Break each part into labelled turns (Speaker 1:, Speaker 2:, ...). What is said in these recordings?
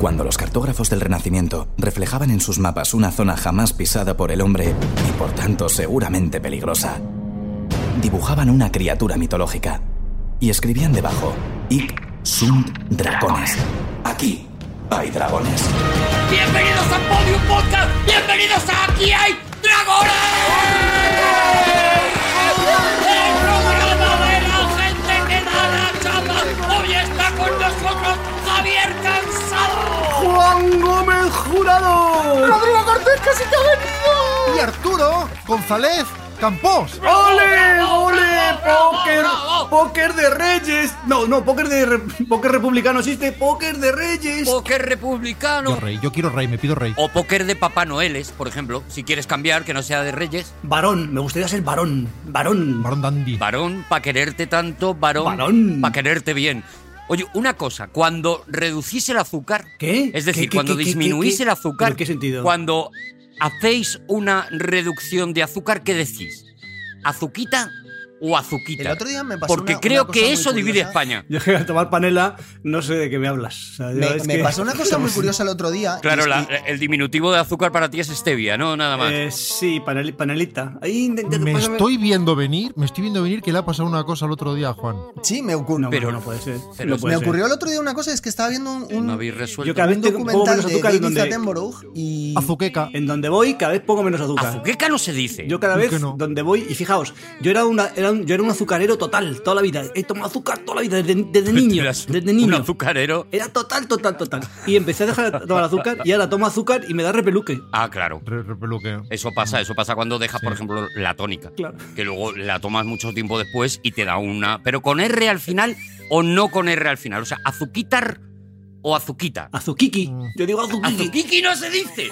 Speaker 1: Cuando los cartógrafos del Renacimiento reflejaban en sus mapas una zona jamás pisada por el hombre y por tanto seguramente peligrosa, dibujaban una criatura mitológica y escribían debajo: Ic sunt dragones. Aquí hay dragones.
Speaker 2: ¡Bienvenidos a Podium Podcast! ¡Bienvenidos a Aquí hay dragones! ¡El programa de la gente que da la chapa! Hoy está con nosotros Javier Cansado.
Speaker 3: Juan Gómez Jurado
Speaker 4: ¡Rodrigo Cortés casi te ha venido!
Speaker 3: y Arturo González Campos.
Speaker 2: ¡Ole,
Speaker 3: ¡Ole,
Speaker 2: ole,
Speaker 3: ole!
Speaker 2: póker!
Speaker 3: ¡Póker! ¡Póker de Reyes! No, no, póker de póker republicano existe, póker de Reyes.
Speaker 2: Póker republicano.
Speaker 5: Yo rey, yo quiero rey, me pido rey.
Speaker 2: O póker de Papá Noeles, por ejemplo, si quieres cambiar, que no sea de Reyes.
Speaker 3: Varón, me gustaría ser varón. Varón.
Speaker 5: Barón Dandy.
Speaker 2: Varón, pa' quererte tanto, varón,
Speaker 3: Varón.
Speaker 2: pa' quererte bien. Oye, una cosa, cuando reducís el azúcar,
Speaker 3: ¿Qué?
Speaker 2: es decir,
Speaker 3: ¿Qué, qué,
Speaker 2: cuando
Speaker 3: qué, qué,
Speaker 2: disminuís
Speaker 3: qué?
Speaker 2: el azúcar,
Speaker 3: ¿Pero qué sentido?
Speaker 2: cuando hacéis una reducción de azúcar, ¿qué decís? ¿Azuquita o azuquita?
Speaker 6: El otro día me pasó
Speaker 2: Porque
Speaker 6: una-
Speaker 2: creo
Speaker 6: una cosa
Speaker 2: que
Speaker 6: muy
Speaker 2: eso divide
Speaker 6: curiosa.
Speaker 2: España.
Speaker 3: Yo que a tomar panela, no sé de qué me hablas. O sea, yo
Speaker 6: Me,
Speaker 3: es
Speaker 6: me
Speaker 3: que-
Speaker 6: pasó una cosa muy curiosa el otro día. y
Speaker 2: Claro,
Speaker 6: es
Speaker 2: la- eh,
Speaker 6: que-
Speaker 2: el diminutivo de azúcar para ti es stevia, ¿no? Nada más.
Speaker 3: Eh, sí, panel- panelita. Ahí pues, intenta
Speaker 5: Me
Speaker 3: pásame-
Speaker 5: estoy viendo venir, me estoy viendo venir que le ha pasado una cosa el otro día a Juan.
Speaker 6: sí, me, ocurrió.
Speaker 3: No,
Speaker 2: pero-
Speaker 3: pero no puede ser.
Speaker 2: pero
Speaker 3: no
Speaker 2: es-
Speaker 3: puede
Speaker 6: me
Speaker 3: ser.
Speaker 6: ocurrió el otro día una cosa, es que estaba viendo un, un-
Speaker 2: no habéis resuelto.
Speaker 3: Yo cada vez
Speaker 6: un
Speaker 3: te- pongo
Speaker 6: documental
Speaker 3: menos
Speaker 6: de
Speaker 3: azúcar en
Speaker 6: David
Speaker 3: donde,
Speaker 6: Attenborough y...
Speaker 5: Azuqueca.
Speaker 3: en donde voy, cada vez pongo menos azúcar.
Speaker 2: Azuqueca no se dice.
Speaker 3: Yo cada
Speaker 5: ¿Por
Speaker 3: vez
Speaker 5: qué no?
Speaker 3: donde voy, y fijaos, yo era, una, era un, yo era un azucarero total, toda la vida. He tomado azúcar toda la vida, desde, desde niño.
Speaker 2: Eras
Speaker 3: Desde niño.
Speaker 2: Un azucarero.
Speaker 3: Era total, total, total. Y empecé a dejar de tomar azúcar y ahora tomo azúcar y me da repeluque.
Speaker 2: Ah, claro.
Speaker 5: Re- repeluque.
Speaker 7: Eh.
Speaker 2: Eso pasa, eso pasa cuando dejas, por ejemplo, la tónica.
Speaker 3: Claro.
Speaker 2: Que luego la tomas mucho tiempo después y te da una. Pero con R al final o no con R al final. O sea, azuquitar o azuquita.
Speaker 3: Azuquiqui.
Speaker 5: Mm.
Speaker 3: Yo digo azuquiqui.
Speaker 2: Azuquiqui no se dice.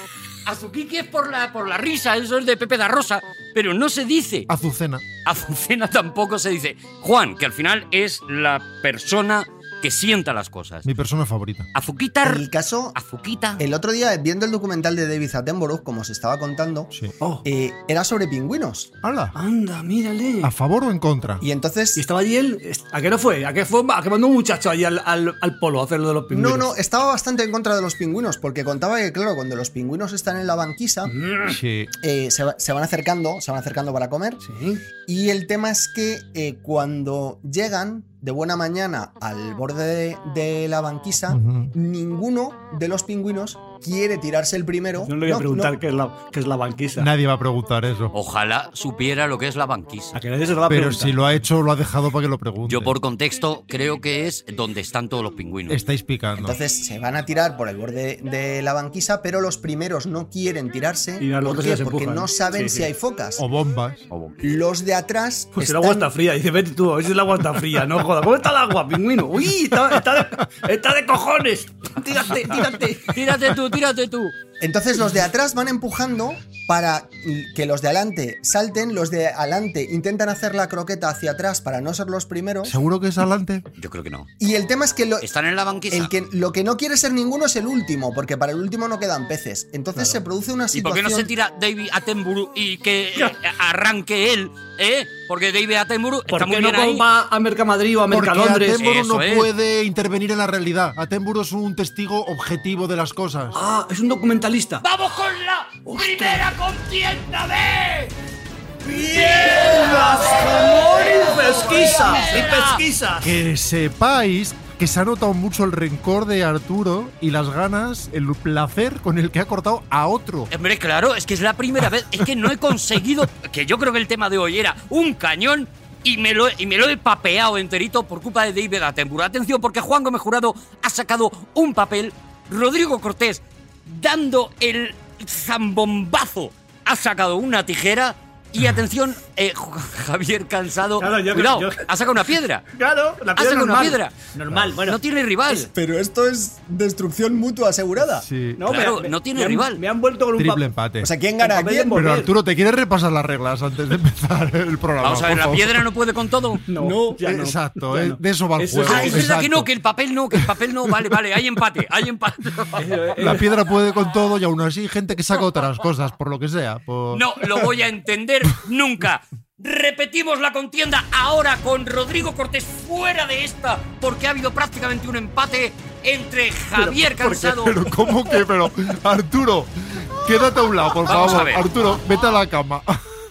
Speaker 2: Azuquiqui es por la, por la risa, eso es de Pepe da Rosa. Pero no se dice.
Speaker 5: Azucena.
Speaker 2: Azucena tampoco se dice. Juan, que al final es la persona que sienta las cosas.
Speaker 5: Mi persona favorita.
Speaker 2: Azuquitar,
Speaker 6: El caso...
Speaker 2: azuquita.
Speaker 6: El otro día, viendo el documental de David Attenborough, como os estaba contando,
Speaker 5: Sí.
Speaker 3: Oh,
Speaker 6: eh, era sobre pingüinos.
Speaker 5: ¡Hala!
Speaker 3: anda, mírale.
Speaker 5: ¿A favor o en contra?
Speaker 6: Y entonces...
Speaker 3: Y estaba allí él. ¿A qué no fue? ¿A qué fue? ¿A qué mandó un muchacho allí al, al, al polo a hacer lo de los
Speaker 6: No,
Speaker 3: pingüinos?
Speaker 6: no, estaba bastante en contra de los pingüinos, porque contaba que, claro, cuando los pingüinos están en la banquisa,
Speaker 5: Sí.
Speaker 6: eh, se, va- se van acercando, se van acercando para comer,
Speaker 3: Sí.
Speaker 6: Y el tema es que eh, cuando llegan de buena mañana al borde de, de la banquisa,
Speaker 5: Ujú.
Speaker 6: ninguno de los pingüinos quiere tirarse el primero.
Speaker 3: No le voy a preguntar
Speaker 6: no.
Speaker 3: qué es la, qué es la banquisa.
Speaker 5: Nadie va a preguntar eso.
Speaker 2: Ojalá supiera lo que es la banquisa.
Speaker 3: A que nadie se lo va a
Speaker 5: Pero
Speaker 3: preguntar.
Speaker 5: si lo ha hecho, lo ha dejado para que lo pregunte.
Speaker 2: Yo por contexto creo que es donde están todos los pingüinos.
Speaker 5: Estáis picando.
Speaker 6: Entonces se van a tirar por el borde de la banquisa, pero los primeros no quieren tirarse.
Speaker 3: Y a los
Speaker 6: ¿Por
Speaker 3: otros
Speaker 6: qué?
Speaker 3: ya se
Speaker 6: Porque
Speaker 3: empujan.
Speaker 6: no saben
Speaker 3: Sí,
Speaker 6: si
Speaker 3: sí.
Speaker 6: hay focas.
Speaker 5: O bombas.
Speaker 6: Los de atrás.
Speaker 3: Pues el
Speaker 6: están-
Speaker 3: agua está fría. Dice, vete tú, a ver si el agua está fría. No joda. ¿Cómo está el agua, pingüino? Uy, está, está de, está de cojones. Tírate, tírate.
Speaker 2: Tírate tú, tírate tú.
Speaker 6: Entonces los de atrás van empujando para que los de adelante salten. Los de adelante intentan hacer la croqueta hacia atrás para no ser los primeros.
Speaker 5: ¿Seguro que es adelante?
Speaker 2: Yo creo que no.
Speaker 6: Y el tema es que lo,
Speaker 2: Están en la banquisa.
Speaker 6: El que, lo que no quiere ser ninguno es el último, porque para el último no quedan peces. Entonces se produce una
Speaker 2: ¿Y
Speaker 6: situación.
Speaker 2: por qué no se tira David Attenborough y que eh, arranque él? ¿Eh? Porque David Attenborough está
Speaker 3: ¿Por
Speaker 2: muy
Speaker 3: qué no
Speaker 2: bien ahí.
Speaker 3: va a Merca Madrid o a
Speaker 5: Porque
Speaker 3: Merca Londres?
Speaker 5: Attenborough no
Speaker 2: Eso es.
Speaker 5: puede intervenir en la realidad. Atemburo es un testigo objetivo de las cosas.
Speaker 3: Ah, es un documentalista.
Speaker 2: ¡Vamos con la primera contienda de...
Speaker 3: pesquisa!
Speaker 2: ¡Y
Speaker 3: pesquisa!
Speaker 5: Que sepáis que se ha notado mucho el rencor de Arturo y las ganas, el placer con el que ha cortado a otro.
Speaker 2: Hombre, claro, es que es la primera vez. Es que no he conseguido... Que yo creo que el tema de hoy era un cañón y me lo, y me lo he papeado enterito por culpa de David Attenborough. Atención, porque Juan Gómez Jurado ha sacado un papel. Rodrigo Cortés, dando el zambombazo, ha sacado una tijera... Y atención, eh, Javier Cansado,
Speaker 3: Ah. Claro, yo-
Speaker 2: cuidado,
Speaker 3: yo-
Speaker 2: ha sacado una piedra.
Speaker 3: Claro, la piedra
Speaker 2: Hazle con
Speaker 3: normal.
Speaker 2: una piedra. Ah,
Speaker 3: Normal, bueno.
Speaker 2: no tiene rival.
Speaker 6: Pero esto es destrucción mutua asegurada.
Speaker 5: Sí.
Speaker 3: No,
Speaker 2: Claro,
Speaker 3: me- me-
Speaker 2: no tiene
Speaker 3: me han-
Speaker 2: rival.
Speaker 3: me han vuelto con un
Speaker 5: Triple
Speaker 3: papel.
Speaker 5: empate.
Speaker 6: O sea, ¿quién gana a
Speaker 3: Papel de
Speaker 6: quién?
Speaker 3: envolver.
Speaker 5: Pero Arturo, ¿te quieres repasar las reglas antes de empezar el programa?
Speaker 2: Vamos a ver,
Speaker 5: por
Speaker 2: la
Speaker 5: favor?
Speaker 2: piedra no puede con todo.
Speaker 3: No,
Speaker 5: No,
Speaker 3: ya no.
Speaker 5: exacto,
Speaker 3: Ya
Speaker 5: eh,
Speaker 3: no.
Speaker 5: de eso va el
Speaker 3: Eso es-
Speaker 5: juego.
Speaker 2: Ah, es verdad
Speaker 5: Exacto.
Speaker 2: que no, que el papel no, que el papel no. Vale, vale, hay empate, hay empate.
Speaker 5: La piedra puede con todo y aún así hay gente que saca otras cosas, por lo que sea. por-
Speaker 2: No lo voy a entender nunca. Repetimos la contienda ahora con Rodrigo Cortés fuera de esta, porque ha habido prácticamente un empate entre Javier
Speaker 5: ¿Por qué?
Speaker 2: Cansado.
Speaker 5: Pero ¿cómo que? Pero Arturo, quédate a un lado, por
Speaker 2: Vamos a
Speaker 5: favor.
Speaker 2: ver.
Speaker 5: Arturo, vete a la cama.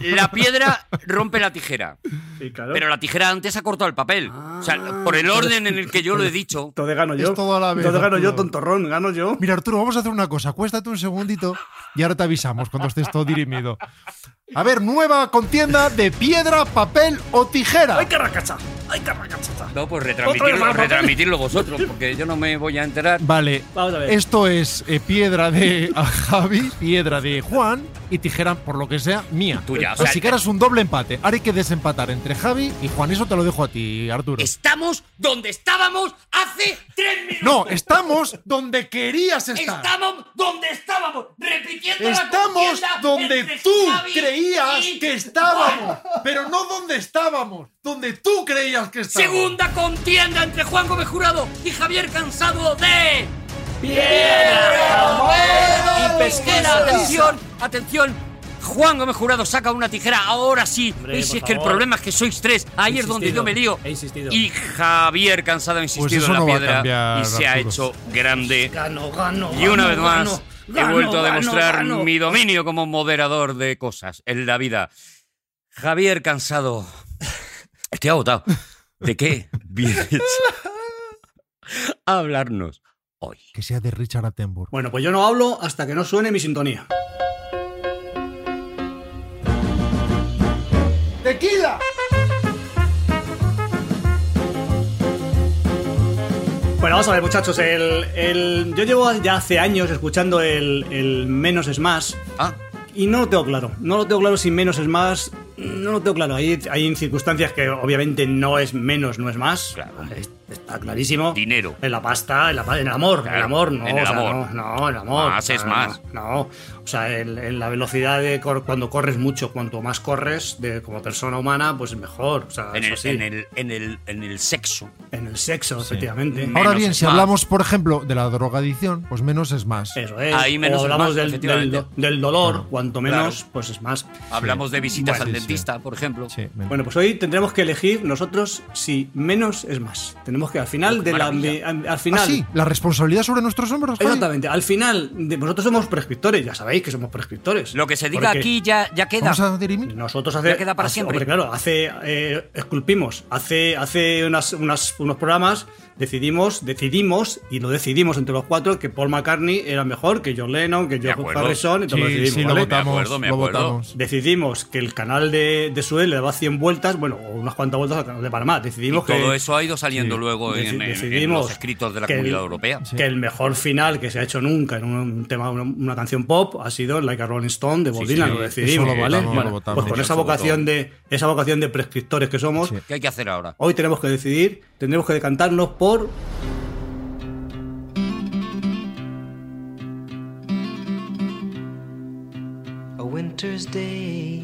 Speaker 2: La piedra rompe la tijera.
Speaker 3: Sí, claro. Ah.
Speaker 2: Pero la tijera antes ha cortado el papel. o sea, por el orden en el que yo lo he dicho.
Speaker 3: Entonces gano yo.
Speaker 5: Es todo a la vez,
Speaker 3: Entonces gano yo,
Speaker 5: Arturo.
Speaker 3: tontorrón, gano yo.
Speaker 5: Mira, Arturo, vamos a hacer una cosa. Acuéstate un segundito y ahora te avisamos cuando estés todo dirimido. A ver, nueva contienda de piedra, papel o tijera.
Speaker 3: ¡Ay, carracacha! ¡Ay, carracacha!
Speaker 2: No, pues
Speaker 3: Otra
Speaker 2: retransmitirlo,
Speaker 3: vez más,
Speaker 2: retransmitirlo vosotros, porque yo no me voy a enterar.
Speaker 5: Vale,
Speaker 3: Vamos a ver.
Speaker 5: esto es eh, piedra de a Javi, piedra de Juan y tijera, por lo que sea, mía.
Speaker 2: Tuya, o sea,
Speaker 5: Así que ahora es un doble empate. Ahora hay que desempatar entre Javi y Juan. Eso te lo dejo a ti, Arturo.
Speaker 2: Estamos donde estábamos hace tres minutos.
Speaker 5: No, estamos donde querías estar.
Speaker 2: Estamos donde estábamos, repitiendo la
Speaker 5: Estamos
Speaker 2: contienda entre
Speaker 5: donde tú
Speaker 2: Xavi
Speaker 5: creías
Speaker 2: y
Speaker 5: que estábamos, pero no donde estábamos, donde tú creías que estábamos.
Speaker 2: Segunda contienda entre Juan Gómez Jurado y Javier Cansado de Piedra, Papel y Pesquera. Atención, atención. Juan Gómez Jurado saca una tijera, ahora sí.
Speaker 3: Hombre,
Speaker 2: Veis si
Speaker 3: por
Speaker 2: es que el
Speaker 3: favor.
Speaker 2: problema es que sois tres, ahí
Speaker 3: He
Speaker 2: es donde yo
Speaker 3: insistido,
Speaker 2: me lío.
Speaker 3: he insistido.
Speaker 2: Y Javier Cansado ha insistido
Speaker 5: Pues eso
Speaker 2: en la
Speaker 5: no va a
Speaker 2: piedra
Speaker 5: cambiar,
Speaker 2: y se ha
Speaker 5: Arturo.
Speaker 2: hecho grande.
Speaker 3: Gano, gano.
Speaker 2: Y una
Speaker 3: gano,
Speaker 2: vez más,
Speaker 3: gano,
Speaker 2: he
Speaker 3: gano,
Speaker 2: vuelto a
Speaker 3: gano,
Speaker 2: demostrar
Speaker 3: gano.
Speaker 2: mi dominio como moderador de cosas en la vida. Javier Cansado. Estoy agotado. ¿De qué vienes a hablarnos hoy?
Speaker 5: Que sea de Richard Attenborough.
Speaker 3: Bueno, pues yo no hablo hasta que no suene mi sintonía.
Speaker 5: ¡Tequila!
Speaker 3: Bueno, vamos a ver, muchachos. El, el- yo llevo ya hace años escuchando el, el menos es más
Speaker 2: Ah,
Speaker 3: y no lo tengo claro. No lo tengo claro si menos es más. No lo tengo claro. Hay, hay circunstancias que obviamente no es menos, no es más. Ah,
Speaker 2: Claro.
Speaker 3: Es- Está clarísimo.
Speaker 2: Dinero.
Speaker 3: En la pasta, en, la, pa- en el amor.
Speaker 2: Claro,
Speaker 3: En el amor, no.
Speaker 2: en el
Speaker 3: o sea,
Speaker 2: amor.
Speaker 3: No, no, el amor.
Speaker 2: Más
Speaker 3: o sea,
Speaker 2: es más.
Speaker 3: No, no. o sea, el- en la velocidad de cor- cuando corres mucho, cuanto más corres de, como persona humana, pues mejor. O sea,
Speaker 2: en
Speaker 3: eso
Speaker 2: el,
Speaker 3: sí.
Speaker 2: en, el, en, el, en el sexo.
Speaker 3: En el sexo, efectivamente.
Speaker 2: Menos
Speaker 5: Ahora bien, si
Speaker 2: es más. Eh,
Speaker 5: hablamos, por ejemplo, de la drogadicción, pues menos es más.
Speaker 3: Eso es.
Speaker 2: Ahí menos
Speaker 3: o
Speaker 2: es
Speaker 3: hablamos
Speaker 2: más,
Speaker 3: del,
Speaker 2: efectivamente.
Speaker 3: del do- del dolor, cuanto menos, pues es más.
Speaker 2: Hablamos de visitas
Speaker 5: Bueno,
Speaker 2: al
Speaker 5: sí, sí.
Speaker 2: dentista, por ejemplo.
Speaker 5: Sí, menos.
Speaker 3: Bueno, pues hoy tendremos que elegir nosotros si menos es más. Tenemos que al final
Speaker 2: Oh, qué
Speaker 3: de la
Speaker 2: maravilla.
Speaker 3: al al
Speaker 5: Ah,
Speaker 3: final
Speaker 5: sí, la responsabilidad sobre nuestros hombros. Javi?
Speaker 3: Exactamente, al final de, vosotros somos prescriptores, ya sabéis que somos prescriptores.
Speaker 2: Lo que se diga
Speaker 3: Porque
Speaker 2: aquí ya, ya queda.
Speaker 5: Vamos a dirimir.
Speaker 3: Nosotros hace,
Speaker 2: Ya queda para
Speaker 3: hace-
Speaker 2: siempre.
Speaker 3: hombre, claro, hace eh, esculpimos, hace hace unas, unas- unos programas decidimos, decidimos y lo decidimos entre los cuatro que Paul McCartney era mejor que John Lennon, que George
Speaker 2: acuerdo.
Speaker 3: Harrison, entonces lo
Speaker 5: Sí,
Speaker 3: decidimos,
Speaker 5: sí, lo
Speaker 3: ¿vale?
Speaker 5: votamos.
Speaker 2: acuerdo, me
Speaker 5: lo
Speaker 2: acuerdo.
Speaker 5: votamos.
Speaker 3: decidimos que el canal de, de Suez le daba 100 vueltas, bueno, o unas cuantas vueltas al canal de Panamá.
Speaker 2: Y
Speaker 3: Decidimos que,
Speaker 2: todo eso ha ido saliendo
Speaker 3: Sí.
Speaker 2: luego en-
Speaker 3: Deci-
Speaker 2: en, en
Speaker 3: decidimos
Speaker 2: los escritos de la
Speaker 3: que el-
Speaker 2: Comunidad Europea.
Speaker 3: que el mejor final que se ha hecho nunca en un, un tema, una, una canción pop, ha sido Like a Rolling Stone de Bob
Speaker 2: sí,
Speaker 3: Dylan,
Speaker 2: sí,
Speaker 3: lo
Speaker 5: eso
Speaker 3: decidimos,
Speaker 5: lo
Speaker 3: ¿vale?
Speaker 5: votamos,
Speaker 3: Bueno,
Speaker 5: lo votamos.
Speaker 3: pues con
Speaker 5: Eso
Speaker 3: esa
Speaker 2: se votó.
Speaker 3: vocación, de, esa vocación de prescriptores que somos,
Speaker 5: Sí.
Speaker 2: ¿Qué hay que hacer ahora?
Speaker 3: hoy tenemos que decidir, tendremos que decantarnos por
Speaker 8: a winter's day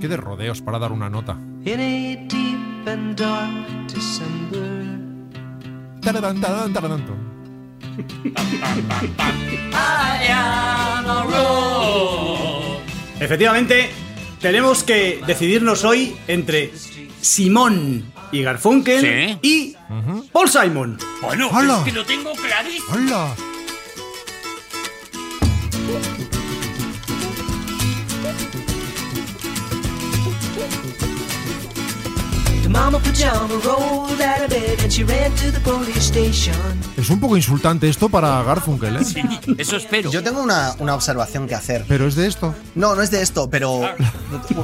Speaker 5: Qué de rodeos para dar una nota.
Speaker 8: in a deep and dark December.
Speaker 5: Taradán, taradán, taradán.
Speaker 3: Efectivamente, tenemos que decidirnos hoy entre Simón y Garfunkel y Paul Simon.
Speaker 2: Bueno,
Speaker 5: ¡Hala!
Speaker 2: es que lo tengo clarísimo.
Speaker 5: ¡Hola!
Speaker 8: The mama pajama rolled out of bed and she ran to the police station.
Speaker 5: Es un poco insultante esto para Garfunkel, ¿eh?
Speaker 2: Sí, eso espero.
Speaker 6: Yo tengo una, una observación que hacer.
Speaker 5: Pero es de esto.
Speaker 6: No, no es de esto, pero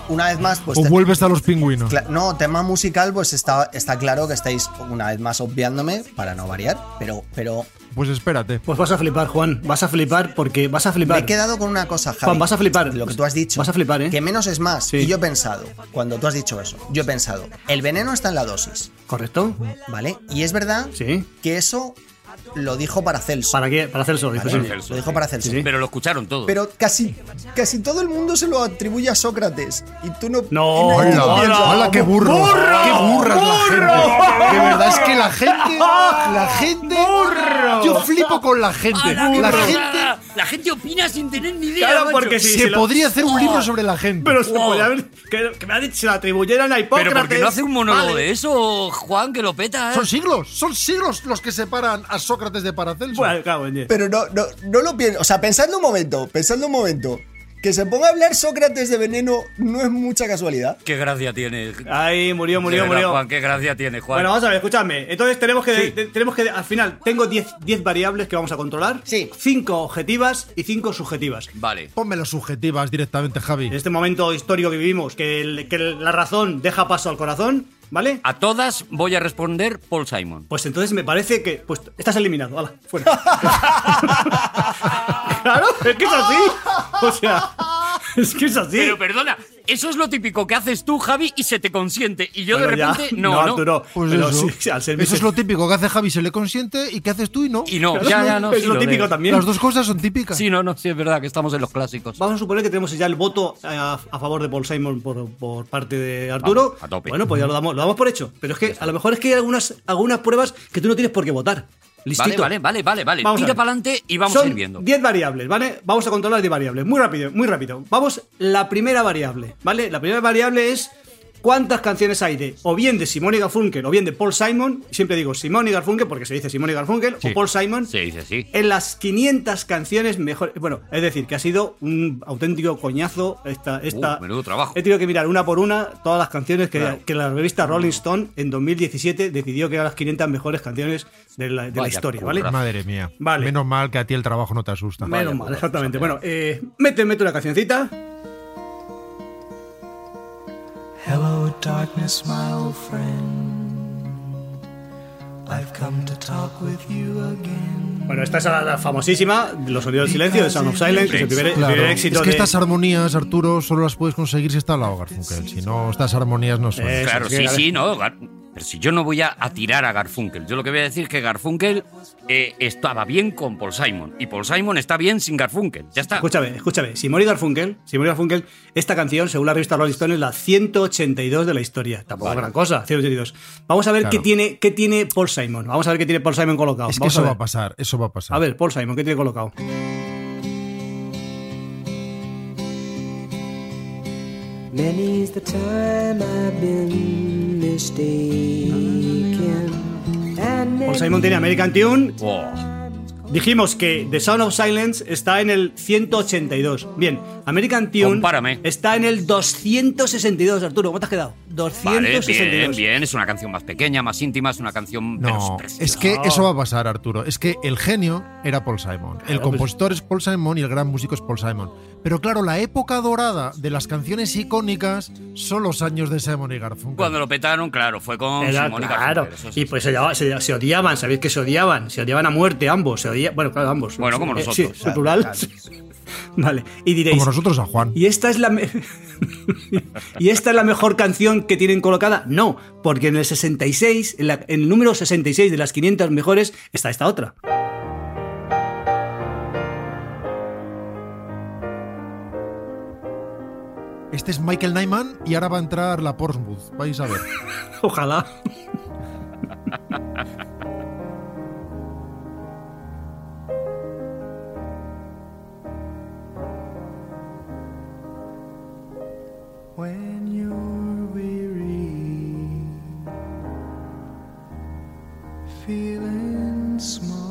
Speaker 6: una vez más, pues.
Speaker 5: o
Speaker 6: te-
Speaker 5: vuelves a los pingüinos.
Speaker 6: cla- no, tema musical, pues está, está claro que estáis una vez más obviándome, para no variar, pero, pero
Speaker 5: Pues espérate.
Speaker 3: Pues vas a flipar, Juan. Vas a flipar porque vas a
Speaker 6: me he
Speaker 3: flipar.
Speaker 6: quedado con una cosa, Javi.
Speaker 3: Juan, vas a flipar.
Speaker 6: Lo que tú has dicho.
Speaker 3: Vas a flipar, ¿eh?
Speaker 6: Que menos es más.
Speaker 3: Sí.
Speaker 6: Y yo he pensado, cuando tú has dicho eso, yo he pensado, el veneno está en la dosis,
Speaker 3: ¿Correcto?
Speaker 6: ¿vale? Y es verdad
Speaker 3: Sí.
Speaker 6: que eso lo dijo para Celso.
Speaker 3: ¿Para qué? Para hacer solo, dijo,
Speaker 6: ¿vale?
Speaker 3: sí.
Speaker 2: Celso,
Speaker 6: Lo dijo
Speaker 2: sí.
Speaker 6: para Celso.
Speaker 3: Sí, sí.
Speaker 2: Pero lo escucharon todos.
Speaker 6: Pero casi, casi todo el mundo se lo atribuye a Sócrates. Y tú no.
Speaker 3: No,
Speaker 6: y nadie
Speaker 5: ¡Hola!
Speaker 6: piensa-
Speaker 3: hola,
Speaker 5: ¡Hola, qué burro!
Speaker 3: burro,
Speaker 5: ¡Qué burra es la gente! De verdad es que la gente. La gente. Yo flipo con la gente.
Speaker 2: ¡Hala, qué
Speaker 5: La
Speaker 2: burrada!
Speaker 5: gente
Speaker 2: La gente opina sin tener ni idea.
Speaker 3: Claro,
Speaker 2: macho.
Speaker 3: porque si-
Speaker 5: Se
Speaker 3: sí, lo-
Speaker 5: podría hacer un libro sobre la gente.
Speaker 3: Pero se
Speaker 2: Wow.
Speaker 3: podía haber. Que, que me ha dicho, se la atribuyeran a Hipócrates.
Speaker 2: Pero porque no hace un monólogo
Speaker 3: Vale.
Speaker 2: de eso, Juan, que lo peta. ¿eh?
Speaker 5: Son siglos, son siglos los que separan a Sócrates de Paracelso.
Speaker 3: Bueno, cago en diez.
Speaker 6: Pero no, no, no lo pienso. O sea, pensadlo un momento, pensadlo un momento. Que se ponga a hablar Sócrates de veneno no es mucha casualidad.
Speaker 2: Qué gracia tiene.
Speaker 3: Ay, murió,
Speaker 2: De
Speaker 3: murió,
Speaker 2: verdad,
Speaker 3: murió.
Speaker 2: Juan, qué gracia tiene, Juan.
Speaker 3: Bueno, vamos a ver, escúchame. Entonces tenemos que,
Speaker 2: Sí.
Speaker 3: te- tenemos que al final, tengo 10 10 variables que vamos a controlar.
Speaker 6: Sí.
Speaker 3: 5 objetivas y 5 subjetivas.
Speaker 2: vale.
Speaker 5: Ponme las subjetivas directamente,
Speaker 3: En
Speaker 5: Javi.
Speaker 3: este momento histórico que vivimos, que, el- que el- la razón deja paso al corazón, ¿vale?
Speaker 2: A todas voy a responder Paul Simon.
Speaker 3: Pues entonces me parece que pues estás eliminado, ala, fuera. claro, es que es así. O sea, es que es así.
Speaker 2: Pero perdona, eso es lo típico que haces tú, Javi, y se te consiente. Y yo de
Speaker 3: Bueno, ya.
Speaker 2: repente, no, no.
Speaker 3: Arturo,
Speaker 5: Pues
Speaker 3: pero
Speaker 5: eso.
Speaker 3: sí, sí, al ser
Speaker 5: Eso es
Speaker 3: vice-
Speaker 5: lo típico que hace Javi, se le consiente y que haces tú y no.
Speaker 2: Y no,
Speaker 3: Claro,
Speaker 2: ya, ya, no.
Speaker 3: Es
Speaker 2: sí,
Speaker 3: lo
Speaker 2: de-
Speaker 3: típico también.
Speaker 5: Las dos cosas son típicas.
Speaker 2: Sí, no, no, sí, es verdad que estamos en los clásicos.
Speaker 3: Vamos a suponer que tenemos ya el voto a, a favor de Paul Simon por, por parte de Arturo.
Speaker 2: Vamos, a tope.
Speaker 3: Bueno, pues ya lo damos, lo damos por hecho. Pero es que a lo mejor es que hay algunas, algunas pruebas que tú no tienes por qué votar.
Speaker 2: Vale,
Speaker 3: Listito.
Speaker 2: vale, vale, vale, vale.
Speaker 3: Vamos a
Speaker 2: Tira
Speaker 3: ver.
Speaker 2: para adelante y vamos a
Speaker 3: Son
Speaker 2: ir viendo.
Speaker 3: 10 variables, ¿vale? Vamos a controlar 10 variables. Muy rápido, muy rápido. Vamos, la primera variable, ¿vale? La primera variable es cuántas canciones hay de, o bien de Simone y Garfunkel, o bien de Paul Simon. Siempre digo Simone y Garfunkel porque se dice Simone y Garfunkel,
Speaker 2: Sí.
Speaker 3: o Paul Simon.
Speaker 2: Se dice así.
Speaker 3: En las 500 canciones mejor. Bueno, es decir, que ha sido un auténtico coñazo esta. esta
Speaker 2: Uh, menudo trabajo.
Speaker 3: He tenido que mirar una por una todas las canciones que,
Speaker 2: Claro.
Speaker 3: que la revista Rolling Stone en 2017 decidió que eran las 500 mejores canciones de la, de la
Speaker 2: Vaya
Speaker 3: historia, ¿vale?
Speaker 2: curra.
Speaker 5: Madre mía.
Speaker 3: Vale.
Speaker 5: Menos mal que a ti el trabajo no te asusta.
Speaker 3: Menos
Speaker 2: Vaya
Speaker 3: mal,
Speaker 2: curra,
Speaker 3: exactamente.
Speaker 2: José.
Speaker 3: Bueno, eh, mete, mete una cancioncita.
Speaker 8: Hello, darkness, my old friend. I've come to talk with you again.
Speaker 3: Bueno, esta es la, la famosísima, Los sonidos del silencio, de Sound of Silence, que es el primer, el
Speaker 5: Claro.
Speaker 3: primer éxito
Speaker 5: es que
Speaker 3: de-
Speaker 5: estas armonías, Arturo, solo las puedes conseguir si está al lado Garfunkel. Si no, estas armonías no son.
Speaker 3: Eh, Eso,
Speaker 2: Claro,
Speaker 3: sí,
Speaker 2: sí,
Speaker 3: a ver.
Speaker 2: sí, no. Gar- Pero si yo no voy a, a tirar a Garfunkel, yo lo que voy a decir es que Garfunkel eh, estaba bien con Paul Simon y Paul Simon está bien sin Garfunkel. Ya está.
Speaker 3: Escúchame, escúchame. Simone y Garfunkel, Simone y Garfunkel, esta canción, según la revista Rolling Stone, es la 182 de la historia. Tampoco gran cosa, 182. Vamos a ver
Speaker 5: Claro.
Speaker 3: qué, tiene, qué tiene Paul Simon. Vamos a ver qué tiene Paul Simon colocado.
Speaker 5: Es
Speaker 3: Ah,
Speaker 5: que
Speaker 3: Vamos
Speaker 5: eso
Speaker 3: a, ver.
Speaker 5: va a pasar, eso va a pasar.
Speaker 3: A ver, Paul Simon, ¿qué tiene colocado?
Speaker 8: Many's the time I've been mistaken. And
Speaker 3: Paul
Speaker 8: many
Speaker 3: Simon tiene American Tune.
Speaker 2: Oh,
Speaker 3: Dijimos que The Sound of Silence está en el 182. Bien, American Tune
Speaker 2: Compárame.
Speaker 3: está en el 262, Arturo. ¿Cómo te has quedado?
Speaker 2: vale,
Speaker 3: 262.
Speaker 2: bien, bien. Es una canción más pequeña, más íntima, es una canción
Speaker 5: No,
Speaker 2: menos
Speaker 5: es
Speaker 2: preciosa.
Speaker 5: que eso va a pasar, Arturo. Es que el genio era Paul Simon. El
Speaker 3: pues-
Speaker 5: compositor es Paul Simon y el gran músico es Paul Simon. Pero claro, la época dorada de las canciones icónicas son los años de Simon y Garfunkel.
Speaker 2: Cuando lo petaron, claro, fue con
Speaker 3: Era,
Speaker 2: Simón y
Speaker 3: claro.
Speaker 2: Garfunkel, eso sí.
Speaker 3: Y pues se, llevaba- se- se odiaban, sabéis que se odiaban, se odiaban a muerte ambos, se odia- bueno, claro, ambos.
Speaker 2: Bueno, como
Speaker 3: Eh,
Speaker 2: nosotros.
Speaker 3: sí, en plural. Vale, y diréis,
Speaker 5: Como nosotros a Juan.
Speaker 3: ¿y esta es la me- y esta es la mejor canción que tienen colocada? No, porque en el 66, en, la- en el número 66 de las 500 mejores está esta otra.
Speaker 5: Este es Michael Nyman y ahora va a entrar la Portsmouth. Vais a ver.
Speaker 3: Ojalá.
Speaker 8: When you're weary, feeling small.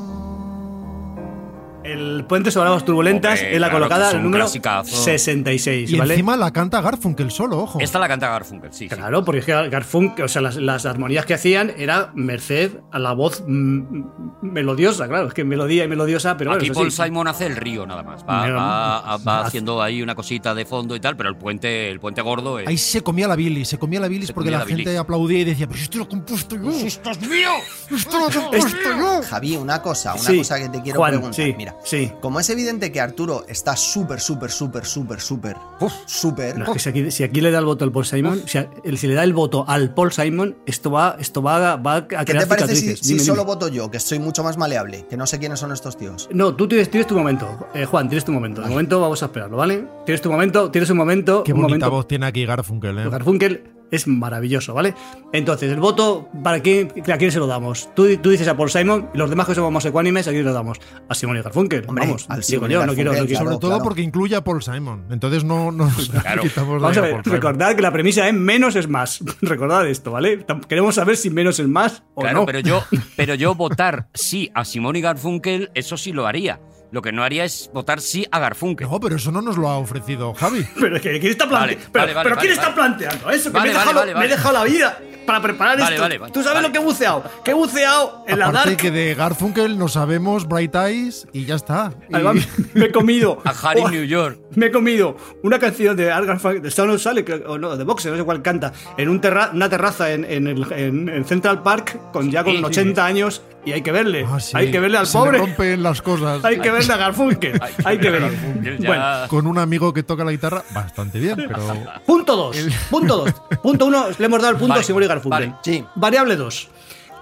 Speaker 3: El puente sobre aguas turbulentas
Speaker 2: Hombre,
Speaker 3: es la
Speaker 2: claro, que
Speaker 3: colocada
Speaker 2: es un
Speaker 3: en el número
Speaker 2: clasicazo.
Speaker 3: 66,
Speaker 5: Y
Speaker 3: ¿vale?
Speaker 5: encima la canta Garfunkel solo, ojo.
Speaker 2: Esta la canta Garfunkel, sí. sí.
Speaker 3: Claro, porque es que Garfunkel, o sea, las, las armonías que hacían era merced a la voz mm, mm, melodiosa, claro, es que melodía y melodiosa, pero
Speaker 2: Aquí
Speaker 3: bueno,
Speaker 2: Paul
Speaker 3: eso sí.
Speaker 2: Simon hace el río nada más. Va,
Speaker 3: Mira,
Speaker 2: va- va
Speaker 3: hace-
Speaker 2: haciendo ahí una cosita de fondo y tal, pero el puente, el puente gordo es.
Speaker 5: Ahí se comía la bilis, se comía la bilis
Speaker 2: Se
Speaker 5: porque
Speaker 2: comía
Speaker 5: la,
Speaker 2: la
Speaker 5: gente
Speaker 2: bilis.
Speaker 5: aplaudía y decía, pero si esto lo he compuesto yo,
Speaker 2: ¡Esto es mío!
Speaker 5: esto lo he compuesto yo.
Speaker 6: Javi, una cosa, una
Speaker 3: Sí,
Speaker 6: cosa que te quiero
Speaker 3: Juan,
Speaker 6: preguntar.
Speaker 3: sí,
Speaker 6: Mira,
Speaker 3: sí.
Speaker 6: como es evidente que Arturo está súper, súper, súper, súper, súper, súper.
Speaker 3: No, es que si, aquí, si aquí le da el voto al Paul Simon, si, a- el- si le da el voto al Paul Simon, esto va, esto va, a- va a crear
Speaker 6: ¿Qué te parece si,
Speaker 3: cicatrices.
Speaker 6: si
Speaker 3: Dime, dime.
Speaker 6: solo voto yo, que soy mucho más maleable, que no sé quiénes son estos tíos?
Speaker 3: No, tú tienes, tienes tu momento, Eh, Juan, tienes tu momento. De momento vamos a esperarlo, ¿vale? Tienes tu momento, tienes un momento.
Speaker 5: Qué
Speaker 3: un
Speaker 5: bonita
Speaker 3: momento.
Speaker 5: voz tiene aquí Garfunkel, ¿eh?
Speaker 3: Garfunkel, Es maravilloso, ¿vale? Entonces, el voto, ¿para quién, ¿a quién se lo damos? Tú, tú dices a Paul Simon, y los demás que somos más ecuánimes, ¿a quién lo damos? A Simon y Garfunkel.
Speaker 6: Hombre,
Speaker 3: vamos,
Speaker 6: al
Speaker 3: digo
Speaker 6: Simon y
Speaker 3: yo, no quiero.
Speaker 6: Garfunkel,
Speaker 3: no quiero-
Speaker 6: claro.
Speaker 5: Sobre todo porque incluye a Paul Simon. Entonces no nos quitamos
Speaker 3: Vamos a
Speaker 5: daño a
Speaker 3: ver,
Speaker 5: Paul Simon.
Speaker 3: recordad que la premisa es menos es más. Recordad esto, ¿vale? Tam- Queremos saber si menos es más o
Speaker 2: Claro,
Speaker 3: no.
Speaker 2: pero yo, pero yo votar sí a Simón y Garfunkel, eso sí lo haría. Lo que no haría es votar sí a Garfunkel.
Speaker 5: No, pero eso no nos lo ha ofrecido Javi.
Speaker 3: Pero que- ¿quién está
Speaker 2: Vale,
Speaker 3: planteando? pero,
Speaker 2: vale, vale,
Speaker 3: pero ¿quién
Speaker 2: vale,
Speaker 3: está
Speaker 2: vale.
Speaker 3: planteando eso? Que
Speaker 2: Vale,
Speaker 3: me, he
Speaker 2: vale,
Speaker 3: dejado,
Speaker 2: vale,
Speaker 3: me he
Speaker 2: vale.
Speaker 3: dejado la vida para preparar
Speaker 2: Vale,
Speaker 3: esto.
Speaker 2: vale, vale,
Speaker 3: Tú sabes
Speaker 2: vale.
Speaker 3: lo que he buceado. Que he buceado en la
Speaker 5: Aparte
Speaker 3: dark.
Speaker 5: que de Garfunkel no sabemos Bright Eyes y ya está. Y-
Speaker 3: Además, me he comido.
Speaker 2: A Harry
Speaker 3: oh,
Speaker 2: New York.
Speaker 3: Me he comido una canción de Argan Funk, de Sound of Sally, creo- o no, de Boxer, no sé cuál canta, en un terra- una terraza en, en el- en- en Central Park, con ya con
Speaker 2: Sí, sí.
Speaker 3: 80 años, y hay que verle.
Speaker 5: Ah, sí.
Speaker 3: Hay que verle al
Speaker 5: Se
Speaker 3: pobre.
Speaker 5: Le rompen las cosas.
Speaker 3: Hay que verle a Garfunkel.
Speaker 2: Ay,
Speaker 3: hay que verle.
Speaker 2: Garfunkel, ya.
Speaker 3: Bueno,
Speaker 5: Con un amigo que toca la guitarra bastante bien, pero.
Speaker 3: Punto 2. Punto 2. Punto 1, le hemos dado el punto
Speaker 2: Vale,
Speaker 3: a Simón y Garfunkel.
Speaker 2: vale,
Speaker 6: sí.
Speaker 3: Variable 2.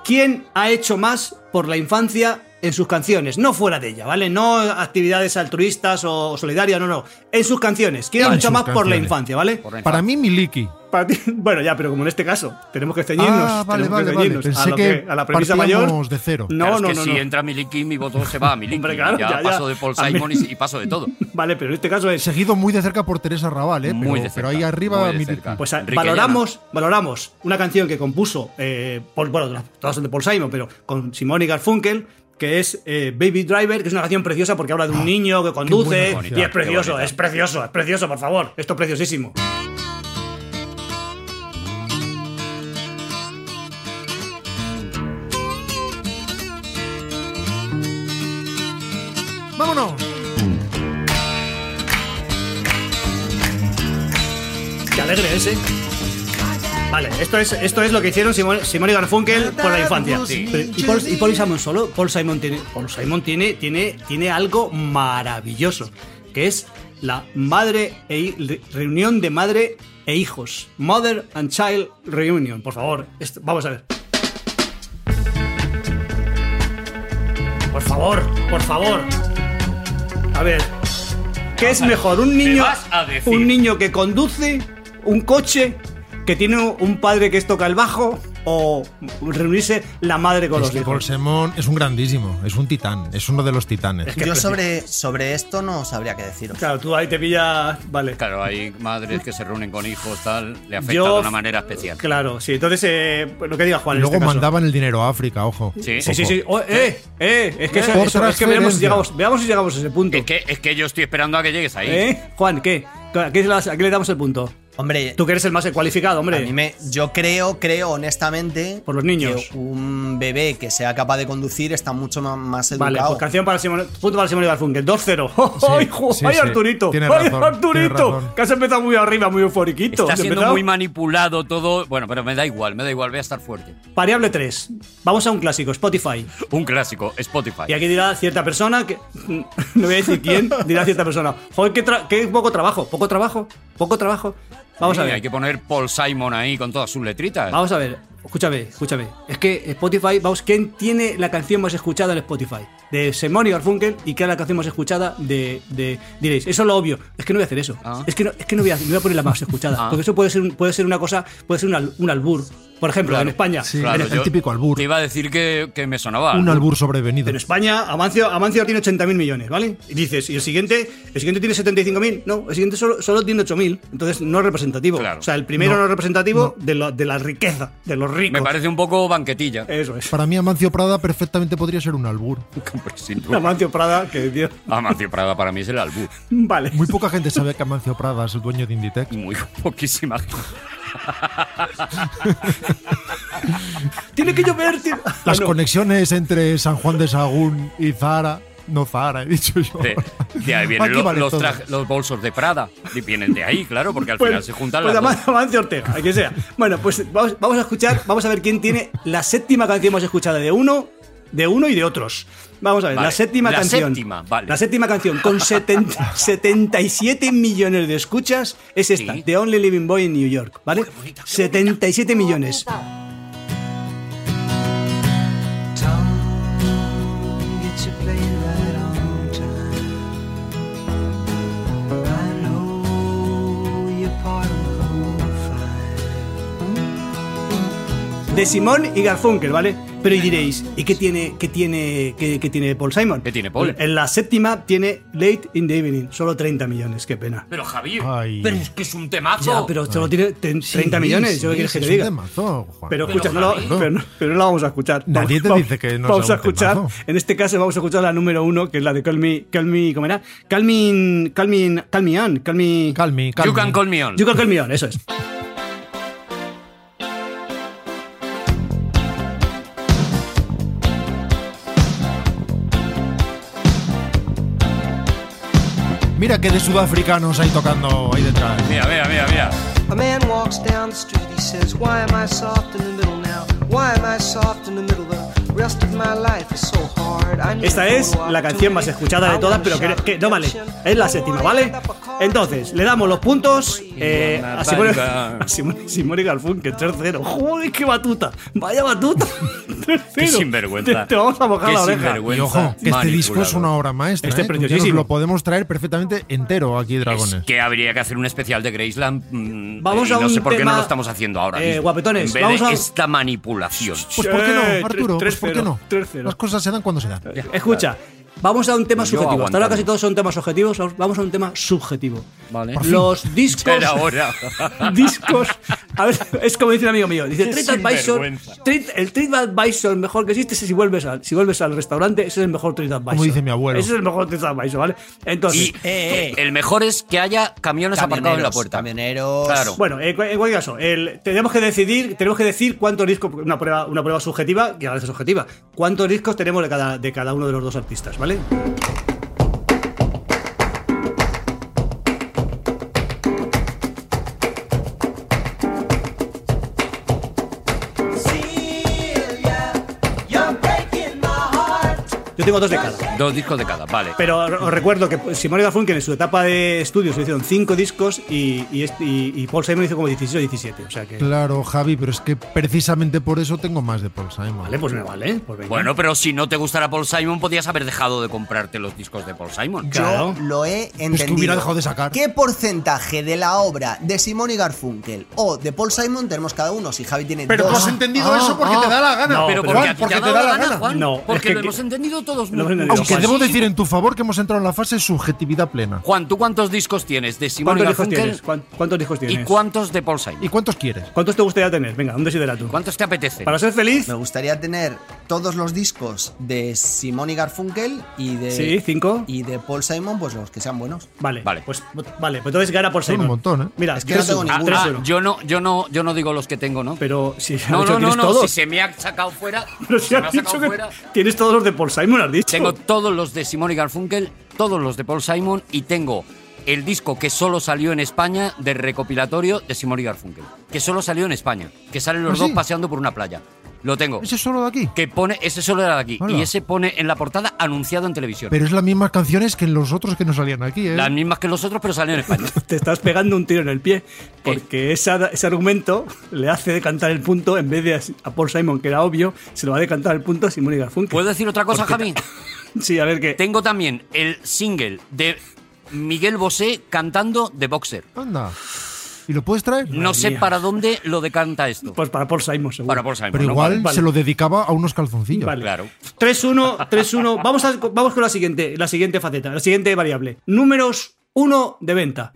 Speaker 3: ¿Quién ha hecho más por la infancia en sus canciones? No fuera de ella, ¿vale? No actividades altruistas o solidarias, no, no. En sus canciones. ¿Quién ha
Speaker 5: En
Speaker 3: hecho
Speaker 5: sus
Speaker 3: más por la
Speaker 5: canciones.
Speaker 3: infancia, ¿vale?
Speaker 2: Por la
Speaker 5: Para
Speaker 2: infancia.
Speaker 5: mí, Miliki.
Speaker 3: Para ti- bueno, ya, pero como en este caso, tenemos que ceñirnos.
Speaker 5: ah, vale,
Speaker 3: tenemos que
Speaker 5: vale, vale.
Speaker 3: ceñirnos a,
Speaker 5: Pensé
Speaker 3: lo
Speaker 5: que,
Speaker 3: que- a la premisa mayor.
Speaker 5: partíamos
Speaker 3: No,
Speaker 5: de cero.
Speaker 2: Claro,
Speaker 3: no,
Speaker 2: es
Speaker 3: no.
Speaker 2: que si
Speaker 3: no.
Speaker 2: entra Miliki, mi voto se va a Miliki.
Speaker 3: Hombre, claro,
Speaker 2: ya,
Speaker 3: ya, ya.
Speaker 2: paso de Paul
Speaker 3: A mí-
Speaker 2: Simon y, y paso de todo.
Speaker 3: Vale, pero en este caso es.
Speaker 5: Seguido muy de cerca por Teresa Raval, ¿eh? Pero,
Speaker 2: Muy de cerca,
Speaker 5: pero ahí arriba
Speaker 2: muy de
Speaker 5: Miliki.
Speaker 2: cerca.
Speaker 3: Pues a-
Speaker 2: Enrique
Speaker 3: valoramos, valoramos una canción que compuso, eh, Paul- bueno, todas son de Paul Simon, pero con Simone y Garfunkel, que es eh, Baby Driver, que es una canción preciosa porque habla de un
Speaker 2: Ah,
Speaker 3: niño que conduce y
Speaker 5: buena
Speaker 3: es
Speaker 5: canción,
Speaker 2: qué
Speaker 3: precioso,
Speaker 2: bonita.
Speaker 3: es precioso, es precioso, por favor. Esto es preciosísimo.
Speaker 5: ¡Vámonos!
Speaker 3: Qué alegre ese. Vale, esto es, esto es lo que hicieron Simone, Simone y Garfunkel por la infancia.
Speaker 5: Sí.
Speaker 3: Pero, ¿Y, Paul, y Paul Simon solo? Paul Simon tiene, Paul Simon tiene, tiene, tiene algo maravilloso, que es la madre e hi- re- reunión de madre e hijos. Mother and Child Reunion, por favor. esto- vamos a ver. Por favor, por favor. A ver. ¿Qué es mejor? ¿Un
Speaker 2: ¿Me
Speaker 3: niño,
Speaker 2: vas a decir?
Speaker 3: un niño que conduce un coche, que tiene un padre que es toca el bajo o reunirse la madre con
Speaker 5: Es
Speaker 3: los
Speaker 5: que Paul
Speaker 3: hijos?
Speaker 5: Simon es un grandísimo, es un titán, es uno de los titanes.
Speaker 3: Es que
Speaker 6: Yo
Speaker 3: preci-
Speaker 6: sobre, sobre esto no sabría qué deciros.
Speaker 3: Claro, tú ahí te pillas. Vale.
Speaker 2: Claro, hay madres que se reúnen con hijos, tal, le afecta
Speaker 3: Yo-
Speaker 2: de una manera especial.
Speaker 3: Claro, sí. Entonces, eh, lo que diga
Speaker 5: Y
Speaker 3: Juan. en
Speaker 5: luego
Speaker 3: este caso.
Speaker 5: mandaban el dinero a África, ojo.
Speaker 2: Sí.
Speaker 3: Sí, sí, sí. Oh, eh, eh. Es que, eso-
Speaker 5: Por
Speaker 3: eso- es que veamos, si
Speaker 5: transferencia.
Speaker 3: llegamos, veamos si llegamos a ese punto.
Speaker 2: Es que, es que yo estoy esperando a que llegues ahí.
Speaker 3: ¿Eh? Juan, ¿qué? ¿A qué, se las- a qué le damos el punto?
Speaker 6: Hombre,
Speaker 3: Tú que eres el más cualificado, hombre.
Speaker 6: a mí me, yo creo, creo honestamente.
Speaker 3: Por los niños.
Speaker 6: Que un bebé que sea capaz de conducir está mucho ma- más educado.
Speaker 3: Vale, pues canción para Simón, punto para Simón y Garfunkel, 2-0.
Speaker 5: Sí,
Speaker 3: ¡Ay, ju-
Speaker 5: sí,
Speaker 3: ay,
Speaker 5: sí.
Speaker 3: Arturito!
Speaker 5: Tienes
Speaker 3: ¡Ay,
Speaker 5: razón,
Speaker 3: Arturito!
Speaker 5: tienes razón.
Speaker 3: Que has empezado muy arriba, muy euforiquito.
Speaker 2: Está
Speaker 3: Has
Speaker 2: siendo
Speaker 3: empezado-
Speaker 2: muy manipulado todo. Bueno, pero me da igual, me da igual, voy a estar fuerte.
Speaker 3: Variable 3. Vamos a un clásico, Spotify.
Speaker 2: Un clásico, Spotify.
Speaker 3: Y aquí dirá cierta persona, que no voy a decir quién, dirá cierta persona. Joder, qué, tra- qué poco trabajo, poco trabajo, poco trabajo. Vamos a
Speaker 2: Sí,
Speaker 3: ver.
Speaker 2: Hay que poner Paul Simon ahí con todas sus letritas.
Speaker 3: Vamos a ver, escúchame, escúchame. Es que Spotify, vamos, ¿quién tiene la canción más escuchada en Spotify? De Simon y Garfunkel y ¿qué es la canción más escuchada de, de- Diréis, eso es lo obvio. Es que no voy a hacer eso.
Speaker 2: Ah.
Speaker 3: Es que no, es que no voy, a, no voy a poner la más escuchada.
Speaker 2: Ah.
Speaker 3: Porque eso puede ser, un- puede ser una cosa, puede ser un, al- un albur. Por ejemplo, en España.
Speaker 5: Sí,
Speaker 2: Claro,
Speaker 5: el
Speaker 2: yo
Speaker 5: típico albur.
Speaker 2: Te iba a decir que, que me sonaba.
Speaker 5: Un albur sobrevenido.
Speaker 3: En España, Amancio, Amancio tiene 80.000 millones, ¿vale? Y dices, ¿y el siguiente? ¿El siguiente tiene 75.000? No, el siguiente solo, solo tiene 8.000. Entonces, no es representativo.
Speaker 2: Claro.
Speaker 3: O sea, el primero no,
Speaker 5: No,
Speaker 3: es representativo De, lo- de la riqueza, de los ricos.
Speaker 2: Me parece un poco banquetilla.
Speaker 3: Eso es.
Speaker 5: Para mí, Amancio Prada perfectamente podría ser un albur.
Speaker 2: Hombre, Pues sin
Speaker 5: Pues,
Speaker 2: duda.
Speaker 3: Amancio Prada, que Dios.
Speaker 2: Amancio Prada para mí es el albur.
Speaker 3: Vale.
Speaker 5: Muy poca gente sabe que Amancio Prada es el dueño de Inditex.
Speaker 2: Muy poquísima.
Speaker 3: Tiene que llover. tiene-
Speaker 5: Las
Speaker 3: Ah, no.
Speaker 5: conexiones entre San Juan de Sagún y Zara. No Zara, he dicho yo.
Speaker 2: De, de ahí vienen
Speaker 5: Aquí
Speaker 2: lo-
Speaker 5: vale
Speaker 2: los,
Speaker 5: todo.
Speaker 2: traje- los bolsos de Prada. Y vienen de ahí, claro, porque al
Speaker 3: Bueno,
Speaker 2: final se juntan
Speaker 3: pues
Speaker 2: las
Speaker 3: Aman- Amancio Ortega, a quien sea. Bueno, pues vamos, vamos a escuchar, vamos a ver quién tiene la séptima canción más escuchada de uno, de uno y de otros. Vamos a ver,
Speaker 2: Vale,
Speaker 3: la séptima
Speaker 2: la
Speaker 3: canción.
Speaker 2: séptima, vale.
Speaker 3: La séptima canción con 70 77 millones de escuchas es esta,
Speaker 2: Sí.
Speaker 3: The Only Living Boy in New York, ¿vale? 77 millones.
Speaker 8: Tom, get your play right on time. I know you're part of the whole fight.
Speaker 3: de Simón y Garfunkel, ¿vale? Pero y diréis, ¿y qué tiene, qué tiene, qué, qué tiene Paul Simon?
Speaker 2: ¿Qué tiene Paul?
Speaker 3: En la séptima tiene Late in the Evening, solo 30 millones, qué pena. Oh.
Speaker 2: Pero Javier,
Speaker 5: Ay.
Speaker 2: pero es que es un temazo.
Speaker 3: Ya, pero solo tiene te- 30 millones, yo qué quieres que te diga. Pero escucha, no la,
Speaker 5: Javi.
Speaker 3: pero, no- pero no la vamos a escuchar.
Speaker 5: Nadie te
Speaker 3: Vamos-
Speaker 5: dice que no
Speaker 3: Vamos
Speaker 5: sea
Speaker 3: a
Speaker 5: un
Speaker 3: escuchar,
Speaker 5: temazo.
Speaker 3: en este caso vamos a escuchar la número uno, que es la de Call Me, Call Me, ¿cómo era? Call Me, Call Me, Call Me Ann, Call Me...
Speaker 5: Calmi, calmi.
Speaker 2: you can call me on.
Speaker 3: You can Call Me Ann, eso es.
Speaker 5: Mira que de sudafricanos ahí tocando ahí detrás.
Speaker 2: Mira, mira, mira, mira.
Speaker 8: A man walks down the street, he says, Why am I soft in the middle now? Why am I soft in the middle? The rest of my life is so hard. I need
Speaker 3: Esta
Speaker 8: a
Speaker 3: es
Speaker 8: photo
Speaker 3: la canción más
Speaker 8: opportunity.
Speaker 3: escuchada de
Speaker 8: I
Speaker 3: todas,
Speaker 8: wanna
Speaker 3: pero que,
Speaker 8: shout
Speaker 3: que- no vale.
Speaker 8: redemption.
Speaker 3: Es la
Speaker 8: I
Speaker 3: séptima,
Speaker 8: wanna
Speaker 3: ¿vale?
Speaker 8: end up a car
Speaker 3: Entonces, le damos los puntos eh, a Simone
Speaker 2: Barca.
Speaker 3: a Simone- Simone Garfunkel, 3-0. ¡Joder, qué batuta! ¡Vaya batuta! 3-0.
Speaker 2: Qué sinvergüenza.
Speaker 3: Te, te vamos a mojar
Speaker 2: Qué
Speaker 3: la oreja.
Speaker 5: Y
Speaker 2: sinvergüenza.
Speaker 5: ojo, que este disco es
Speaker 2: manipulador.
Speaker 5: una obra maestra.
Speaker 3: Este
Speaker 5: ¿eh?
Speaker 3: es
Speaker 5: Que un día nos
Speaker 3: preciosísimo.
Speaker 5: Lo podemos traer perfectamente entero aquí, Dragones.
Speaker 2: Es que habría que hacer un especial de Graceland. mm,
Speaker 3: Vamos
Speaker 2: y
Speaker 3: a
Speaker 2: No sé
Speaker 3: un
Speaker 2: por qué no
Speaker 3: tema,
Speaker 2: lo estamos haciendo ahora.
Speaker 3: eh,
Speaker 2: mismo.
Speaker 3: guapetones,
Speaker 2: En vez
Speaker 3: vamos
Speaker 2: de
Speaker 3: a-
Speaker 2: esta manipulación.
Speaker 5: Pues ¿por qué
Speaker 3: Eh,
Speaker 5: no, Arturo?
Speaker 3: tres-
Speaker 5: Pues, ¿Por qué
Speaker 3: 3-0,
Speaker 5: no?
Speaker 3: 3-0.
Speaker 5: Las cosas se dan cuando se dan.
Speaker 3: Escucha, vamos a un tema
Speaker 2: Yo
Speaker 3: subjetivo. Hasta ahora
Speaker 2: aguantando.
Speaker 3: casi todos son temas objetivos, vamos a un tema subjetivo.
Speaker 2: Vale.
Speaker 3: Los discos.
Speaker 2: Pero ahora.
Speaker 3: discos. A ver, es como dice un amigo mío. Dice,
Speaker 2: Qué
Speaker 3: TripAdvisor,
Speaker 2: sinvergüenza.
Speaker 3: Trip- el TripAdvisor mejor que existe es si vuelves al, si vuelves al restaurante, ese es el mejor TripAdvisor.
Speaker 5: Como dice mi abuelo.
Speaker 3: Ese es el mejor TripAdvisor, ¿vale? Entonces,
Speaker 2: Y
Speaker 3: eh.
Speaker 2: el mejor es que haya camiones aparcados en la
Speaker 6: Camioneros,
Speaker 2: puerta.
Speaker 6: camioneros.
Speaker 2: Claro.
Speaker 3: Pues, bueno, en cu- en cualquier caso, el- tenemos que decidir, tenemos que decir cuántos discos, una prueba, una prueba subjetiva, que a veces es objetiva, cuántos discos tenemos de cada, de cada uno de los dos artistas, ¿vale? Yo tengo dos de cada.
Speaker 2: Dos discos de cada, vale.
Speaker 3: Pero os recuerdo que Simone Garfunkel en su etapa de estudios hicieron 5 discos y, y, este- y- y Paul Simon hizo como 16 o 17. O sea que.
Speaker 5: Claro, Javi, pero es que precisamente por eso tengo más de Paul Simon.
Speaker 3: Vale, pues me vale. Pues venga.
Speaker 2: Bueno, pero si no te gustara Paul Simon, podías haber dejado de comprarte los discos de Paul Simon.
Speaker 3: Claro.
Speaker 6: Yo lo he entendido.
Speaker 5: que hubiera dejado de sacar.
Speaker 6: ¿Qué porcentaje de la obra de Simone y Garfunkel o de Paul Simon tenemos cada uno? Si Javi tiene
Speaker 5: Pero tú
Speaker 6: dos.
Speaker 5: has entendido
Speaker 6: Ah,
Speaker 5: eso porque
Speaker 6: ah.
Speaker 5: te da la gana.
Speaker 3: No,
Speaker 2: Pero
Speaker 3: pero
Speaker 2: porque,
Speaker 5: Juan,
Speaker 2: a ti
Speaker 5: porque
Speaker 2: te ha dado la gana, Juan.
Speaker 3: No, es
Speaker 2: porque
Speaker 3: que-
Speaker 2: lo hemos entendido todos.
Speaker 3: Lo hemos entendido.
Speaker 5: Aunque
Speaker 3: Juan,
Speaker 5: debo
Speaker 2: sí.
Speaker 5: decir en tu favor que hemos entrado en la fase subjetividad plena.
Speaker 2: Juan, ¿tú cuántos discos tienes de Simón
Speaker 3: ¿Cuántos hijos
Speaker 2: Garfunkel
Speaker 3: tienes? ¿Cuán- ¿Cuántos hijos tienes?
Speaker 2: y cuántos de Paul Simon?
Speaker 5: ¿Y cuántos quieres?
Speaker 3: ¿Cuántos te gustaría tener? Venga, un desiderato.
Speaker 2: ¿Cuántos te apetece?
Speaker 3: Para ser feliz,
Speaker 6: Me gustaría tener todos los discos de Simone y Garfunkel y de
Speaker 3: sí, 5.
Speaker 6: y de Paul Simon, pues los que sean bunos.
Speaker 3: Vale,
Speaker 2: Vale.
Speaker 3: Pues, vale, pues entonces gana Paul
Speaker 5: Son
Speaker 3: Simon.
Speaker 5: un montón, ¿eh?
Speaker 3: Mira,
Speaker 6: Es que no
Speaker 3: tres-
Speaker 6: tengo
Speaker 2: Ah,
Speaker 6: ninguno.
Speaker 3: tres-
Speaker 2: ah,
Speaker 3: uno.
Speaker 2: yo no, yo no, yo no digo los que tengo, ¿no?
Speaker 3: Pero si has
Speaker 2: no,
Speaker 3: dicho
Speaker 2: no,
Speaker 3: que
Speaker 2: no,
Speaker 3: tienes
Speaker 2: no, si
Speaker 3: todos.
Speaker 2: se me ha sacado fuera,
Speaker 3: Pero si
Speaker 2: se
Speaker 3: has
Speaker 2: me ha
Speaker 3: dicho
Speaker 2: sacado
Speaker 3: que
Speaker 2: fuera.
Speaker 3: tienes todos los de Paul Simon, has dicho.
Speaker 2: Tengo todos los de Simón y Garfunkel, todos los de Paul Simon y tengo el disco que solo salió en España del recopilatorio de Simón y Garfunkel, que solo salió en España, que salen los
Speaker 5: ¿Ah,
Speaker 2: dos
Speaker 5: sí?
Speaker 2: paseando por una playa. Lo tengo.
Speaker 5: ¿Ese es solo de aquí?
Speaker 2: Que pone, ese solo era de aquí
Speaker 5: Hola.
Speaker 2: y ese pone en la portada anunciado en televisión.
Speaker 5: Pero es las mismas canciones que en los otros que no salían aquí, ¿eh?
Speaker 2: Las mismas que los otros, pero salió en España.
Speaker 3: Te estás pegando un tiro en el pie. Porque esa- ese argumento le hace decantar el punto en vez de a, a Paul Simon, que era obvio, se lo va a decantar el punto a Simone Garfunkel.
Speaker 2: ¿Puedo decir otra cosa, Javi?
Speaker 3: Sí, a ver qué.
Speaker 2: Tengo también el single de Miguel Bosé cantando The Boxer.
Speaker 5: Anda. ¿Y lo puedes traer?
Speaker 2: No sé
Speaker 3: mía.
Speaker 2: para dónde lo decanta esto.
Speaker 3: Pues para Paul Simon, seguro.
Speaker 2: Para Paul Simon.
Speaker 5: Pero
Speaker 2: ¿no?
Speaker 5: igual
Speaker 3: vale.
Speaker 5: se lo dedicaba a unos calzoncillos.
Speaker 3: Vale.
Speaker 2: Claro.
Speaker 3: 3-1, 3-1. Vamos, a- vamos con la siguiente, la siguiente faceta, la siguiente variable. Números 1 de venta.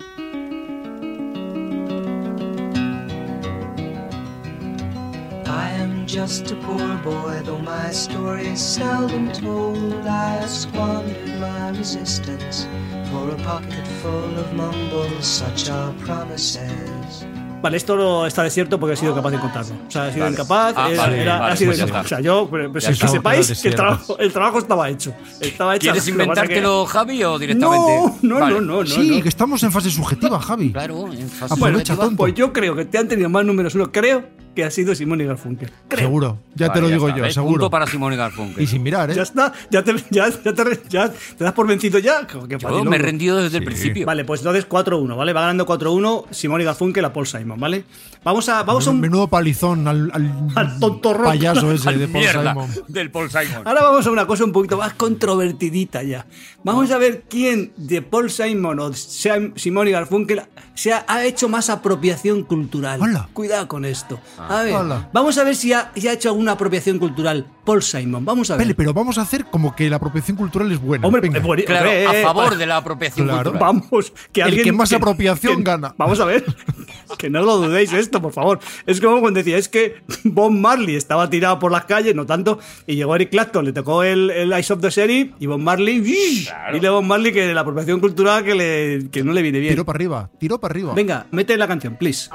Speaker 8: I am just a poor boy, though my story is seldom told. I have squandered my resistance for a pocket full of mumbles, such are promises.
Speaker 3: Vale, esto lo- está desierto porque he sido capaz de encontrarlo. O sea, he sido incapaz.
Speaker 2: Ah,
Speaker 3: es-
Speaker 2: vale,
Speaker 3: era-
Speaker 2: vale,
Speaker 3: ha sido
Speaker 2: pues ya
Speaker 3: incapaz.
Speaker 2: está.
Speaker 3: o sea, yo, pero, pero
Speaker 5: Ya
Speaker 3: que
Speaker 5: está.
Speaker 3: sepáis que el
Speaker 5: Desierto.
Speaker 3: trabajo, el trabajo estaba hecho. Estaba hecho.
Speaker 2: ¿Quieres
Speaker 3: Lo que pasa
Speaker 2: inventártelo, Javi, o
Speaker 3: que- No,
Speaker 2: directamente?
Speaker 3: no,
Speaker 2: Vale. eh,
Speaker 3: no, no, no.
Speaker 5: sí,
Speaker 3: no.
Speaker 5: que estamos en fase subjetiva, Javi.
Speaker 2: Claro, en fase
Speaker 3: Bueno,
Speaker 5: Aprovecha,
Speaker 2: subjetiva.
Speaker 5: tonto.
Speaker 3: pues yo creo que te han tenido más números uno. Creo que ha sido Simón y Garfunkel. Creo.
Speaker 5: Seguro. Ya te
Speaker 2: Vale,
Speaker 5: lo digo
Speaker 2: está,
Speaker 5: yo,
Speaker 2: ¿ves?
Speaker 5: seguro.
Speaker 2: Punto para Simón y Garfunkel.
Speaker 5: Y sin mirar, ¿eh?
Speaker 3: Ya está, ya te, ya, ya te, ya te das por vencido ya. Qué
Speaker 2: Yo
Speaker 3: facilón.
Speaker 2: me he rendido desde el principio.
Speaker 3: Vale, pues entonces 4-1, ¿vale? Va ganando 4-1 Simón y Garfunkel a Paul Simon, ¿vale? Vamos a, vamos a un-
Speaker 5: Menudo palizón al, al,
Speaker 3: Al tontorrón.
Speaker 5: payaso ese
Speaker 2: Al
Speaker 5: de Paul
Speaker 2: mierda
Speaker 5: Simon.
Speaker 2: del Paul Simon.
Speaker 3: Ahora vamos a una cosa un poquito más controvertidita ya. Vamos a ver quién de Paul Simon o Sam- Simón y Garfunkel se ha, ha hecho más apropiación cultural.
Speaker 5: Hola. Ah.
Speaker 3: Cuidado con esto. A ver,
Speaker 5: Hola.
Speaker 3: vamos a ver si ha, si ha hecho alguna apropiación cultural Paul Simon. Vamos a ver.
Speaker 5: Pele, pero vamos a hacer como que la apropiación cultural es buena.
Speaker 3: Hombre,
Speaker 5: Venga.
Speaker 3: es buen-
Speaker 2: Claro,
Speaker 3: hombre,
Speaker 2: a
Speaker 3: eh,
Speaker 2: favor
Speaker 3: eh,
Speaker 2: de la apropiación
Speaker 5: Claro.
Speaker 2: cultural.
Speaker 3: Vamos, que
Speaker 5: El
Speaker 3: alguien.
Speaker 5: que más apropiación
Speaker 3: que-
Speaker 5: gana.
Speaker 3: Vamos a ver. Que no lo dudéis esto, por favor. Es como cuando decía, es que Bob Marley estaba tirado por las calles, no tanto, y llegó Eric Clapton, le tocó el, el Eyes of the Sheriff, y Bob Marley. ¡uy! Dile a Bob Marley que la apropiación cultural que, le, que no le viene bien.
Speaker 5: Tiro para arriba, tiro para arriba.
Speaker 3: Venga, mete la canción, please.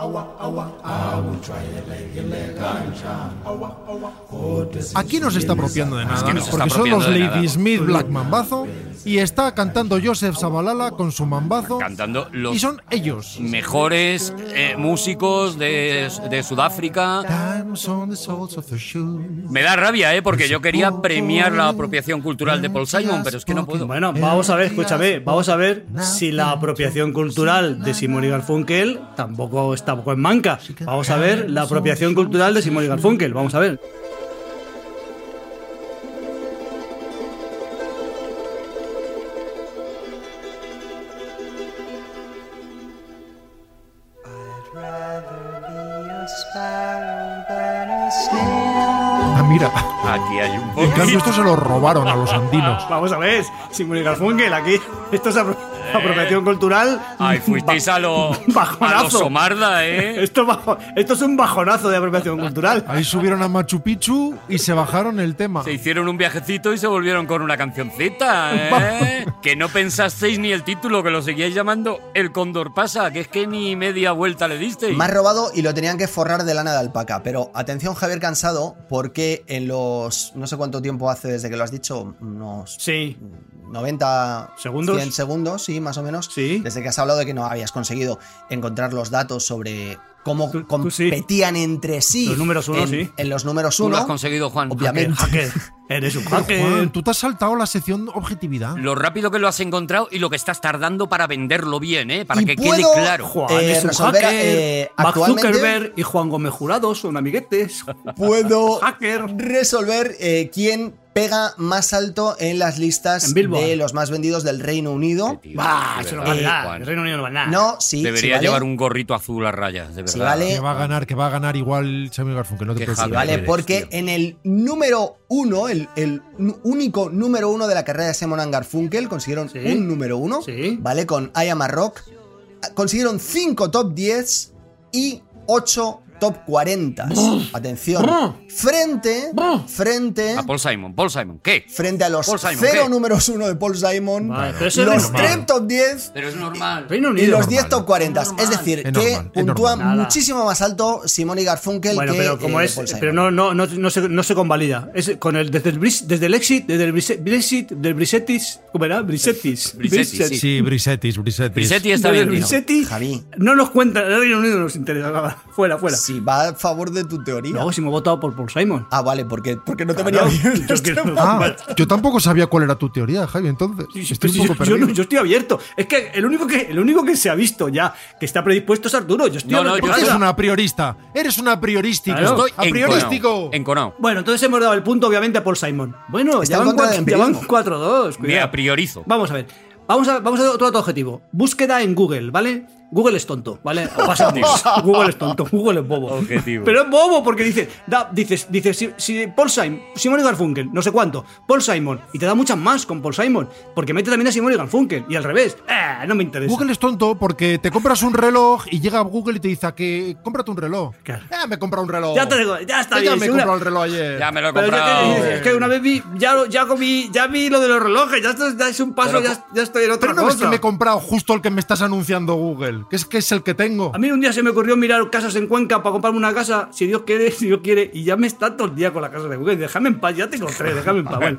Speaker 5: Aquí no se está apropiando de nada,
Speaker 2: que no se está
Speaker 5: porque son los
Speaker 2: apropiando de nada.
Speaker 5: Lady Smith Black Mambazo y está cantando Joseph Zabalala con su mambazo
Speaker 2: Cantando los
Speaker 5: y son ellos.
Speaker 2: mejores eh, músicos de, de Sudáfrica.
Speaker 5: Times on the soles of their shoes.
Speaker 2: Me da rabia, ¿eh? Porque yo quería premiar la apropiación cultural de Paul Simon, pero es que no puedo.
Speaker 3: Bueno, vamos a ver, escúchame, vamos a ver si la apropiación cultural de Simón y Garfunkel tampoco está poco en manca. Vamos a ver la apropiación cultural de Simón y Garfunkel, vamos a ver.
Speaker 8: I'd rather be a sparrow than a snail.
Speaker 5: Ah, mira,
Speaker 2: Aquí hay un
Speaker 5: en cambio
Speaker 2: poquito.
Speaker 5: esto se lo robaron a los andinos.
Speaker 3: Vamos a ver, Simón y Garfunkel, aquí esto es apro- apropiación cultural.
Speaker 2: Eh. Ay, fuisteis a lo, a lo
Speaker 3: Bajonazo.
Speaker 2: somarda, ¿eh?
Speaker 3: Esto, es bajo- esto es un bajonazo de apropiación cultural.
Speaker 5: Ahí subieron a Machu Picchu y se bajaron el tema.
Speaker 2: Se hicieron un viajecito y se volvieron con una cancioncita, ¿eh? que no pensasteis ni el título, que lo seguíais llamando El Cóndor Pasa, que es que ni media vuelta le disteis.
Speaker 6: Más robado y lo tenían que forrar de lana de alpaca. Pero atención, Javier Cansado, porque en los. No sé cuánto tiempo hace desde que lo has dicho, unos
Speaker 3: Sí,
Speaker 6: 90
Speaker 3: ¿Segundos?
Speaker 6: 100 segundos, sí, más o menos.
Speaker 3: Sí.
Speaker 6: Desde que has hablado de que no habías conseguido encontrar los datos sobre cómo
Speaker 3: Tú- tú sí.
Speaker 6: competían entre sí.
Speaker 3: Los números uno,
Speaker 6: en,
Speaker 3: sí.
Speaker 6: En los números
Speaker 2: Tú
Speaker 6: uno.
Speaker 2: lo has conseguido, Juan.
Speaker 6: Obviamente.
Speaker 3: Eh, hacker, eres un
Speaker 5: Pero, Juan,
Speaker 3: hacker.
Speaker 5: tú te has saltado la sección objetividad.
Speaker 2: Lo rápido que lo has encontrado y lo que estás tardando para venderlo bien, ¿eh? Para
Speaker 6: Y
Speaker 2: que quede
Speaker 6: puedo-
Speaker 2: claro.
Speaker 3: Juan
Speaker 6: Eh,
Speaker 3: es un
Speaker 6: resolver,
Speaker 3: hacker.
Speaker 6: eh,
Speaker 3: Mark
Speaker 6: actualmente-
Speaker 3: Zuckerberg y Juan Gómez Jurado son amiguetes.
Speaker 6: Puedo
Speaker 3: Hacker.
Speaker 6: resolver eh, quién pega más alto en las listas
Speaker 3: En Billboard.
Speaker 6: de los más vendidos del Reino Unido.
Speaker 2: Tío,
Speaker 3: Bah,
Speaker 2: de
Speaker 3: eso no
Speaker 2: verdad,
Speaker 3: vale nada.
Speaker 2: Juan.
Speaker 3: El Reino Unido no vale nada.
Speaker 6: No, sí. sí
Speaker 2: Debería
Speaker 6: vale.
Speaker 2: llevar un gorrito azul a rayas, de verdad.
Speaker 6: Sí, vale.
Speaker 5: Que va a ganar, que va a ganar igual Samuel Garfunkel, no te
Speaker 2: Qué
Speaker 5: preocupes.
Speaker 6: Sí,
Speaker 2: Javi.
Speaker 6: vale,
Speaker 2: eres,
Speaker 6: porque
Speaker 2: tío.
Speaker 6: en el número uno, el, el nu- único número uno de la carrera de Simon and Garfunkel, consiguieron
Speaker 3: Sí.
Speaker 6: un número uno,
Speaker 3: Sí.
Speaker 6: ¿vale? Con I Am a Rock, Ah, consiguieron cinco top 10 y ocho top 40. Atención. Frente,
Speaker 3: ¿Eh?
Speaker 6: frente,
Speaker 2: A Paul Simon, Paul Simon, ¿qué?
Speaker 6: frente a los
Speaker 2: Paul Simon,
Speaker 6: cero
Speaker 2: ¿qué?
Speaker 6: números uno de Paul Simon,
Speaker 3: Vale, pero
Speaker 6: los
Speaker 3: eso es normal.
Speaker 6: tres top 10
Speaker 2: Pero es normal.
Speaker 3: Reino
Speaker 6: y
Speaker 3: Unido.
Speaker 6: los
Speaker 5: normal.
Speaker 6: 10 top 40. Es decir,
Speaker 5: Es
Speaker 6: que
Speaker 5: normal, es
Speaker 6: puntúa
Speaker 5: normal.
Speaker 3: Nada.
Speaker 6: muchísimo más alto Simon y Garfunkel
Speaker 3: Bueno,
Speaker 6: que
Speaker 3: pero como
Speaker 6: eh,
Speaker 3: es,
Speaker 6: Paul Simon.
Speaker 3: pero no, no, no, no se, no se convalida. Es con el desde el Bris- desde el exit, desde el Brise- Brexit, del Brisetis, ¿cómo era? Brisetis.
Speaker 2: Brisetis,
Speaker 3: Brisetis.
Speaker 5: Sí, Brisetis, Brisetis.
Speaker 2: Pisetti está
Speaker 3: Desde el
Speaker 2: bien. tío.
Speaker 3: Brisetis,
Speaker 6: Javi.
Speaker 3: no nos cuenta, el Reino Unido no nos interesa nada. Fuera, fuera.
Speaker 6: Si va a favor de tu teoría.
Speaker 3: Luego si me he votado por Paul Simon.
Speaker 6: Ah, vale, porque, porque no te
Speaker 3: Claro,
Speaker 6: venía bien.
Speaker 3: yo quiero-
Speaker 5: Ah, yo tampoco sabía cuál era tu teoría, Javi, entonces.
Speaker 3: Sí, sí,
Speaker 5: Estoy
Speaker 3: sí,
Speaker 5: un
Speaker 3: yo,
Speaker 5: poco
Speaker 3: yo
Speaker 5: perdido.
Speaker 3: no- yo estoy abierto. Es que el único que el único que se ha visto ya que está predispuesto es Arturo. Yo estoy
Speaker 2: No, no,
Speaker 3: abierto.
Speaker 2: yo-
Speaker 5: Eres
Speaker 2: Claro.
Speaker 5: una priorista. Eres una priorística.
Speaker 3: Claro.
Speaker 2: Estoy
Speaker 5: a priorístico.
Speaker 2: enconao, enconao.
Speaker 3: Bueno, entonces hemos dado el punto obviamente a Paul Simon. Bueno, ya
Speaker 6: Está en
Speaker 3: van
Speaker 6: contra
Speaker 3: cuatro-
Speaker 6: del
Speaker 3: ya van
Speaker 6: empirismo.
Speaker 3: 4-2.
Speaker 2: Me
Speaker 3: cuidado.
Speaker 2: apriorizo.
Speaker 3: Vamos a ver. Vamos a, vamos a otro dato objetivo. Búsqueda en Google, ¿vale? Google es tonto, ¿vale? O pasamos. Google es tonto, Google es bobo.
Speaker 2: Objetivo.
Speaker 3: Pero es bobo porque dice, da- dices, dices, si, si Paul Simon, Simon y Garfunkel, no sé cuánto, Paul Simon, y te da muchas más con Paul Simon, porque mete también a Simon y Garfunkel, y al revés, ah, no me interesa.
Speaker 5: Google es tonto porque te compras un reloj y llega a Google y te dice a que cómprate un reloj.
Speaker 3: Claro.
Speaker 5: Ya me he comprado un reloj.
Speaker 3: Ya te digo, ya está
Speaker 5: Ya
Speaker 3: bien,
Speaker 5: me he
Speaker 3: segura-
Speaker 5: comprado el reloj ayer.
Speaker 2: Ya me lo he
Speaker 3: Pero yo
Speaker 2: comprado.
Speaker 3: que- es que una vez vi, ya, lo- ya comí, ya vi lo de los relojes, ya, esto- ya es un paso,
Speaker 2: Pero-
Speaker 3: ya, ya estoy en otra
Speaker 5: Pero no ves
Speaker 3: cosa.
Speaker 5: que me he comprado justo el que me estás anunciando Google, que es que es el que tengo.
Speaker 3: A mí un día se me ocurrió mirar casas en Cuenca para comprarme una casa, si Dios quiere, si Dios quiere, y ya me está todo el día con la casa de Google. Déjame en paz, ya te encontré, déjame en paz. Bueno,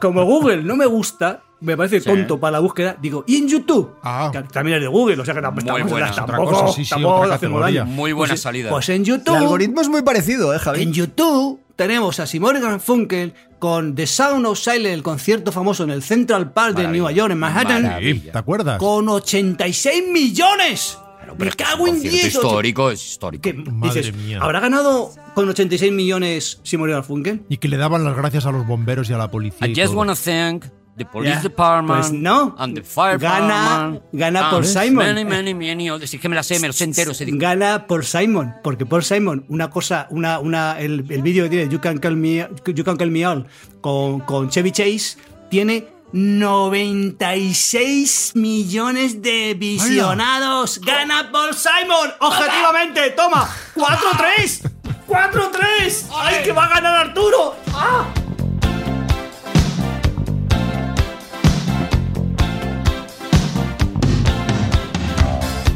Speaker 3: como Google no me gusta, me parece tonto para la búsqueda, digo, ¿y en YouTube?
Speaker 5: Ah.
Speaker 3: Que también es de Google, o sea que
Speaker 2: Muy
Speaker 3: tampoco, tampoco,
Speaker 2: buena, otra
Speaker 5: cosa,
Speaker 3: tampoco,
Speaker 5: sí, sí,
Speaker 3: tampoco
Speaker 5: otra
Speaker 3: hacemos daño.
Speaker 5: categoría.
Speaker 2: Muy buena
Speaker 3: Pues-
Speaker 2: salida.
Speaker 3: Pues en
Speaker 6: El
Speaker 3: YouTube.
Speaker 6: algoritmo es muy parecido, ¿eh,
Speaker 3: En
Speaker 6: Javi?
Speaker 3: YouTube tenemos a Simone Garfunkel con The Sound of Silence, el concierto famoso en el Central Park de
Speaker 2: Maravilla.
Speaker 3: Nueva York, en Manhattan,
Speaker 2: Maravilla.
Speaker 5: Sí, ¿Te acuerdas?
Speaker 3: con 86 millones. Me
Speaker 2: Pero es que
Speaker 3: cago en
Speaker 2: es un concierto
Speaker 3: 10.
Speaker 2: histórico, es histórico.
Speaker 3: Que
Speaker 5: Madre
Speaker 3: dices,
Speaker 5: mía.
Speaker 3: ¿habrá ganado con 86 millones Simone Garfunkel?
Speaker 5: Y que le daban las gracias a los bomberos y a la policía.
Speaker 2: I
Speaker 5: y
Speaker 2: just
Speaker 5: todo.
Speaker 2: wanna thank the police
Speaker 3: Ya.
Speaker 2: department
Speaker 3: Pues no.
Speaker 2: and the fire
Speaker 3: Gana-
Speaker 2: department.
Speaker 3: gana Paul
Speaker 2: and
Speaker 3: Simon.
Speaker 2: Many, many, many others. Es que me la sé, me lo sé entero ese disco.
Speaker 3: Gana Paul Simon, porque Paul Simon, una cosa, una, una, el, el vídeo que tiene You Can Call Me, you Can Call Me All con, con Chevy Chase tiene 96 millones de visionados. Gana Paul Simon, objetivamente, toma, 4-3, 4-3, ay que va a ganar Arturo. ¡Ah!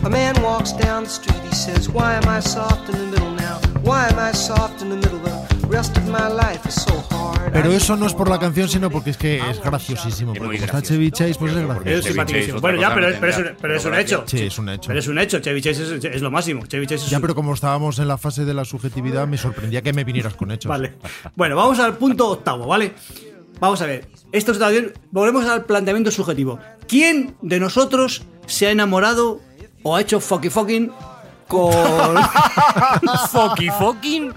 Speaker 8: A man walks down the street, he says, Why am I soft in the middle now? Why am I soft in the middle? The rest of my life is so hard.
Speaker 5: Pero eso no es por la canción, sino porque es que es graciosísimo.
Speaker 2: Es muy
Speaker 5: Porque como está
Speaker 2: gracioso.
Speaker 5: Chevy Chase, pues es gracioso.
Speaker 2: Porque-
Speaker 3: Es
Speaker 2: Chevy Chase,
Speaker 3: simpaticísimo.
Speaker 2: otra
Speaker 3: Bueno, ya,
Speaker 2: cosa
Speaker 3: pero,
Speaker 2: no
Speaker 3: es- pero, es,
Speaker 2: tendrá.
Speaker 3: un- pero es un
Speaker 2: Pero
Speaker 3: hecho.
Speaker 5: Sí, es un hecho.
Speaker 3: Pero es un hecho. Chevy Chase es, es lo máximo. Chevy Chase es
Speaker 5: Ya,
Speaker 3: un-
Speaker 5: pero como estábamos en la fase de la subjetividad, me sorprendía que me vinieras con hechos.
Speaker 3: Vale. Bueno, vamos al punto octavo, ¿vale? Vamos a ver. Esto está bien. Volvemos al planteamiento subjetivo. ¿Quién de nosotros se ha enamorado o ha hecho fucky fucking con,
Speaker 2: Fucky fucking.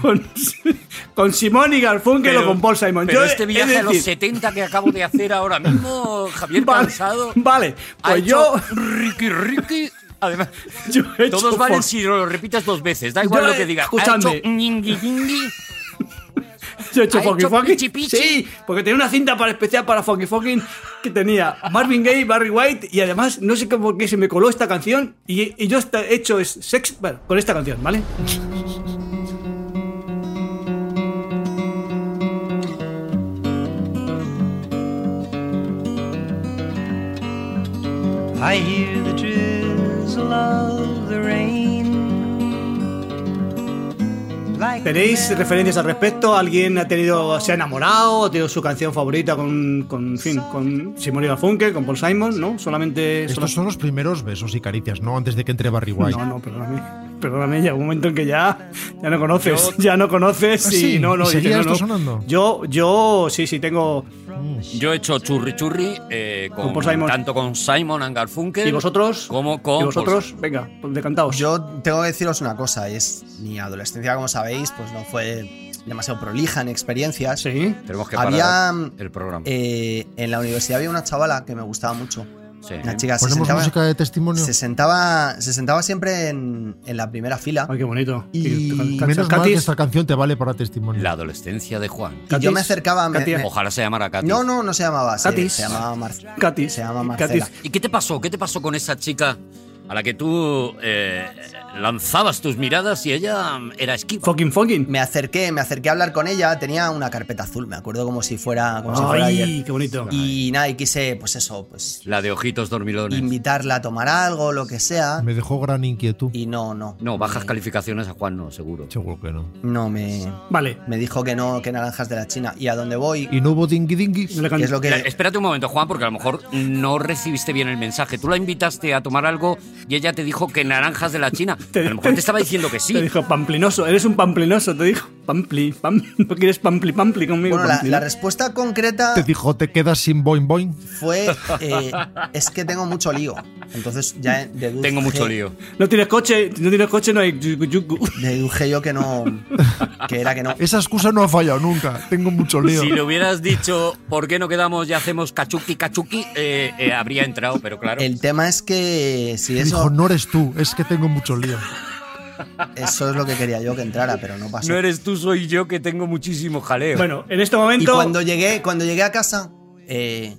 Speaker 3: con, con Simón y Garfunkel o con Paul Simon?
Speaker 2: Pero
Speaker 3: Yo he-
Speaker 2: este
Speaker 3: he de
Speaker 2: viaje a los
Speaker 3: decir-
Speaker 2: 70 que acabo de hacer ahora mismo, Javier
Speaker 3: Vale,
Speaker 2: Cansado.
Speaker 3: Vale,
Speaker 2: ha
Speaker 3: pues
Speaker 2: hecho
Speaker 3: yo,
Speaker 2: Ricky, Ricky. Además,
Speaker 3: yo he hecho
Speaker 2: todos valen
Speaker 3: fuck-
Speaker 2: si lo repites dos veces. Da igual
Speaker 3: Yo
Speaker 2: lo
Speaker 3: he-
Speaker 2: que digas. Ha
Speaker 3: escuchadme.
Speaker 2: hecho ñingui, ñingui.
Speaker 3: Yo he hecho
Speaker 2: ¿Ha
Speaker 3: Funky
Speaker 2: hecho
Speaker 3: Funky.
Speaker 2: pichi pichi?
Speaker 3: Sí, porque tenía una cinta para especial para Funky Fucking que tenía Marvin Gaye, Barry White y además no sé cómo que se me coló esta canción y, y yo he hecho es sex bueno, con esta canción, ¿vale?
Speaker 8: I hear the drizzle of the rain. Like
Speaker 3: ¿Tenéis referencias al respecto? ¿Alguien ha tenido, se ha enamorado? ¿Ha tenido su canción favorita con, con en fin, con Simone Garfunkel, con Paul Simon, ¿no? Solamente...
Speaker 5: Estos
Speaker 3: sola-
Speaker 5: son los primeros besos y caricias, ¿no? Antes de que entre Barry White.
Speaker 3: No, no, perdóname. Perdóname, llega un momento en que ya, ya no conoces, ya no conoces
Speaker 5: Ah,
Speaker 3: y
Speaker 5: sí,
Speaker 3: no, no,
Speaker 5: ¿y
Speaker 3: dices,
Speaker 5: seguía
Speaker 3: no,
Speaker 5: esto
Speaker 3: no.
Speaker 5: sonando?
Speaker 3: Yo, yo, sí, sí, tengo.
Speaker 5: Mm.
Speaker 2: Yo he hecho churri churri eh, con,
Speaker 3: Con Paul Simon.
Speaker 2: tanto con Simon and Garfunkel.
Speaker 3: ¿Y vosotros?
Speaker 2: Como con
Speaker 3: ¿Y
Speaker 2: Paul
Speaker 3: vosotros? Venga, pues decantaos.
Speaker 6: Yo tengo que deciros una cosa, y es mi adolescencia, como sabéis, pues no fue demasiado prolija en experiencias.
Speaker 3: Sí.
Speaker 2: Tenemos que parar
Speaker 6: Había
Speaker 2: el programa.
Speaker 6: eh, en la universidad había una chavala que me gustaba mucho.
Speaker 2: Sí.
Speaker 6: Una chica se
Speaker 5: Ponemos
Speaker 6: sentaba,
Speaker 5: música de testimonio.
Speaker 6: se sentaba, se sentaba siempre en, en la primera fila.
Speaker 3: Ay, qué bonito.
Speaker 6: Y-
Speaker 3: Can- can-
Speaker 5: Menos mal que
Speaker 3: Catis,
Speaker 5: esta canción te vale para testimonio.
Speaker 2: La adolescencia de Juan.
Speaker 6: Y
Speaker 3: Catis,
Speaker 6: yo me acercaba. me-
Speaker 3: Katia.
Speaker 6: me-
Speaker 2: Ojalá se llamara Katy.
Speaker 6: no, no, no se llamaba. así,
Speaker 3: Catis.
Speaker 6: Se llamaba Marcela.
Speaker 3: Catis.
Speaker 6: Se llama
Speaker 3: Catis.
Speaker 6: Marcela.
Speaker 2: ¿Y qué te pasó? ¿Qué te pasó con esa chica a la que tú eh, lanzabas tus miradas y ella era esquiva?
Speaker 3: Fucking fucking.
Speaker 6: Me acerqué, me acerqué a hablar con ella. Tenía una carpeta azul, me acuerdo como si fuera, como si fuera
Speaker 3: Ay,
Speaker 6: ayer.
Speaker 3: qué bonito.
Speaker 6: Y nada, y quise, pues eso, pues
Speaker 2: La de ojitos dormilones.
Speaker 6: invitarla a tomar algo, lo que sea.
Speaker 5: Me dejó gran inquietud.
Speaker 6: Y no, no.
Speaker 2: No, bajas
Speaker 6: Me-
Speaker 2: calificaciones a Juan no, seguro.
Speaker 5: Seguro que no.
Speaker 6: No, me,
Speaker 3: Vale.
Speaker 6: me dijo que no, que naranjas de la China. Y a dónde voy,
Speaker 5: Y no hubo dingui dingui.
Speaker 3: Le can-
Speaker 6: que es lo que.
Speaker 2: Mira, espérate un momento, Juan, porque a lo mejor no recibiste bien el mensaje. Tú la invitaste a tomar algo y ella te dijo que naranjas de la China. A lo mejor te estaba diciendo que
Speaker 3: Te
Speaker 2: sí.
Speaker 3: dijo pamplinoso. Eres un pamplinoso, te dijo. Pampli, pam. ¿No quieres pampli, pampli conmigo?
Speaker 6: Bueno, la,
Speaker 3: pampli,
Speaker 6: la
Speaker 3: ¿no?
Speaker 6: respuesta concreta
Speaker 5: Te dijo, te quedas sin boing boing.
Speaker 6: fue: eh, es que tengo mucho lío. Entonces ya deduje.
Speaker 2: Tengo mucho lío.
Speaker 3: No tienes coche, no tienes coche, no hay. yugu, yugu.
Speaker 6: Deduje yo que no. Que era que no.
Speaker 5: Esa excusa no ha fallado nunca. Tengo mucho lío.
Speaker 2: Si le hubieras dicho por qué no quedamos y hacemos cachuqui cachuqui, eh, eh, habría entrado, pero claro.
Speaker 6: El tema es que si
Speaker 5: Me
Speaker 6: eso,
Speaker 5: Dijo, no eres tú, es que tengo mucho lío.
Speaker 6: eso es lo que quería yo que entrara, pero no pasó.
Speaker 2: No eres tú, soy yo que tengo muchísimo jaleo.
Speaker 3: Bueno, en este
Speaker 6: y
Speaker 3: momento.
Speaker 6: cuando llegué, cuando llegué a casa, eh,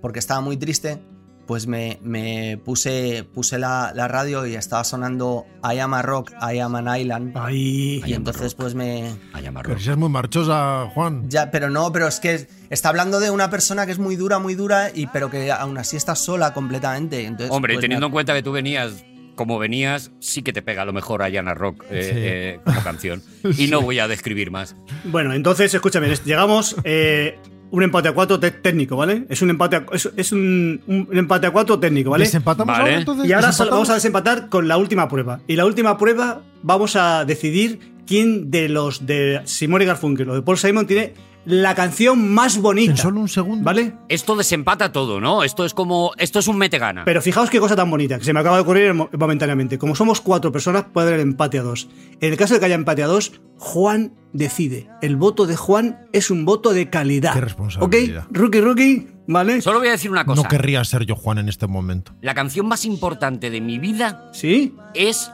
Speaker 6: porque estaba muy triste, pues me, me puse, puse la, la radio y estaba sonando I am a rock, I am an island.
Speaker 5: Ah,
Speaker 3: Ay.
Speaker 6: y entonces pues me...
Speaker 2: A llamarlo.
Speaker 5: Pero si es muy marchosa, Juan.
Speaker 6: Ya, pero no, pero es que está hablando de una persona que es muy dura, muy dura, y pero que aún así está sola completamente. Entonces,
Speaker 2: Hombre,
Speaker 6: pues,
Speaker 2: teniendo
Speaker 6: me-
Speaker 2: en cuenta que tú venías como venías, sí que te pega a lo mejor a Yana Rock eh,
Speaker 5: Sí.
Speaker 2: eh, como canción. Y no voy a describir más.
Speaker 3: Bueno, entonces, escúchame, es- llegamos eh, un empate a cuatro te- técnico, ¿vale? Es un empate a, es, es un, un- un empate a cuatro técnico, ¿vale?
Speaker 5: ¿Desempatamos
Speaker 2: Vale.
Speaker 5: ahora entonces?
Speaker 3: Y ahora solo
Speaker 5: ¿Desempatamos?
Speaker 3: vamos a desempatar con la última prueba. Y la última prueba vamos a decidir quién de los de Simone Garfunkel o de Paul Simon tiene la canción más bonita.
Speaker 5: En solo un segundo.
Speaker 3: ¿Vale?
Speaker 2: Esto desempata todo, ¿no? Esto es como. Esto es un metegana.
Speaker 3: Pero fijaos qué cosa tan bonita, que se me acaba de ocurrir mo- momentáneamente. Como somos cuatro personas, puede haber empate a dos. En el caso de que haya empate a dos, Juan decide. El voto de Juan es un voto de calidad.
Speaker 5: Qué responsabilidad.
Speaker 3: ¿Ok? Rookie, rookie, ¿vale?
Speaker 2: Solo voy a decir una cosa.
Speaker 5: No querría ser yo Juan en este momento.
Speaker 2: La canción más importante de mi vida
Speaker 3: ¿Sí?
Speaker 2: es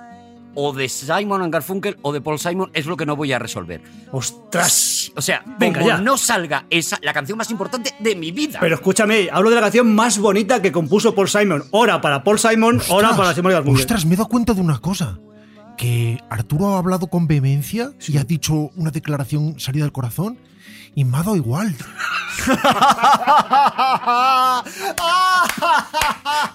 Speaker 2: o de Simon and Garfunkel o de Paul Simon, es lo que no voy a resolver.
Speaker 3: ¡Ostras!
Speaker 2: O sea, como
Speaker 3: Venga, ya.
Speaker 2: no salga esa, la canción más importante de mi vida.
Speaker 3: Pero escúchame, hablo de la canción más bonita que compuso Paul Simon. Hora para Paul Simon, hora para Simon Garfunkel.
Speaker 5: Ostras, me he dado cuenta de una cosa. Que Arturo ha hablado con vehemencia y ha dicho una declaración salida del corazón y me ha dado igual.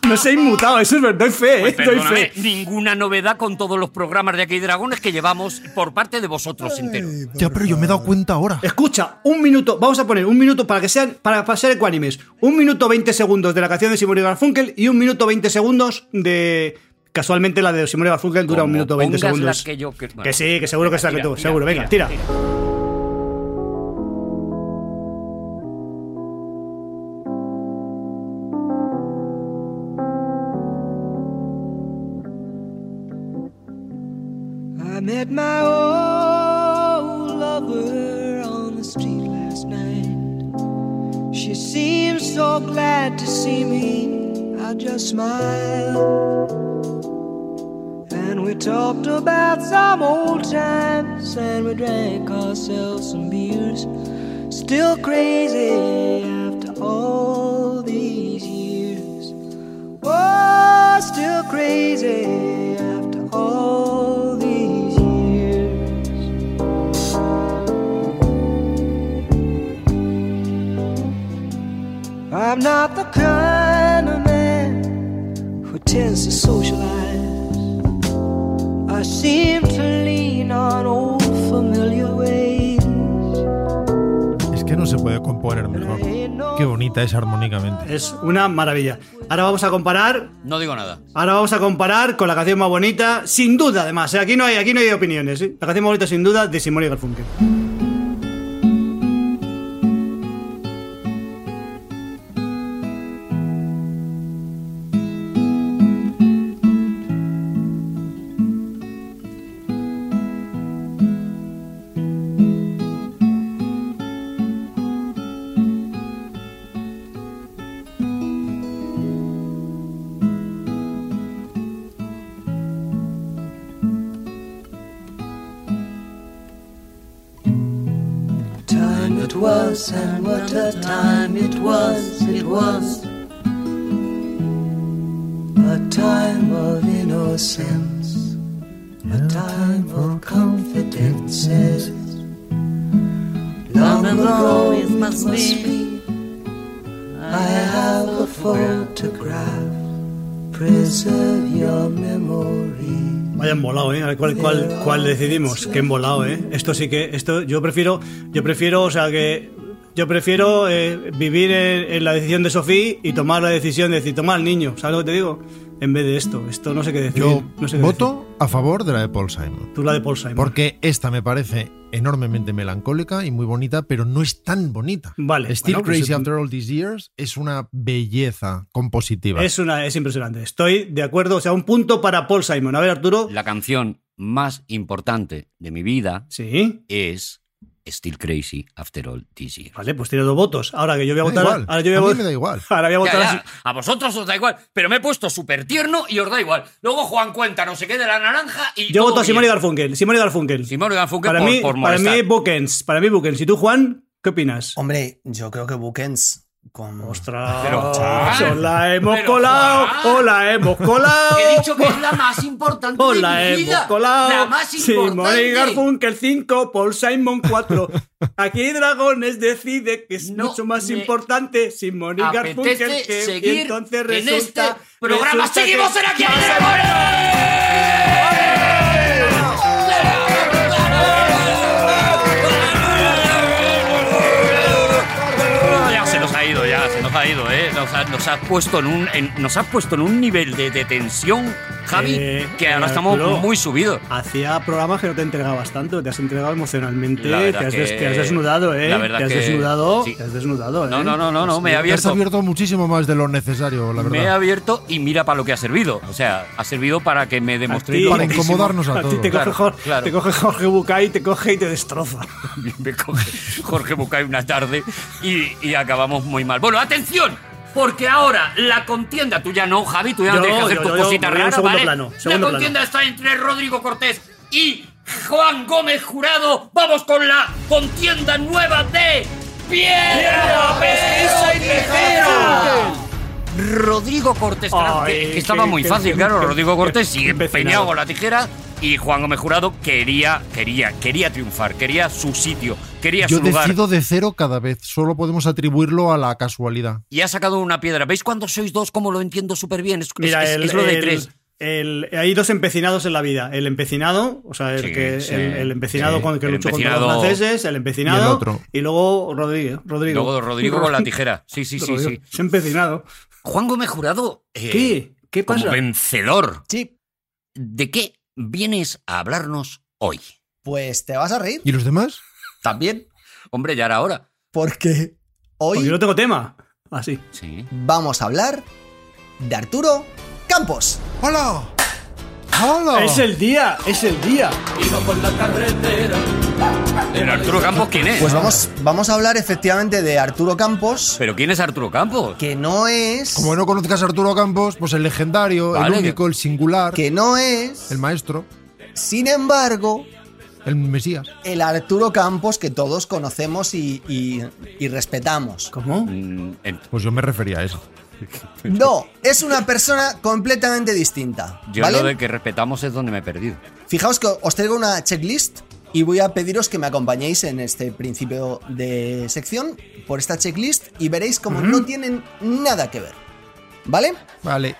Speaker 3: No se ha inmutado, eso es verdad, doy fe,
Speaker 2: Pues
Speaker 3: eh, doy fe.
Speaker 2: perdóname, ninguna novedad con todos los programas de aquí hay dragones que llevamos por parte de vosotros enteros.
Speaker 5: Ya, pero yo me he dado cuenta ahora.
Speaker 3: Escucha, un minuto, vamos a poner un minuto para que sean, para, para ser ecuánimes. Un minuto 20 segundos de la canción de Simone y Garfunkel y un minuto 20 segundos de. Casualmente la de Simone y Garfunkel dura un
Speaker 2: Como
Speaker 3: minuto 20
Speaker 2: pongas la
Speaker 3: segundos.
Speaker 2: que yo- que- bueno.
Speaker 3: Que sí, que seguro que es la que
Speaker 2: Venga,
Speaker 3: tú,
Speaker 2: tira,
Speaker 3: seguro,
Speaker 2: tira,
Speaker 3: venga, tira.
Speaker 8: I met my old lover on the street last night. She seemed so glad to see me. I just smiled. And we talked about some old times. And we drank ourselves some beers. Still crazy after all these years. Oh, still crazy after all these years. I'm not the kind of man who tends to socialize. I seem to lean on old familiar ways.
Speaker 5: Es que no se puede componer mejor. Qué bonita es armónicamente.
Speaker 3: Es una maravilla. Ahora vamos a comparar,
Speaker 2: No digo nada.
Speaker 3: ahora vamos a comparar con la canción más bonita, sin duda además, ¿eh? aquí no hay, aquí no hay opiniones, ¿eh? La canción más bonita sin duda de Simone y Garfunkel.
Speaker 8: time it was and what a time it was it was a time of innocence a time of confidences long ago it must be i have a photograph preserve your memory
Speaker 3: Vaya embolado, ¿eh? A ver, ¿Cuál, cuál, cuál decidimos? Qué embolado, ¿eh? Esto sí que... Esto, yo prefiero... Yo prefiero, o sea, que... Yo prefiero eh, vivir en, en la decisión de Sofía y tomar la decisión de decir, toma al niño, ¿sabes lo que te digo? En vez de esto. Esto no sé qué decir.
Speaker 5: Yo
Speaker 3: no sé qué
Speaker 5: voto a favor de la de Paul Simon.
Speaker 3: decir. Tú la de Paul Simon.
Speaker 5: Porque esta me parece enormemente melancólica y muy bonita, pero no es tan bonita.
Speaker 3: Vale,
Speaker 5: Still
Speaker 3: bueno, pues
Speaker 5: Crazy
Speaker 3: es-
Speaker 5: After All These Years es una belleza compositiva.
Speaker 3: Es, una, es impresionante. Estoy de acuerdo. O sea, un punto para Paul Simon. A ver, Arturo.
Speaker 2: La canción más importante de mi vida
Speaker 3: Sí.
Speaker 2: es Still Crazy After All These Years.
Speaker 3: Vale, pues tiene dos votos. Ahora que yo voy a
Speaker 5: Da
Speaker 3: votar...
Speaker 5: igual.
Speaker 3: Ahora yo voy a,
Speaker 5: A mí
Speaker 3: vot-
Speaker 5: me da igual.
Speaker 3: Ahora voy a
Speaker 2: Ya,
Speaker 3: votar...
Speaker 2: ya, a vosotros os da igual, pero me he puesto súper tierno y os da igual. Luego Juan cuenta no sé qué de la naranja y.
Speaker 3: Yo
Speaker 2: todo
Speaker 3: voto a
Speaker 2: bien.
Speaker 3: Simone y Garfunkel. Simone y Garfunkel.
Speaker 2: Simone Garfunkel
Speaker 3: para
Speaker 2: por,
Speaker 3: mí,
Speaker 2: por
Speaker 3: para mí
Speaker 2: molestar.
Speaker 3: Bookends, para mí Bookends. ¿Y tú, Juan? ¿Qué opinas?
Speaker 6: Hombre, yo creo que Bookends con...
Speaker 3: ¡Ostras!
Speaker 2: Pero, chaval.
Speaker 3: os la hemos
Speaker 2: Pero,
Speaker 3: colado!
Speaker 2: Juan.
Speaker 3: ¡Os la hemos colado!
Speaker 2: He dicho que es la más importante
Speaker 3: ¡Os
Speaker 2: de
Speaker 3: la
Speaker 2: mi
Speaker 3: hemos
Speaker 2: vida.
Speaker 3: colado!
Speaker 2: La más importante.
Speaker 3: Simone y Garfunkel 5, Paul Simon 4. Aquí hay Dragones decide que es
Speaker 2: No
Speaker 3: mucho más
Speaker 2: me
Speaker 3: importante Simone y Garfunkel
Speaker 2: Apetece
Speaker 3: que
Speaker 2: seguir
Speaker 3: y entonces
Speaker 2: en
Speaker 3: resulta,
Speaker 2: este programa.
Speaker 3: resulta que-
Speaker 2: ¡Seguimos en Aquí hay
Speaker 3: Más-
Speaker 2: Ya se nos ha ido, ya se nos ha ido, ¿eh? Nos, ha- nos has puesto en un, en- nos has puesto en un nivel de, de tensión Javi,
Speaker 3: Eh,
Speaker 2: que ahora
Speaker 3: eh,
Speaker 2: estamos
Speaker 3: Arturo.
Speaker 2: muy subidos.
Speaker 3: Hacía programas que no te entregabas tanto, te has entregado emocionalmente,
Speaker 2: La
Speaker 3: te
Speaker 2: verdad
Speaker 3: has, des-
Speaker 2: que-
Speaker 3: te has desnudado, ¿eh?
Speaker 2: la verdad
Speaker 3: te has
Speaker 2: que-
Speaker 3: desnudado,
Speaker 2: sí.
Speaker 3: te has desnudado, ¿eh?
Speaker 2: No, no, no, no, no, me he
Speaker 5: Te has
Speaker 2: abierto.
Speaker 5: abierto muchísimo más de lo necesario, la
Speaker 2: Me he
Speaker 5: verdad.
Speaker 2: abierto y mira para lo que ha servido. O sea, ha servido para que me
Speaker 3: A ti-
Speaker 2: demostréis lo
Speaker 5: Para
Speaker 2: poquísimo-
Speaker 5: incomodarnos a
Speaker 3: ti
Speaker 5: todos.
Speaker 3: te,
Speaker 2: Claro,
Speaker 3: coge Jorge,
Speaker 2: claro.
Speaker 3: te coge Jorge Bucay, te coge y te destroza.
Speaker 2: Me coge Jorge Bucay una tarde y, y acabamos muy mal. Bueno, atención, porque ahora la contienda, tú ya no, Javi, tú ya
Speaker 3: Yo,
Speaker 2: no tienes que hacer
Speaker 3: yo,
Speaker 2: tus
Speaker 3: yo, yo,
Speaker 2: cositas
Speaker 3: voy en
Speaker 2: raras,
Speaker 3: segundo
Speaker 2: ¿vale?
Speaker 3: plano,
Speaker 2: la
Speaker 3: segundo
Speaker 2: contienda está entre Rodrigo Cortés y Juan Gómez Jurado. Vamos con la contienda nueva de Piedra, Pesca y Tijera. Rodrigo Cortés, claro,
Speaker 3: Ay,
Speaker 2: que, que estaba
Speaker 3: qué-
Speaker 2: muy
Speaker 3: qué-
Speaker 2: fácil,
Speaker 3: qué-
Speaker 2: claro.
Speaker 3: qué-
Speaker 2: Rodrigo Cortés
Speaker 3: qué-
Speaker 2: sigue
Speaker 3: qué empecinado.
Speaker 2: empeñado con la tijera y Juan Gómez Jurado quería, quería, quería triunfar, quería su sitio, quería
Speaker 5: Yo
Speaker 2: su lugar.
Speaker 5: decido de cero cada vez. Solo podemos atribuirlo a la casualidad.
Speaker 2: Y ha sacado una piedra. ¿Veis cuando sois dos? Como lo entiendo súper bien. Es, es-
Speaker 3: Mira,
Speaker 2: es-
Speaker 3: el-
Speaker 2: es lo de
Speaker 3: el-
Speaker 2: tres.
Speaker 3: el- hay dos empecinados en la vida. El empecinado, o sea, el,
Speaker 2: Sí,
Speaker 3: que,
Speaker 2: sí,
Speaker 3: el, el empecinado
Speaker 2: sí.
Speaker 3: con el que
Speaker 2: El
Speaker 3: luchó contra
Speaker 2: empecinado-
Speaker 3: los franceses, el empecinado.
Speaker 5: Y el otro.
Speaker 3: y luego Rodrigo. Rodrigo.
Speaker 2: Luego Rodrigo con la tijera. Sí, sí, sí,
Speaker 3: Rodrigo.
Speaker 2: sí.
Speaker 3: Es empecinado.
Speaker 2: Juan Gómez Jurado. eh,
Speaker 3: ¿Qué? ¿Qué
Speaker 2: como
Speaker 3: pasa?
Speaker 2: vencedor.
Speaker 6: Sí,
Speaker 2: ¿De qué vienes a hablarnos hoy?
Speaker 6: pues te vas a reír.
Speaker 5: ¿Y los demás?
Speaker 2: ¿También? Hombre, ya era hora.
Speaker 6: Porque
Speaker 3: Porque yo
Speaker 6: hoy
Speaker 3: no tengo tema. Así.
Speaker 2: Sí.
Speaker 6: vamos a hablar de Arturo Campos.
Speaker 5: ¡Hola! ¡Hola!
Speaker 3: Es el día, es el día.
Speaker 2: ¿Pero Arturo Campos quién es?
Speaker 6: Pues vamos, vamos a hablar efectivamente de Arturo Campos,
Speaker 2: ¿Pero quién es Arturo Campos?
Speaker 6: que no es.
Speaker 5: Como no conozcas a Arturo Campos, pues el legendario,
Speaker 2: Vale,
Speaker 5: el único, el singular,
Speaker 6: Que no es.
Speaker 5: el maestro,
Speaker 6: Sin embargo,
Speaker 5: el mesías.
Speaker 6: el Arturo Campos que todos conocemos y, y- y respetamos.
Speaker 3: ¿Cómo?
Speaker 2: Mm, en-
Speaker 5: Pues yo me refería a eso.
Speaker 6: No, es una persona completamente distinta.
Speaker 2: yo
Speaker 6: ¿vale?
Speaker 2: lo de que respetamos es donde me he perdido.
Speaker 6: Fijaos que os traigo una checklist y voy a pediros que me acompañéis en este principio de sección por esta checklist y veréis como no tienen nada que ver. ¿Vale?
Speaker 5: Vale.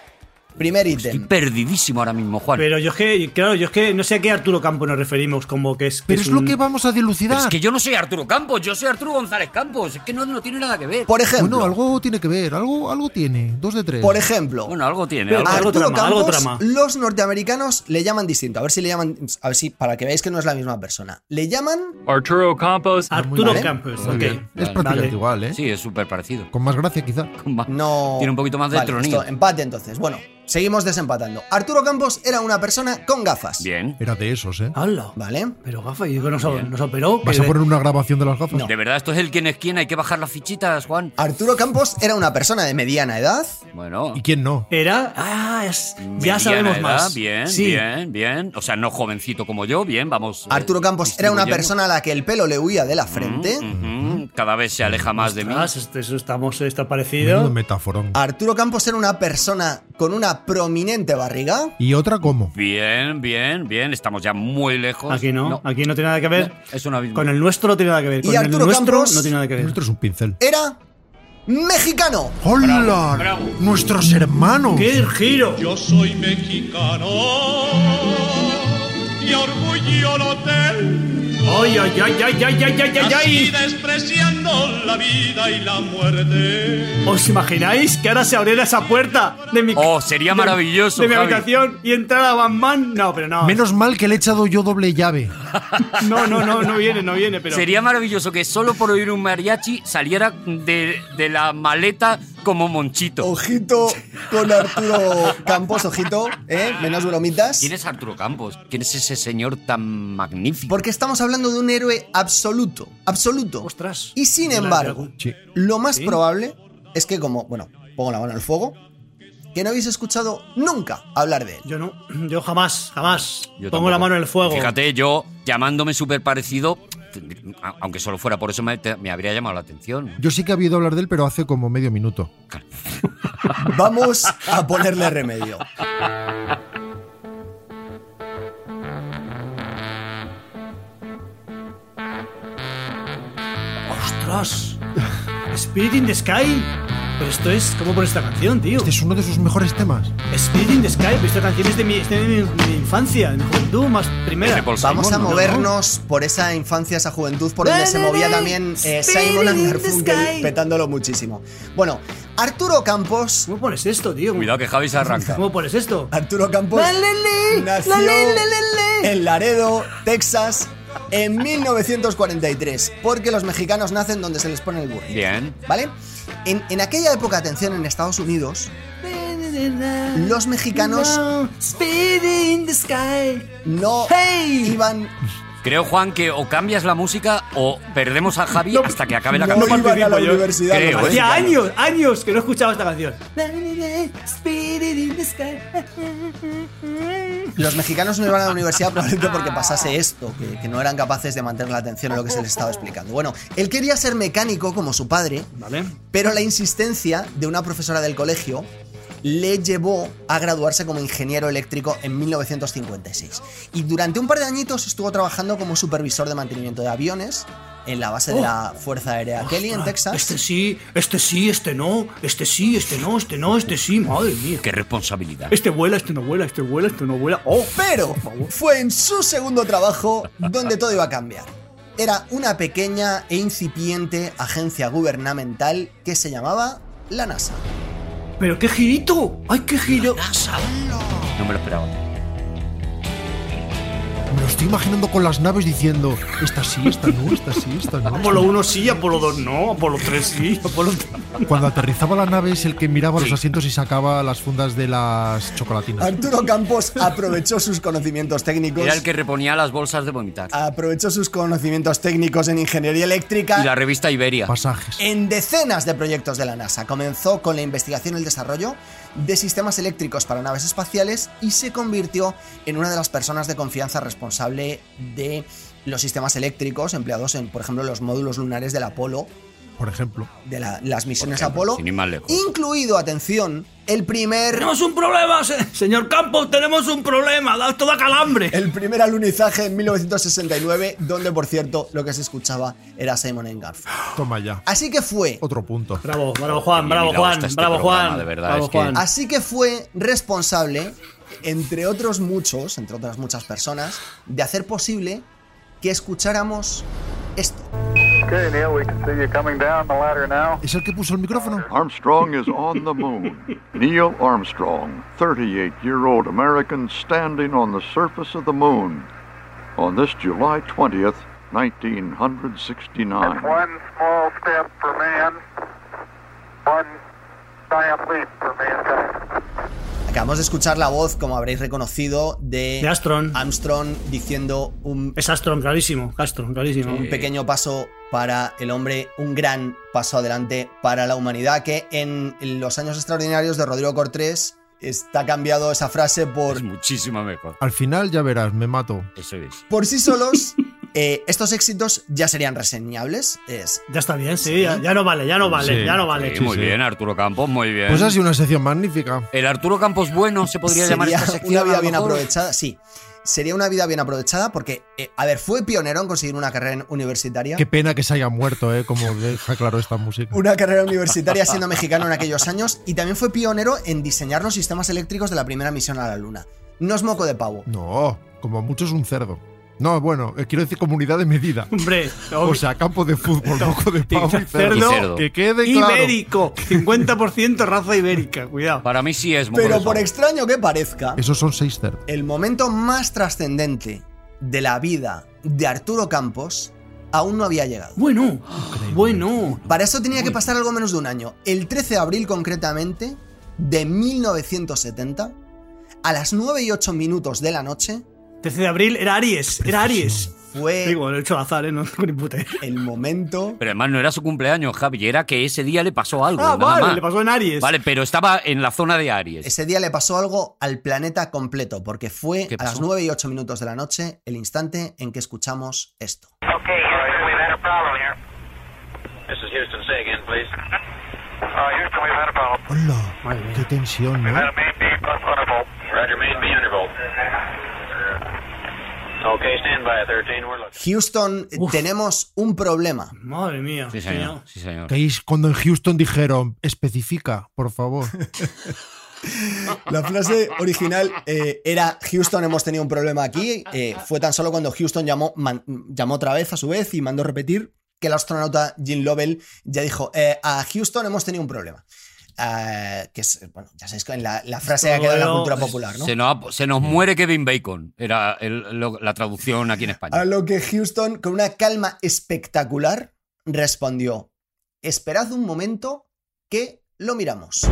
Speaker 6: Primer
Speaker 2: Estoy
Speaker 6: ítem.
Speaker 2: perdidísimo ahora mismo, Juan.
Speaker 3: Pero yo es que, claro, yo es que no sé a qué Arturo Campo nos referimos, como que es. que
Speaker 5: Pero es, lo
Speaker 3: un-
Speaker 5: que vamos a
Speaker 2: Pero
Speaker 5: dilucidar.
Speaker 2: es que yo no soy Arturo Campos, yo soy Arturo González Campos. Es que no, no tiene nada que ver.
Speaker 6: Por ejemplo,
Speaker 5: Bueno, algo tiene que ver, algo, algo tiene. Dos de tres.
Speaker 6: por ejemplo,
Speaker 2: Bueno, algo tiene.
Speaker 3: Pero-
Speaker 2: algo-
Speaker 3: Ah, algo
Speaker 6: Arturo
Speaker 3: trama, algo
Speaker 6: Campos,
Speaker 3: trama.
Speaker 6: los norteamericanos le llaman distinto. A ver si le llaman, a ver si para que veáis que no es la misma persona. Le llaman
Speaker 9: Arturo Campos.
Speaker 3: Arturo
Speaker 6: Vale.
Speaker 3: Campos.
Speaker 5: Ah, Muy
Speaker 3: ok.
Speaker 5: bien. Es
Speaker 2: Vale.
Speaker 5: prácticamente
Speaker 3: Vale.
Speaker 5: igual, ¿eh?
Speaker 2: Sí, es súper parecido.
Speaker 5: Con más gracia, quizá.
Speaker 2: Con más-
Speaker 6: no
Speaker 2: Tiene un poquito más de
Speaker 6: Vale,
Speaker 2: tronillo.
Speaker 6: esto, empate entonces. Bueno, seguimos desempatando. Arturo Campos era una persona con gafas.
Speaker 2: Bien.
Speaker 5: Era de esos, ¿eh?
Speaker 3: Habla.
Speaker 6: ¿Vale?
Speaker 3: Pero gafa, y yo que nos, nos operó.
Speaker 5: ¿Vas
Speaker 3: que-
Speaker 5: a poner una grabación de las gafas?
Speaker 2: De verdad, esto es el quién es quién. Hay que bajar las fichitas, Juan.
Speaker 6: Arturo Campos era una persona de mediana edad.
Speaker 2: Bueno.
Speaker 5: ¿Y quién no?
Speaker 3: Era. Ah, es-
Speaker 2: mediana
Speaker 3: ya sabemos
Speaker 2: edad,
Speaker 3: más.
Speaker 2: Bien,
Speaker 3: sí.
Speaker 2: bien, bien. O sea, no jovencito como yo, bien, vamos. eh,
Speaker 6: Arturo Campos era una
Speaker 2: distribuyendo.
Speaker 6: persona a la que el pelo le huía de la frente.
Speaker 2: Mm, mm, Cada vez se aleja más de mí.
Speaker 3: Ah, esto- eso estamos, está
Speaker 5: Menudo
Speaker 3: parecido.
Speaker 5: metaforón.
Speaker 6: Arturo Campos era una persona con una prominente barriga.
Speaker 5: ¿Y otra cómo?
Speaker 2: Bien, bien, bien. Estamos ya muy lejos.
Speaker 3: Aquí no, aquí no tiene nada que ver.
Speaker 2: no, es una
Speaker 3: Con el nuestro no tiene nada que ver.
Speaker 6: Y
Speaker 3: Con
Speaker 6: Arturo
Speaker 3: el nuestro
Speaker 6: Campos-
Speaker 3: no tiene nada que ver.
Speaker 5: Nuestro es un pincel.
Speaker 6: Era mexicano.
Speaker 5: ¡Hola! ¡Nuestros hermanos!
Speaker 3: ¡Qué giro!
Speaker 10: Yo soy mexicano y orgullo no tengo.
Speaker 3: ¡Ay, ay, ay, ay, ay, ay, ay, ay,
Speaker 10: Así
Speaker 3: ay!
Speaker 10: despreciando la vida y la muerte.
Speaker 3: ¿Os imagináis que ahora se abriera esa puerta de mi
Speaker 2: Oh, sería
Speaker 3: de-
Speaker 2: maravilloso,
Speaker 3: De mi
Speaker 2: Javi.
Speaker 3: habitación y entrara Batman? No, pero no.
Speaker 5: Menos mal que le he echado yo doble llave.
Speaker 3: No, no, no, no viene, no viene, pero.
Speaker 2: Sería maravilloso que solo por oír un mariachi saliera de, de la maleta como monchito.
Speaker 3: Oh,
Speaker 6: Ojito con Arturo Campos, ojito, ¿eh? menos bromitas.
Speaker 2: ¿Quién es Arturo Campos? ¿Quién es ese señor tan magnífico?
Speaker 6: Porque estamos hablando de un héroe absoluto, absoluto.
Speaker 3: Ostras.
Speaker 6: Y sin
Speaker 3: De la-
Speaker 6: embargo,
Speaker 5: Sí.
Speaker 6: lo más probable es que como, bueno, pongo la mano al fuego, que no habéis escuchado nunca hablar de él.
Speaker 3: Yo no, yo jamás, jamás.
Speaker 2: Yo
Speaker 3: Pongo la
Speaker 2: tampoco.
Speaker 3: mano en el fuego.
Speaker 2: Fíjate, yo llamándome súper parecido, a- aunque solo fuera por eso, me, te- me habría llamado la atención.
Speaker 5: Yo sí que he habido hablar de él, pero hace como medio minuto.
Speaker 6: Vamos a ponerle remedio.
Speaker 3: Ostras. Spirit in the Sky. Pero esto es. ¿Cómo por esta canción, tío?
Speaker 5: Este es uno de sus mejores temas.
Speaker 3: Spirit in the Sky, pero esta canción es de mi, es de mi- mi infancia, de mi juventud, más primera.
Speaker 2: Ese Paul
Speaker 6: Vamos
Speaker 2: Simon,
Speaker 6: a
Speaker 2: ¿no?
Speaker 6: movernos por esa infancia, esa juventud, por donde se movía también eh, Simon and Garfunkel, petándolo muchísimo. Bueno, Arturo Campos.
Speaker 3: ¿Cómo pones esto, tío?
Speaker 2: Cuidado que Javi se arranca.
Speaker 3: ¿Cómo pones esto?
Speaker 6: Arturo Campos nació en Laredo, Texas, en 1943, porque los mexicanos nacen donde se les pone el burro.
Speaker 2: Bien.
Speaker 6: ¿Vale? En, en aquella época, atención, en Estados Unidos, los mexicanos
Speaker 4: Speed in the sky.
Speaker 6: no
Speaker 4: Hey.
Speaker 6: iban
Speaker 2: Creo, Juan, que o cambias la música o perdemos a Javi hasta que acabe la
Speaker 6: no
Speaker 2: canción.
Speaker 6: iban a la
Speaker 3: participo yo.
Speaker 6: universidad. los
Speaker 2: Creo, ¿eh?
Speaker 3: Hacía
Speaker 6: mexicanos.
Speaker 3: años, años que no escuchaba esta canción.
Speaker 4: Speed in the sky.
Speaker 6: Los mexicanos no iban a la universidad probablemente porque pasase esto, que, que no eran capaces de mantener la atención en lo que se les estaba explicando. Bueno, él quería ser mecánico como su padre,
Speaker 3: Vale.
Speaker 6: pero la insistencia de una profesora del colegio le llevó a graduarse como ingeniero eléctrico en 1956. Y durante un par de añitos estuvo trabajando como supervisor de mantenimiento de aviones en la base de la Fuerza Aérea Kelly en Texas.
Speaker 3: Este sí, este sí, este no, este sí, este no, este no, este sí, madre mía.
Speaker 2: Qué responsabilidad.
Speaker 3: Este vuela, este no vuela, este vuela, este no vuela. ¡Oh!
Speaker 6: Pero fue en su segundo trabajo donde todo iba a cambiar. Era una pequeña e incipiente agencia gubernamental que se llamaba la NASA.
Speaker 3: ¡Pero qué girito! ¡Ay, qué giro!
Speaker 2: No me lo esperaba.
Speaker 5: Me lo estoy imaginando con las naves diciendo, esta sí, esta no, esta sí, esta no.
Speaker 3: Apolo 1 sí, Apolo 2 no, Apolo 3 sí, Apolo
Speaker 5: Cuando aterrizaba la nave es el que miraba los asientos y sacaba las fundas de las chocolatinas.
Speaker 6: Arturo Campos aprovechó sus conocimientos técnicos.
Speaker 2: Era el que reponía las bolsas de vomitar.
Speaker 3: Ah,
Speaker 6: Aprovechó sus conocimientos técnicos en ingeniería eléctrica.
Speaker 2: Y la revista Iberia.
Speaker 5: Pasajes.
Speaker 6: En decenas de proyectos de la NASA comenzó con la investigación y el desarrollo de sistemas eléctricos para naves espaciales y se convirtió en una de las personas de confianza responsable de los sistemas eléctricos empleados en, por ejemplo, los módulos lunares del Apolo,
Speaker 5: Por ejemplo,
Speaker 6: de la- las misiones
Speaker 2: ejemplo,
Speaker 6: Apolo,
Speaker 2: sin ir más lejos.
Speaker 6: incluido, atención, el primer,
Speaker 3: ¡Tenemos un problema, se- señor Campos! ¡Tenemos un problema! ¡Da todo calambre!
Speaker 6: el primer alunizaje en 1969, donde, por cierto, lo que se escuchaba era Simon Garfunkel.
Speaker 5: toma ya.
Speaker 6: Así que fue
Speaker 5: Otro punto.
Speaker 3: Bravo, bravo Juan,
Speaker 2: Qué
Speaker 3: bravo
Speaker 2: bien hilado
Speaker 3: Juan,
Speaker 2: está este
Speaker 3: bravo
Speaker 2: programa,
Speaker 3: Juan.
Speaker 2: de verdad,
Speaker 3: bravo
Speaker 2: es que-
Speaker 3: Juan.
Speaker 6: Así que fue responsable, entre otros muchos, entre otras muchas personas, de hacer posible que escucháramos esto.
Speaker 9: Okay, Neil, we can see you coming down the ladder now.
Speaker 5: ¿Es el que puso el micrófono?
Speaker 9: Armstrong is on the moon. Neil Armstrong, 38 year old American, standing on the surface of the moon on this July 20th, 1969. one small step for man, one giant leap for mankind.
Speaker 6: Acabamos de escuchar la voz, como habréis reconocido, de,
Speaker 3: De Astron.
Speaker 6: Armstrong diciendo un,
Speaker 3: Es Astron, clarísimo, Astron, clarísimo.
Speaker 2: Eh,
Speaker 6: un pequeño paso para el hombre, un gran paso adelante para la humanidad, que en los años extraordinarios de Rodrigo Cortés está cambiado esa frase por
Speaker 2: Es muchísimo mejor.
Speaker 5: Al final ya verás, me mato.
Speaker 2: Eso es.
Speaker 6: por sí solos. eh, estos éxitos ya serían reseñables. Es
Speaker 3: Ya está bien, sí, ya, ya no vale, ya no vale,
Speaker 5: Sí,
Speaker 3: ya no
Speaker 2: Sí,
Speaker 3: vale.
Speaker 2: muy
Speaker 5: sí.
Speaker 2: bien, Arturo Campos, muy bien.
Speaker 5: Pues ha sido una sección magnífica.
Speaker 2: El Arturo Campos bueno se podría llamar
Speaker 6: Sería
Speaker 2: esta sección.
Speaker 6: Una vida
Speaker 2: a lo
Speaker 6: bien
Speaker 2: mejor.
Speaker 6: aprovechada, sí. Sería una vida bien aprovechada porque, eh, a ver, fue pionero en conseguir una carrera en- universitaria.
Speaker 5: Qué pena que se haya muerto, ¿eh? Como deja claro esta música.
Speaker 6: Una carrera universitaria siendo mexicano en aquellos años y también fue pionero en diseñar los sistemas eléctricos de la primera misión a la Luna. No es moco de pavo.
Speaker 5: No, como mucho es un cerdo. No, bueno, eh, quiero decir comunidad de medida.
Speaker 3: Hombre,
Speaker 5: O sea, campo de fútbol, poco de pavo y cerdo.
Speaker 2: Y cerdo.
Speaker 5: Que quede claro.
Speaker 3: ibérico, 50% raza ibérica, cuidado.
Speaker 2: Para mí sí es muy
Speaker 6: Pero por extraño que parezca,
Speaker 5: Esos son seis cerdos.
Speaker 6: el momento más trascendente de la vida de Arturo Campos aún no había llegado.
Speaker 3: Bueno,
Speaker 2: Ah,
Speaker 3: bueno.
Speaker 6: Para eso tenía que pasar algo menos de un año. El 13 de abril, concretamente, de 1970, a las 9 y 8 minutos de la noche,
Speaker 3: 13 de abril era Aries, era Aries.
Speaker 6: fue
Speaker 3: Digo, lo he hecho al azar, ¿eh? No tengo ni puta idea.
Speaker 6: el momento.
Speaker 2: Pero además no era su cumpleaños, Javi, era que ese día le pasó algo.
Speaker 3: Ah,
Speaker 2: nada
Speaker 3: vale,
Speaker 2: más.
Speaker 3: le pasó en Aries.
Speaker 2: Vale, pero estaba en la zona de Aries.
Speaker 6: Ese día le pasó algo al planeta completo, porque fue
Speaker 2: ¿Qué
Speaker 6: a las
Speaker 2: pasó?
Speaker 6: 9 y 8 minutos de la noche el instante en que escuchamos esto.
Speaker 11: Okay, Houston, we've had a problem here. This is Houston. Say again, please. Uh, Houston, we've had a problem.
Speaker 5: Hola, qué tensión, ¿no?
Speaker 11: main beam plus undervolt. Roger, main beam undervolt. Okay, stand by 13. We're looking.
Speaker 6: Houston, tenemos un problema.
Speaker 3: Madre mía.
Speaker 2: Sí, señor. Sí, señor.
Speaker 5: Que es cuando en Houston dijeron, especifica, por favor.
Speaker 6: La frase original eh, era Houston hemos tenido un problema aquí. Eh, fue tan solo cuando Houston llamó, man- llamó otra vez a su vez y mandó repetir que el astronauta Jim Lovell ya dijo eh, a Houston hemos tenido un problema. Ah, que es, bueno, ya sabéis que en la, la frase que ha quedado en la
Speaker 3: Bueno,
Speaker 6: cultura popular, ¿no?
Speaker 2: Se, nos, ha- se nos muere Kevin Bacon. Era el- lo- la traducción aquí en España.
Speaker 6: A lo que Houston, con una calma espectacular, respondió: Esperad un momento que lo miramos.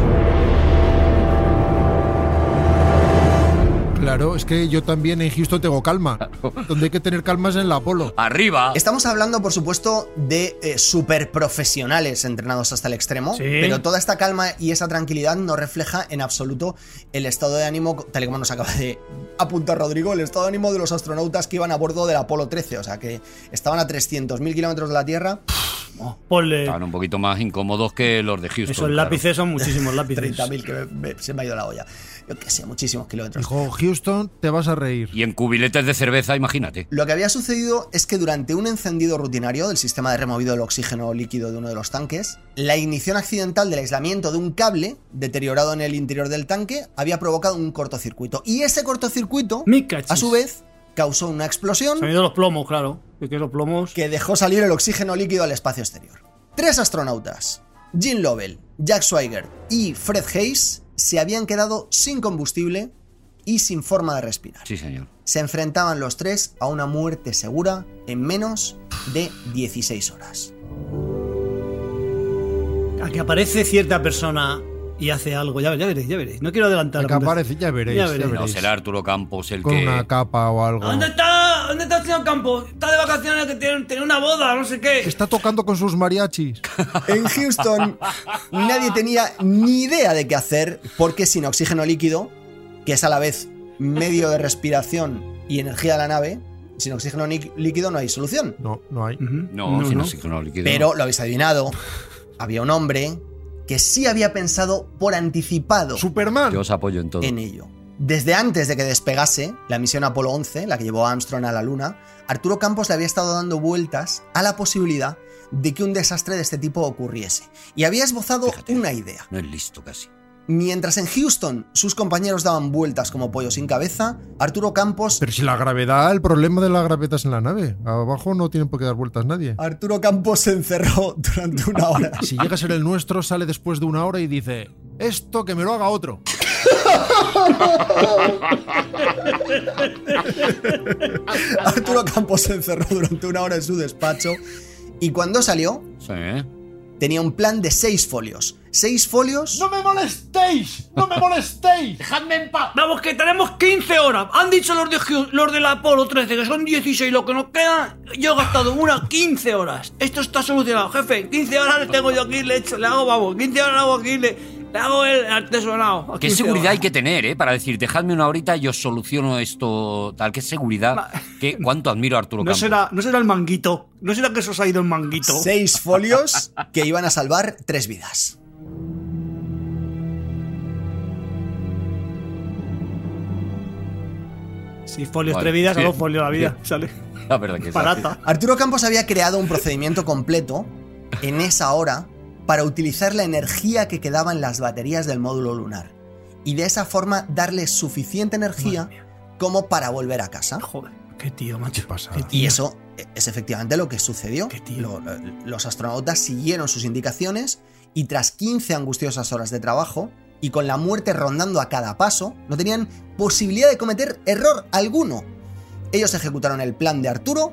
Speaker 5: Claro, es que yo también en Houston tengo calma. Donde hay que tener calma es en la Apolo.
Speaker 2: Arriba.
Speaker 6: Estamos hablando, por supuesto, de super profesionales entrenados hasta el extremo,
Speaker 3: Sí.
Speaker 6: pero toda esta calma y esa tranquilidad no refleja en absoluto el estado de ánimo, tal y como nos acaba de apuntar Rodrigo, el estado de ánimo de los astronautas que iban a bordo del Apolo 13, o sea, que estaban a 300.000 kilómetros de la Tierra,
Speaker 3: Ponle.
Speaker 2: Estaban un poquito más incómodos que los de Houston.
Speaker 3: Esos
Speaker 2: Oh, claro.
Speaker 3: lápices son muchísimos lápices.
Speaker 6: 30.000, que me- me- se me ha ido la olla, yo qué sé, muchísimos kilómetros.
Speaker 5: Dijo, Houston, te vas a reír.
Speaker 2: Y en cubiletes de cerveza, imagínate.
Speaker 6: Lo que había sucedido es que durante un encendido rutinario del sistema de removido del oxígeno líquido de uno de los tanques, la ignición accidental del aislamiento de un cable deteriorado en el interior del tanque había provocado un cortocircuito. Y ese cortocircuito,
Speaker 3: Me cachis.
Speaker 6: a su vez, causó una
Speaker 3: Se han
Speaker 6: explosión
Speaker 3: ido los plomos, claro. Es que los plomos.
Speaker 6: que dejó salir el oxígeno líquido al espacio exterior. Tres astronautas, Jim Lovell, Jack Swigert y Fred Hayes, se habían quedado sin combustible y sin forma de respirar
Speaker 2: Sí, señor.
Speaker 6: se enfrentaban los tres a una muerte segura en menos de 16 horas.
Speaker 3: A que aparece cierta persona y hace algo. Ya, ya veréis, ya veréis. No quiero adelantar.
Speaker 5: Que aparece, ya veréis.
Speaker 3: Ya
Speaker 5: Ya
Speaker 3: veréis.
Speaker 5: veréis.
Speaker 2: No será Arturo Campos el
Speaker 5: Pues Con
Speaker 2: que.
Speaker 5: una capa o algo.
Speaker 4: ¿Dónde está? ¿Dónde está el señor Campo? Está de vacaciones que tiene, tiene una boda, no sé qué.
Speaker 5: Está tocando con sus mariachis.
Speaker 6: En Houston nadie tenía ni idea de qué hacer porque sin oxígeno líquido, que es a la vez medio de respiración y energía de la nave, sin oxígeno ni- líquido no hay solución.
Speaker 5: No, no hay.
Speaker 2: No, sin oxígeno líquido.
Speaker 6: Pero lo habéis adivinado, había un hombre que sí había pensado por anticipado
Speaker 5: Superman.
Speaker 2: Yo os apoyo en todo.
Speaker 6: en ello. Desde antes de que despegase la misión Apolo 11, la que llevó a Armstrong a la Luna, Arturo Campos le había estado dando vueltas a la posibilidad de que un desastre de este tipo ocurriese. Y había esbozado
Speaker 2: Fíjate.
Speaker 6: una idea.
Speaker 2: No es listo casi.
Speaker 6: Mientras en Houston sus compañeros daban vueltas como pollo sin cabeza, Arturo Campos,
Speaker 5: Pero si la gravedad, el problema de la gravedad es en la nave. Abajo no tienen por qué dar vueltas nadie.
Speaker 6: Arturo Campos se encerró durante una hora.
Speaker 5: Si
Speaker 2: Ah.
Speaker 5: llega a ser el nuestro, sale después de una hora y dice, esto que me lo haga otro.
Speaker 6: Arturo Campos se encerró durante una hora en su despacho y cuando salió
Speaker 2: Sí, ¿eh?
Speaker 6: tenía un plan de seis folios. Seis folios
Speaker 5: me molestéis! ¡No me molestéis! ¡Dejadme en paz!
Speaker 4: Vamos, que tenemos 15 horas. Han dicho los de, Hugh- los del Apolo 13 que son 16 lo que nos queda. Yo he gastado una 15 horas. Esto está solucionado, jefe. 15 horas le tengo yo aquí, le, echo- le hago, vamos, 15 horas le hago aquí, le, le hago el artesanado. A
Speaker 2: Qué
Speaker 4: 15
Speaker 2: seguridad
Speaker 4: horas.
Speaker 2: hay que tener, ¿eh? Para decir, dejadme una horita y os soluciono esto tal. Qué seguridad. Qué, ¿Cuánto admiro a Arturo
Speaker 3: No
Speaker 2: Campos?
Speaker 3: será, no será el manguito. No será que eso os ha ido el manguito.
Speaker 6: seis folios que iban a salvar tres vidas.
Speaker 3: Si folios
Speaker 2: Vale,
Speaker 3: trevidas,
Speaker 2: sí.
Speaker 3: no folio la vida.
Speaker 2: Sí.
Speaker 3: Sale
Speaker 2: La verdad que sí.
Speaker 3: barata.
Speaker 6: Arturo Campos había creado un procedimiento completo en esa hora para utilizar la energía que quedaba en las baterías del módulo lunar y de esa forma darle suficiente energía como para volver a casa.
Speaker 3: Joder, qué tío, macho.
Speaker 5: ¿Qué pasa?
Speaker 3: Qué
Speaker 6: Y
Speaker 3: tío.
Speaker 6: eso es efectivamente lo que sucedió.
Speaker 3: Qué tío.
Speaker 6: Lo- lo- los astronautas siguieron sus indicaciones y tras 15 angustiosas horas de trabajo y con la muerte rondando a cada paso, no tenían posibilidad de cometer error alguno. Ellos ejecutaron el plan de Arturo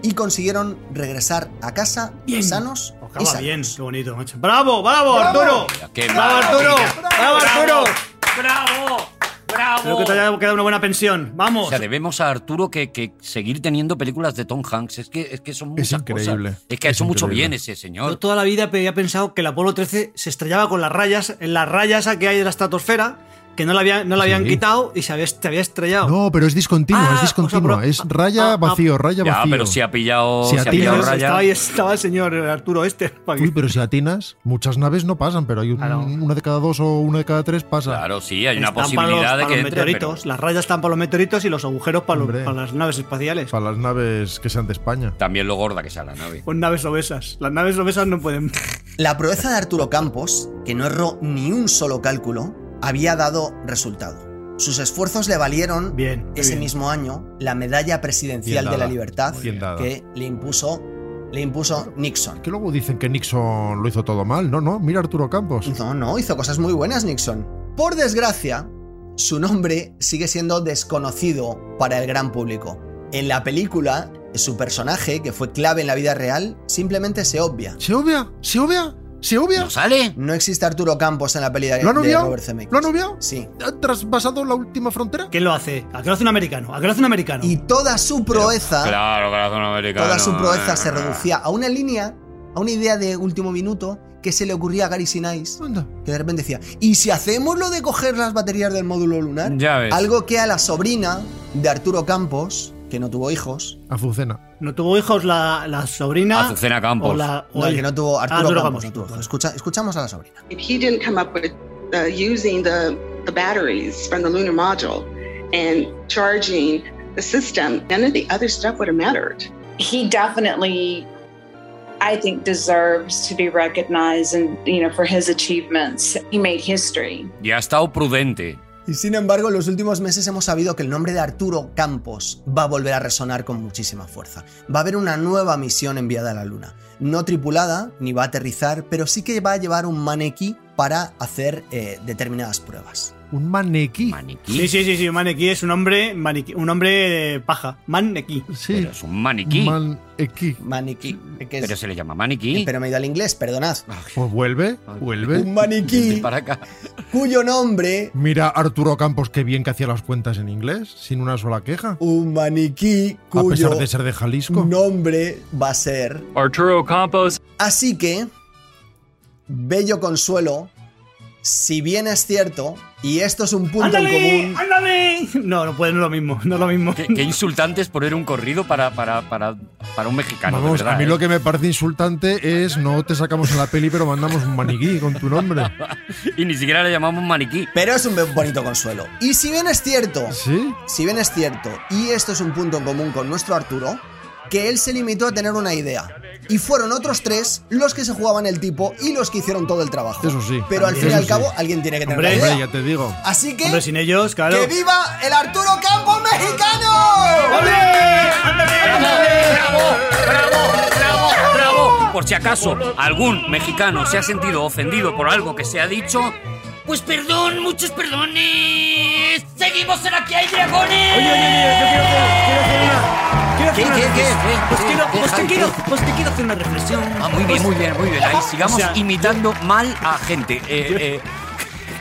Speaker 6: y consiguieron regresar a casa
Speaker 3: Bien.
Speaker 6: sanos y
Speaker 3: Acaba
Speaker 6: salvos.
Speaker 3: bien, qué bonito, macho. ¡Bravo, bravo, Arturo!
Speaker 2: Qué
Speaker 3: ¡Bravo, Arturo! ¡Bravo, Arturo!
Speaker 2: ¡Bravo!
Speaker 3: Espero
Speaker 2: ¡Bravo!
Speaker 3: que te haya quedado una buena pensión.
Speaker 2: O
Speaker 3: Vamos.
Speaker 2: sea, debemos a Arturo que, que seguir teniendo películas de Tom Hanks. Es que, es que son muchas
Speaker 5: Es increíble.
Speaker 2: cosas. Es que ha
Speaker 5: Es
Speaker 2: hecho mucho
Speaker 5: increíble.
Speaker 2: bien ese
Speaker 3: Yo
Speaker 2: señor.
Speaker 3: toda la vida pe- había pensado que el Apolo 13 se estrellaba con las rayas, en las rayas a que hay de la estratosfera, que no la, había- no la habían
Speaker 5: Sí.
Speaker 3: quitado y se había, te había
Speaker 2: Ah.
Speaker 3: estrellado.
Speaker 5: No, pero es discontinuo,
Speaker 3: Ah,
Speaker 5: es discontinuo.
Speaker 3: o sea,
Speaker 5: es
Speaker 3: pero-
Speaker 5: raya
Speaker 3: ah, ah,
Speaker 5: vacío, raya
Speaker 2: Ya,
Speaker 5: vacío.
Speaker 2: pero si ha pillado,
Speaker 5: Si
Speaker 2: si ha
Speaker 5: atinas,
Speaker 2: pillado
Speaker 3: Estaba,
Speaker 2: raya.
Speaker 3: ahí- estaba el señor Arturo este. pa' que-
Speaker 5: Uy, pero si atinas, muchas naves no pasan, pero hay un-
Speaker 3: Claro.
Speaker 5: una de cada dos o una de cada tres pasa.
Speaker 2: Claro, sí, hay una
Speaker 3: Están para
Speaker 2: posibilidad
Speaker 3: los-
Speaker 2: de
Speaker 3: para
Speaker 2: que
Speaker 3: los
Speaker 2: entre, pero-
Speaker 3: meteoritos. Las rayas están para los meteoritos y los agujeros para, los-
Speaker 5: Hombre.
Speaker 3: para las naves espaciales.
Speaker 5: Para las naves que sean de España.
Speaker 2: También lo gorda que sea la nave.
Speaker 3: Con naves obesas. Las naves obesas no pueden.
Speaker 6: La proeza de Arturo Campos, que no erró ni un solo cálculo, había dado resultado. Sus esfuerzos le valieron
Speaker 3: Bien. muy
Speaker 6: ese
Speaker 3: bien.
Speaker 6: mismo año la medalla
Speaker 5: Bien
Speaker 6: presidencial de la
Speaker 5: dada,
Speaker 6: libertad
Speaker 5: muy bien dada.
Speaker 6: que le impuso, le impuso Nixon.
Speaker 5: Que luego dicen que Nixon lo hizo todo mal. No, no, mira a Arturo Campos.
Speaker 6: No, no, hizo cosas muy buenas Nixon. Por desgracia, su nombre sigue siendo desconocido para el gran público. En la película, su personaje, que fue clave en la vida real, simplemente se obvia.
Speaker 5: ¿Se obvia? ¿Se obvia? ¿Se obvia?
Speaker 2: ¿No sale?
Speaker 6: No existe Arturo Campos en la peli de,
Speaker 5: ¿Lo han
Speaker 6: de
Speaker 5: obviado?
Speaker 6: Robert Zemeckis.
Speaker 5: ¿Lo han obviado?
Speaker 6: Sí.
Speaker 5: ¿Ha traspasado la última frontera?
Speaker 3: ¿Quién lo hace? ¿A qué lo hace un americano? ¿A qué lo hace un americano?
Speaker 6: Y toda su proeza,
Speaker 2: Claro, corazón americano.
Speaker 6: toda su proeza
Speaker 2: Ah,
Speaker 6: se reducía a una línea, a una idea de último minuto que se le ocurría a Gary Sinise,
Speaker 5: Anda.
Speaker 6: que de repente decía, ¿y si hacemos lo de coger las baterías del módulo lunar?
Speaker 2: Ya ves.
Speaker 6: Algo que a la sobrina de Arturo Campos, que no tuvo hijos,
Speaker 5: Azucena.
Speaker 3: ¿No tuvo hijos la, la sobrina?
Speaker 2: Azucena Campos.
Speaker 3: O la, o
Speaker 6: no,
Speaker 3: el-
Speaker 6: que no tuvo Arturo,
Speaker 3: Ah, Arturo
Speaker 6: Campos,
Speaker 3: Campos.
Speaker 6: no tuvo hijos. Escucha- escuchamos a la sobrina.
Speaker 12: If he didn't come up with uh, using the, the batteries from the lunar module and charging the system, none of the other stuff would have mattered.
Speaker 13: he definitely i think deserves to be recognized and you know for his achievements he made history
Speaker 2: Y ha estado prudente.
Speaker 6: Y sin embargo, en los últimos meses hemos sabido que el nombre de Arturo Campos va a volver a resonar con muchísima fuerza. Va a haber una nueva misión enviada a la Luna. No tripulada, ni va a aterrizar, pero sí que va a llevar un maniquí para hacer eh, determinadas pruebas.
Speaker 5: Un manequí.
Speaker 2: Maniquí.
Speaker 3: Sí, sí, sí, sí. Un maniquí es un hombre, maniquí- un hombre de paja. Maniquí.
Speaker 5: Sí.
Speaker 2: Pero es un maniquí.
Speaker 5: Manequí.
Speaker 6: Maniquí. que es- Eh,
Speaker 2: Pero se le llama maniquí.
Speaker 6: Pero me he ido al inglés, perdonad.
Speaker 5: Pues vuelve,
Speaker 2: Ay.
Speaker 6: Un
Speaker 5: vuelve.
Speaker 2: Vente
Speaker 6: maniquí
Speaker 2: para acá.
Speaker 6: cuyo nombre
Speaker 5: Mira Arturo Campos qué bien que hacía las cuentas en inglés, sin una sola queja.
Speaker 6: un maniquí
Speaker 5: a pesar
Speaker 6: cuyo
Speaker 5: de ser de Jalisco.
Speaker 6: nombre va a ser
Speaker 14: Arturo Campos.
Speaker 6: Así que, bello consuelo, si bien es cierto, y esto es un punto en
Speaker 3: ¡Ándale!
Speaker 6: común,
Speaker 3: ¡Ándale! No, no puede, no es lo mismo. No es lo mismo.
Speaker 2: Qué, qué insultante es poner un corrido para, para, para, para un mexicano. de
Speaker 5: Vamos,
Speaker 2: verdad,
Speaker 5: a mí
Speaker 2: ¿eh?
Speaker 5: lo que me parece insultante es no te sacamos en la peli, pero mandamos un maniquí con tu nombre.
Speaker 2: Y ni siquiera le llamamos maniquí.
Speaker 6: pero es un be- bonito consuelo. Y si bien es cierto,
Speaker 5: ¿Sí?
Speaker 6: si bien es cierto, y esto es un punto en común con nuestro Arturo, que él se limitó a tener una idea. Y fueron otros tres los que se jugaban el tipo y los que hicieron todo el trabajo.
Speaker 5: Eso sí,
Speaker 6: Pero al fin y
Speaker 5: eso
Speaker 6: al
Speaker 5: sí.
Speaker 6: cabo, alguien tiene que tener
Speaker 3: Hombre,
Speaker 6: una
Speaker 5: Hombre,
Speaker 6: idea.
Speaker 5: ya te digo.
Speaker 6: Así que,
Speaker 3: Hombre, sin ellos, claro.
Speaker 6: ¡que viva el Arturo Campos mexicano!
Speaker 2: ¡Bravo! ¡Bravo! Por si acaso algún mexicano se ha sentido ofendido por algo que se ha dicho, pues perdón, muchos perdones. Seguimos en aquí hay dragones.
Speaker 4: Oye, oye, oye, yo quiero hacer, quiero hacer una. Quiero hacer una
Speaker 2: ¿Qué, qué, qué?
Speaker 4: reflexión.
Speaker 2: ¿Qué?
Speaker 4: Pues
Speaker 2: ¿Qué?
Speaker 4: quiero,
Speaker 2: ¿Qué,
Speaker 4: pues te
Speaker 2: Jaime?
Speaker 4: quiero, pues te quiero hacer una reflexión.
Speaker 2: Ah, muy
Speaker 3: Pues
Speaker 2: bien, muy bien, muy bien. Ahí sigamos
Speaker 3: O sea,
Speaker 2: imitando mal a gente. Eh, eh,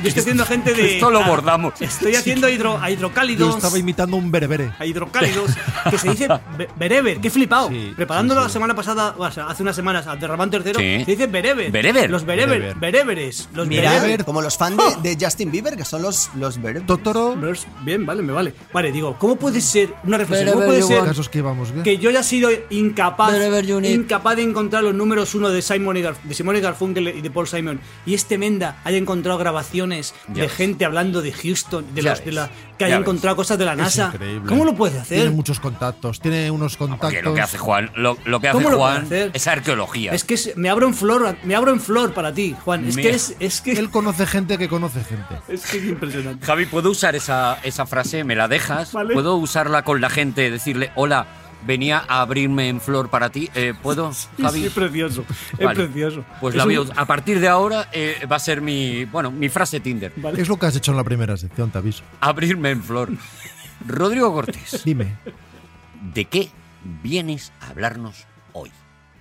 Speaker 3: Yo estoy haciendo gente de.
Speaker 2: Esto lo bordamos.
Speaker 3: Estoy haciendo a hidro, a
Speaker 5: Yo
Speaker 3: hidrocálidos.
Speaker 5: estaba imitando un berbere.
Speaker 3: a hidrocálidos, que se dice be- bereber, que he flipado.
Speaker 5: Sí,
Speaker 3: Preparándolo
Speaker 5: sí, sí.
Speaker 3: la semana pasada, o sea, hace unas semanas, al Terramán tercero,
Speaker 2: Sí.
Speaker 3: se dice bereber.
Speaker 2: Bereber.
Speaker 3: Los bereber,
Speaker 5: Bereber.
Speaker 3: bereberes. Los
Speaker 6: Mirad, Ah.
Speaker 3: bereber.
Speaker 6: como los fans de, de Justin Bieber, que son los, los ver-
Speaker 5: Totoro,
Speaker 3: Los- Bien, vale, me vale. Vale, digo, ¿cómo puede ser una reflexión? ¿Cómo puede ser
Speaker 5: casos que íbamos bien.
Speaker 3: que yo haya sido incapaz
Speaker 4: Bereber unit.
Speaker 3: incapaz de encontrar los números uno de Simon y Garf- de Simon y Garfunkel y de Paul Simon y este Menda haya encontrado grabaciones de
Speaker 2: ves.
Speaker 3: gente hablando de Houston, de
Speaker 2: Ya
Speaker 3: los de
Speaker 2: ves.
Speaker 3: la que
Speaker 2: Ya
Speaker 3: haya
Speaker 2: ves.
Speaker 3: encontrado cosas de la
Speaker 5: Es
Speaker 3: NASA?
Speaker 5: increíble.
Speaker 3: ¿Cómo lo puede hacer?
Speaker 5: Tiene muchos contactos, tiene unos contactos.
Speaker 2: porque lo que hace Juan, lo, lo que hace
Speaker 3: ¿Cómo lo puede
Speaker 2: Juan
Speaker 3: hacer?
Speaker 2: es arqueología.
Speaker 3: Es que es- me abro en flor, me abro en flor para ti, Juan. Es
Speaker 2: Me-
Speaker 3: que es, es que
Speaker 5: Él conoce gente que conoce gente.
Speaker 3: es que es impresionante.
Speaker 2: Javi, ¿puedo usar esa, esa frase? ¿Me la dejas?
Speaker 3: Vale.
Speaker 2: ¿Puedo usarla con la gente? Decirle, hola, venía a abrirme en flor para ti. Eh, ¿Puedo, Javi?
Speaker 3: Es precioso, es
Speaker 2: Vale.
Speaker 3: precioso.
Speaker 2: Pues
Speaker 3: Es
Speaker 2: la
Speaker 3: un-
Speaker 2: voy a, a partir de ahora eh, va a ser mi, bueno, mi frase Tinder.
Speaker 3: Vale.
Speaker 5: Es lo que has hecho en la primera sección, te aviso.
Speaker 2: Abrirme en flor. Rodrigo Cortés,
Speaker 5: Dime,
Speaker 2: ¿de qué vienes a hablarnos hoy?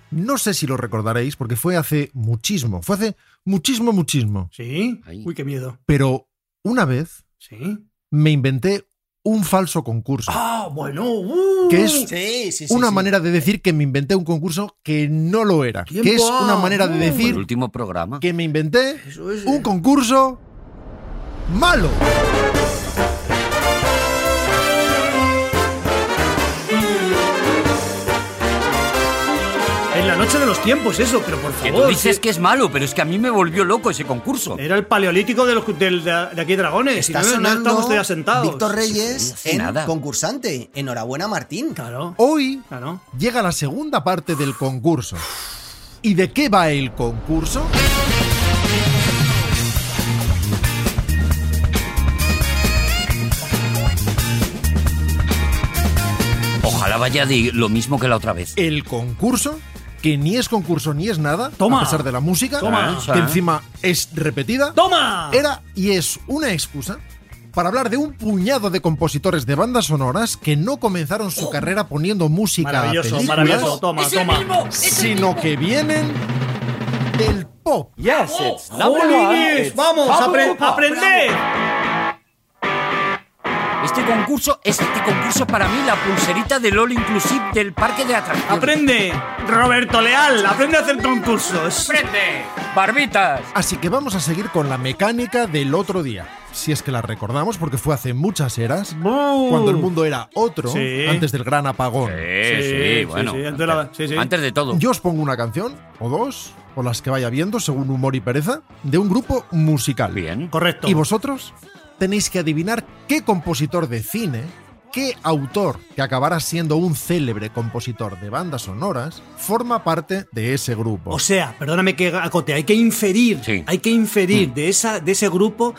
Speaker 5: no sé si lo recordaréis porque fue hace muchísimo, fue hace muchísimo, muchísimo.
Speaker 3: Sí.
Speaker 2: Ahí.
Speaker 3: Uy, qué miedo.
Speaker 5: Pero una vez
Speaker 3: Sí.
Speaker 5: me inventé un falso concurso,
Speaker 3: Ah, bueno. uh.
Speaker 5: que es
Speaker 6: Sí, sí, sí.
Speaker 5: una
Speaker 6: sí.
Speaker 5: manera de decir que me inventé un concurso que no lo era. Que es
Speaker 3: ¡Tiempo! ah,
Speaker 5: una manera de
Speaker 3: ¡Uh!
Speaker 2: El
Speaker 5: decir
Speaker 2: último programa.
Speaker 5: que me inventé
Speaker 3: Eso es, eh.
Speaker 5: un concurso malo.
Speaker 3: En la noche de los tiempos, eso, pero por
Speaker 2: Que
Speaker 3: favor.
Speaker 2: tú dices
Speaker 3: Oh, sí. Eh.
Speaker 2: que es malo, pero es que a mí me volvió loco ese concurso.
Speaker 3: Era el paleolítico de, los- del- de- de aquí dragones. y
Speaker 6: Está
Speaker 3: no- no
Speaker 6: sonando
Speaker 3: estamos todavía sentados.
Speaker 6: Víctor Reyes
Speaker 2: hace
Speaker 6: en
Speaker 2: nada.
Speaker 6: concursante. Enhorabuena, Martín.
Speaker 3: Claro,
Speaker 5: Hoy
Speaker 3: claro.
Speaker 5: llega la segunda parte del concurso. ¿Y de qué va el concurso?
Speaker 2: Ojalá vaya de lo mismo que la otra vez.
Speaker 5: El concurso, que ni es concurso ni es nada,
Speaker 3: Toma.
Speaker 5: a pesar de la música,
Speaker 3: Toma.
Speaker 5: que encima es repetida,
Speaker 3: ¡Toma!
Speaker 5: era y es una excusa para hablar de un puñado de compositores de bandas sonoras que no comenzaron su carrera poniendo música a
Speaker 3: Oh. Maravilloso,
Speaker 5: películas,
Speaker 3: maravilloso. Toma,
Speaker 2: ¡Es el
Speaker 3: toma.
Speaker 2: mismo!
Speaker 5: sino que vienen del pop.
Speaker 14: Yes, it's number one.
Speaker 3: ¡Jolines!
Speaker 14: It's
Speaker 3: Oh, ¡Vamos!
Speaker 14: Pablo
Speaker 3: apre-
Speaker 14: Copa.
Speaker 3: ¡Aprended!
Speaker 2: Este concurso es este concurso para mí la pulserita del All Inclusive del parque de atracciones.
Speaker 3: ¡Aprende! Roberto Leal, aprende a hacer concursos.
Speaker 2: ¡Aprende! ¡Barbitas!
Speaker 5: Así que vamos a seguir con la mecánica del otro día. Si es que la recordamos, porque fue hace muchas eras, cuando el mundo era otro,
Speaker 3: Uh. Sí.
Speaker 5: antes del gran apagón.
Speaker 2: Sí, sí,
Speaker 3: sí,
Speaker 2: bueno.
Speaker 3: sí, antes
Speaker 2: antes,
Speaker 3: de la- sí, sí.
Speaker 2: antes de todo.
Speaker 5: Yo os pongo una canción, o dos, o las que vaya viendo, según humor y pereza, de un grupo musical.
Speaker 2: Bien.
Speaker 3: Correcto.
Speaker 5: Y vosotros tenéis que adivinar qué compositor de cine, qué autor que acabará siendo un célebre compositor de bandas sonoras, forma parte de ese grupo.
Speaker 3: O sea, perdóname que acote, hay que inferir,
Speaker 2: Sí.
Speaker 3: hay que inferir de esa de ese grupo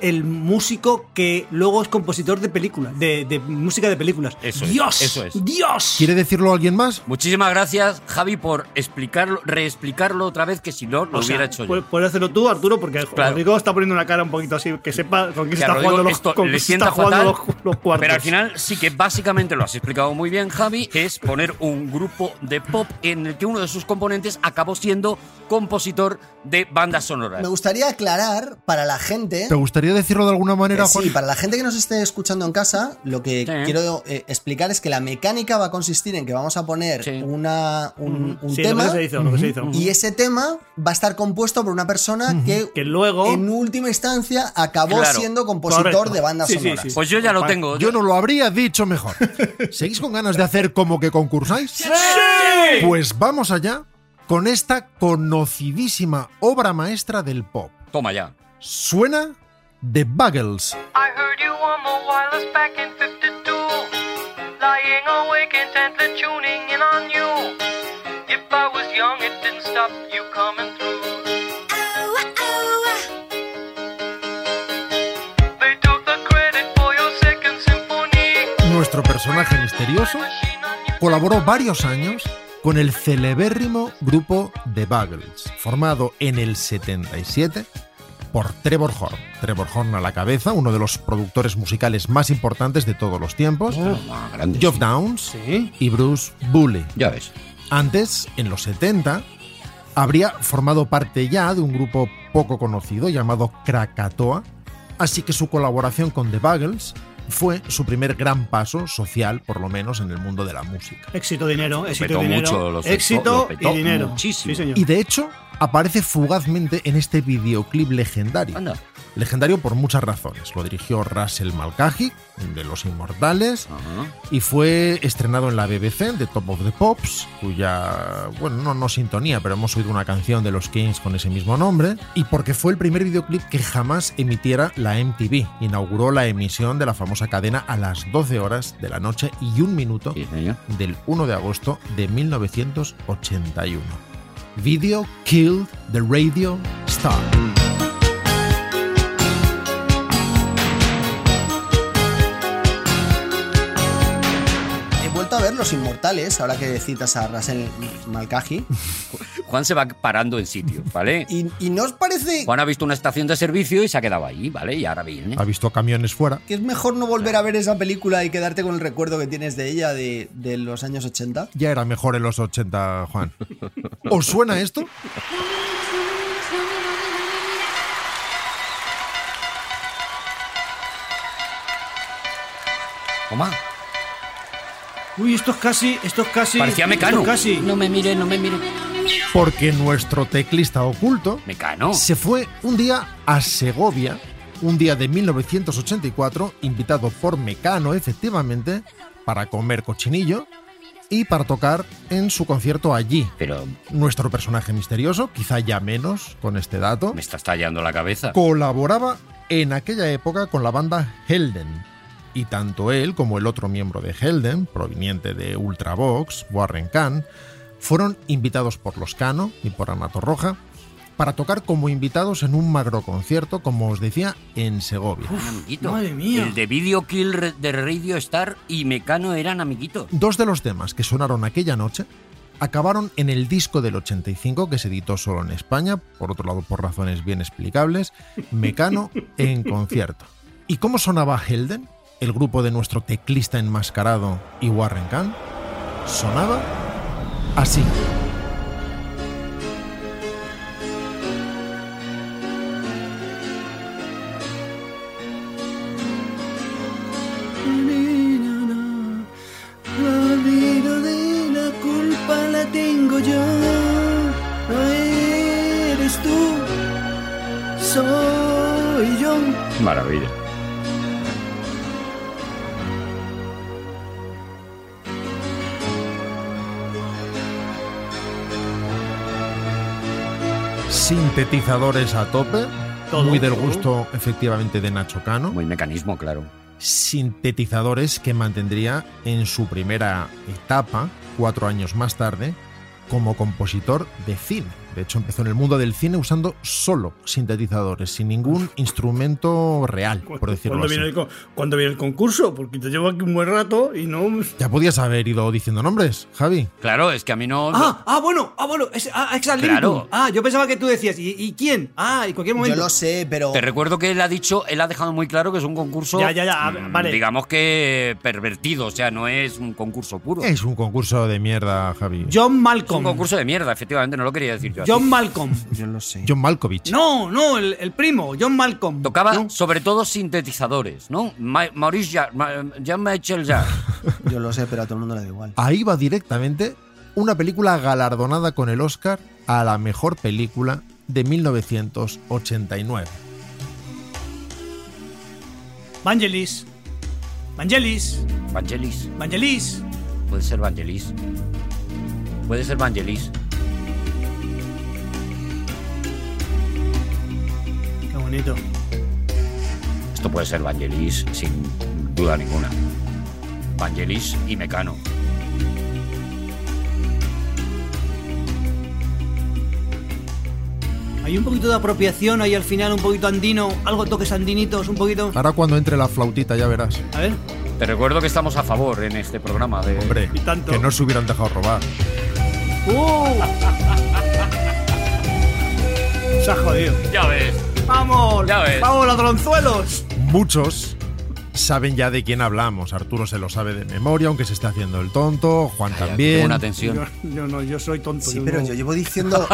Speaker 3: el músico que luego es compositor de películas, de, de música de películas.
Speaker 2: Eso es,
Speaker 3: Dios,
Speaker 2: eso es.
Speaker 3: Dios.
Speaker 5: ¿Quiere decirlo alguien más?
Speaker 2: Muchísimas gracias, Javi, por explicarlo, reexplicarlo otra vez, que si
Speaker 3: O
Speaker 2: no, lo
Speaker 3: sea, pues,
Speaker 2: hubiera hecho yo.
Speaker 3: pu- Puedes hacerlo tú, Arturo, porque
Speaker 2: Claro.
Speaker 3: Rodrigo está poniendo una cara un poquito así, que sepa con quién se está
Speaker 2: Claro,
Speaker 3: jugando
Speaker 2: digo,
Speaker 3: los,
Speaker 2: esto
Speaker 3: con
Speaker 2: le
Speaker 3: quién se
Speaker 2: sienta
Speaker 3: está jugando los,
Speaker 2: fatal,
Speaker 3: los cuartos.
Speaker 2: Pero al final sí que básicamente lo has explicado muy bien, Javi, que es poner un grupo de pop en el que uno de sus componentes acabó siendo compositor de bandas sonoras.
Speaker 6: Me gustaría aclarar para la gente.
Speaker 5: ¿Te gustaría decirlo de alguna manera,
Speaker 6: Eh,
Speaker 5: Juan?
Speaker 6: sí, para la gente que nos esté escuchando en casa, lo que
Speaker 2: Sí.
Speaker 6: quiero eh, explicar es que la mecánica va a consistir en que vamos a poner
Speaker 2: Sí.
Speaker 6: una, un, un
Speaker 3: Sí,
Speaker 6: tema
Speaker 3: lo que se hizo, lo que se hizo.
Speaker 6: y ese tema va a estar compuesto por una persona que,
Speaker 3: que luego
Speaker 6: en última instancia acabó
Speaker 2: Claro.
Speaker 6: siendo compositor
Speaker 3: Correcto.
Speaker 6: de bandas
Speaker 3: Sí, sí,
Speaker 6: sonoras.
Speaker 3: sí.
Speaker 2: Pues yo ya lo
Speaker 3: Pa-
Speaker 2: tengo.
Speaker 5: Yo no lo habría dicho mejor. ¿Seguís con ganas de hacer como que concursáis? Pues vamos allá con esta conocidísima obra maestra del pop.
Speaker 2: Toma ya.
Speaker 5: Suena The Buggles.
Speaker 7: I heard you on the wireless back in 52. Lying awake intently tuning in on you. If I was young, it didn't stop you coming through. They took the credit for your second symphony.
Speaker 5: Nuestro personaje misterioso colaboró varios años con el celebérrimo grupo The Buggles, formado en el 77 por Trevor Horn. Trevor Horn a la cabeza, uno de los productores musicales más importantes de todos los tiempos, Geoff Downs y Bruce Bully.
Speaker 2: Ya ves.
Speaker 5: Antes, en los 70, habría formado parte ya de un grupo poco conocido llamado Krakatoa, así que su colaboración con The Buggles fue su primer gran paso social, por lo menos en el mundo de la música.
Speaker 3: éxito dinero, éxito
Speaker 2: petó
Speaker 3: dinero,
Speaker 2: mucho, lo petó-
Speaker 3: éxito
Speaker 2: lo petó
Speaker 3: y dinero.
Speaker 2: muchísimo.
Speaker 3: Sí, señor.
Speaker 5: Y de hecho, aparece fugazmente en este videoclip legendario.
Speaker 2: Anda.
Speaker 5: Legendario por muchas razones. Lo dirigió Russell Malkaji, de Los Inmortales, y fue estrenado en la BBC, de Top of the Pops, cuya, bueno, no, no sintonía, pero hemos oído una canción de los Kings con ese mismo nombre, y porque fue el primer videoclip que jamás emitiera la MTV. Inauguró la emisión de la famosa cadena a las 12 horas de la noche y un minuto del 1 de agosto de 1981. Video Killed the Radio Star.
Speaker 6: He vuelto a ver Los Inmortales, ahora que citas a Russell Malkaji.
Speaker 2: Juan se va parando en sitio, ¿vale?
Speaker 6: Y, y no os parece
Speaker 2: Juan ha visto una estación de servicio y se ha quedado ahí, ¿vale? Y ahora viene.
Speaker 5: Ha visto camiones fuera.
Speaker 6: que es mejor no volver a ver esa película y quedarte con el recuerdo que tienes de ella de, de los años 80?
Speaker 5: Ya era mejor en los 80, Juan. ¿Os suena esto?
Speaker 2: Toma.
Speaker 3: Uy, esto es casi, esto es casi,
Speaker 2: Parecía
Speaker 3: esto es
Speaker 2: Mecano.
Speaker 3: casi.
Speaker 2: me mire, no me mire.
Speaker 5: Porque nuestro teclista oculto
Speaker 2: Mecano.
Speaker 5: se fue un día a Segovia un día de 1984, invitado por Mecano, efectivamente, para comer cochinillo y para tocar en su concierto allí.
Speaker 2: Pero
Speaker 5: Nuestro personaje misterioso, quizá ya menos con este dato,
Speaker 2: me estás tallando la cabeza.
Speaker 5: colaboraba en aquella época con la banda Helden. Y tanto él como el otro miembro de Helden, proveniente de Ultravox, Warren Kahn, fueron invitados por los Cano y por Amato Roja para tocar como invitados en un magro concierto, como os decía, en Segovia.
Speaker 2: Amiguito.
Speaker 4: madre mía.
Speaker 2: El de Video Kill re- de Radio Star y Mecano eran amiguitos.
Speaker 5: Dos de los temas que sonaron aquella noche acabaron en el disco del 85 que se editó solo en España, por otro lado por razones bien explicables, Mecano en concierto. ¿Y cómo sonaba Helden, el grupo de nuestro teclista enmascarado y Warren Kahn? Sonaba así.
Speaker 4: La vida de la culpa la tengo yo, no eres tú, soy yo.
Speaker 2: Maravilla.
Speaker 5: Sintetizadores a tope,
Speaker 4: Todo,
Speaker 5: muy del
Speaker 4: todo.
Speaker 5: gusto efectivamente de Nacho Cano.
Speaker 2: Muy mecanismo, claro.
Speaker 5: sintetizadores que mantendría en su primera etapa, cuatro años más tarde, como compositor de cine. De hecho, empezó en el mundo del cine usando solo sintetizadores, sin ningún instrumento real, por decirlo
Speaker 3: ¿Cuándo
Speaker 5: así.
Speaker 3: viene, el, co- cuándo viene el concurso? Porque te llevo aquí un buen rato y no.
Speaker 5: Ya podías haber ido diciendo nombres, Javi.
Speaker 2: Claro, es que a mí no. no-
Speaker 3: Ah, ah, bueno, ah, bueno, es, ah, es al
Speaker 2: Claro.
Speaker 3: Liverpool. Ah, yo pensaba que tú decías, ¿y, y quién? Ah, en cualquier momento.
Speaker 6: Yo lo sé, pero.
Speaker 2: Te recuerdo que él ha dicho, él ha dejado muy claro que es un concurso.
Speaker 3: Ya, ya, ya, a ver,
Speaker 2: mm,
Speaker 3: vale.
Speaker 2: Digamos que pervertido, o sea, no es un concurso puro.
Speaker 5: Es un concurso de mierda, Javi.
Speaker 3: John
Speaker 2: Es un
Speaker 3: Malcolm.
Speaker 2: concurso de mierda, efectivamente, no lo quería decir yo. así.
Speaker 3: John Malcolm.
Speaker 6: Yo lo sé.
Speaker 5: John Malkovich.
Speaker 3: No, no, el, el primo, John Malcolm.
Speaker 2: Tocaba sobre todo sintetizadores, ¿no? Ma- Maurice Jarre, Ma- Jean-Michel Jarre.
Speaker 6: Yo lo sé, pero a todo el mundo le da igual.
Speaker 5: Ahí va directamente una película galardonada con el Oscar a la mejor película de 1989.
Speaker 3: Vangelis. Vangelis.
Speaker 2: Vangelis.
Speaker 3: Vangelis.
Speaker 2: Puede ser Vangelis. Puede ser Vangelis.
Speaker 3: Qué bonito.
Speaker 2: Esto puede ser Vangelis, sin duda ninguna. Vangelis y Mecano.
Speaker 3: Hay un poquito de apropiación ahí al final, un poquito andino, algo toques andinitos, un poquito.
Speaker 5: Ahora cuando entre la flautita ya verás.
Speaker 3: A ver.
Speaker 2: Te recuerdo que estamos a favor en este programa de.
Speaker 5: Hombre,
Speaker 3: tanto.
Speaker 5: que no se hubieran dejado robar.
Speaker 3: ¡Uh! Se ha jodido.
Speaker 2: Ya ves.
Speaker 3: ¡Vamos!
Speaker 2: Ya ves.
Speaker 3: ¡Vamos, ladronzuelos!
Speaker 5: Muchos saben ya de quién hablamos. Arturo se lo sabe de memoria, aunque se está haciendo el tonto. Juan
Speaker 2: Ay, aquí tengo
Speaker 5: también.
Speaker 2: una tensión.
Speaker 3: Yo, yo no, yo soy tonto.
Speaker 6: Sí,
Speaker 3: yo
Speaker 6: pero
Speaker 3: no-
Speaker 6: yo llevo diciendo.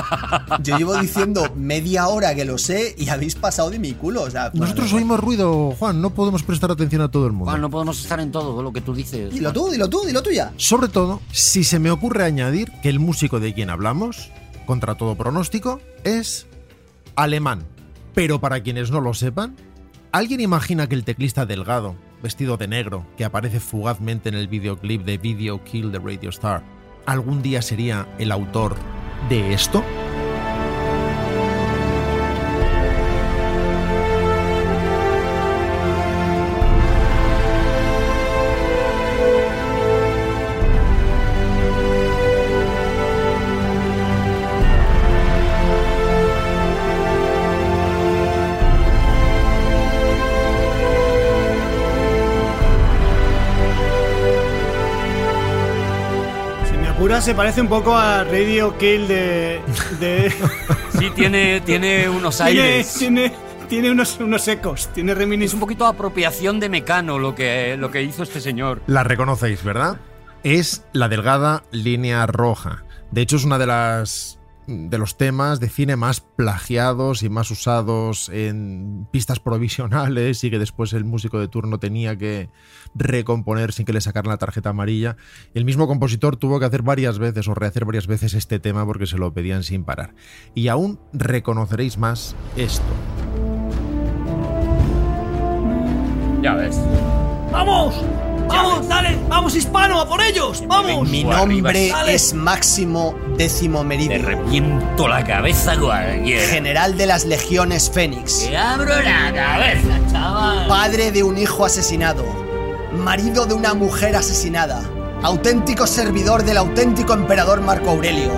Speaker 6: Yo llevo diciendo media hora que lo sé y habéis pasado de mi culo. O sea,
Speaker 5: Nosotros
Speaker 6: bueno,
Speaker 5: oímos ruido, Juan. No podemos prestar atención a todo el mundo.
Speaker 2: Juan, no podemos estar en todo lo que tú dices.
Speaker 6: Dilo tú, dilo tú, dilo tú ya.
Speaker 5: Sobre todo, si se me ocurre añadir que el músico de quien hablamos, contra todo pronóstico, es alemán. Pero para quienes no lo sepan, ¿alguien imagina que el teclista delgado, vestido de negro, que aparece fugazmente en el videoclip de Video Kill the Radio Star, algún día sería el autor de esto?
Speaker 3: Si me apura, se parece un poco a Radio Kill de. de
Speaker 2: Sí, tiene, tiene unos
Speaker 3: tiene,
Speaker 2: aires.
Speaker 3: tiene, tiene unos, unos ecos, tiene
Speaker 2: Es un
Speaker 3: reminiscencias.
Speaker 2: poquito apropiación de Mecano lo que, lo que hizo este señor.
Speaker 5: La reconocéis, ¿verdad? Es la delgada línea roja. De hecho, es una de las de los temas de cine más plagiados y más usados en pistas provisionales y que después el músico de turno tenía que recomponer sin que le sacaran la tarjeta amarilla. El mismo compositor tuvo que hacer varias veces o rehacer varias veces este tema porque se lo pedían sin parar. Y aún reconoceréis más esto.
Speaker 2: Ya ves.
Speaker 4: ¡Vamos! ¡Vamos, dale! ¡Vamos, hispano, a por ellos! ¡Vamos!
Speaker 6: Mi nombre es Máximo Décimo Meridio.
Speaker 2: reviento la cabeza a cualquiera.
Speaker 6: General de las Legiones Fénix.
Speaker 2: Te abro la cabeza, chaval.
Speaker 6: Padre de un hijo asesinado. Marido de una mujer asesinada. Auténtico servidor del auténtico emperador Marco Aurelio.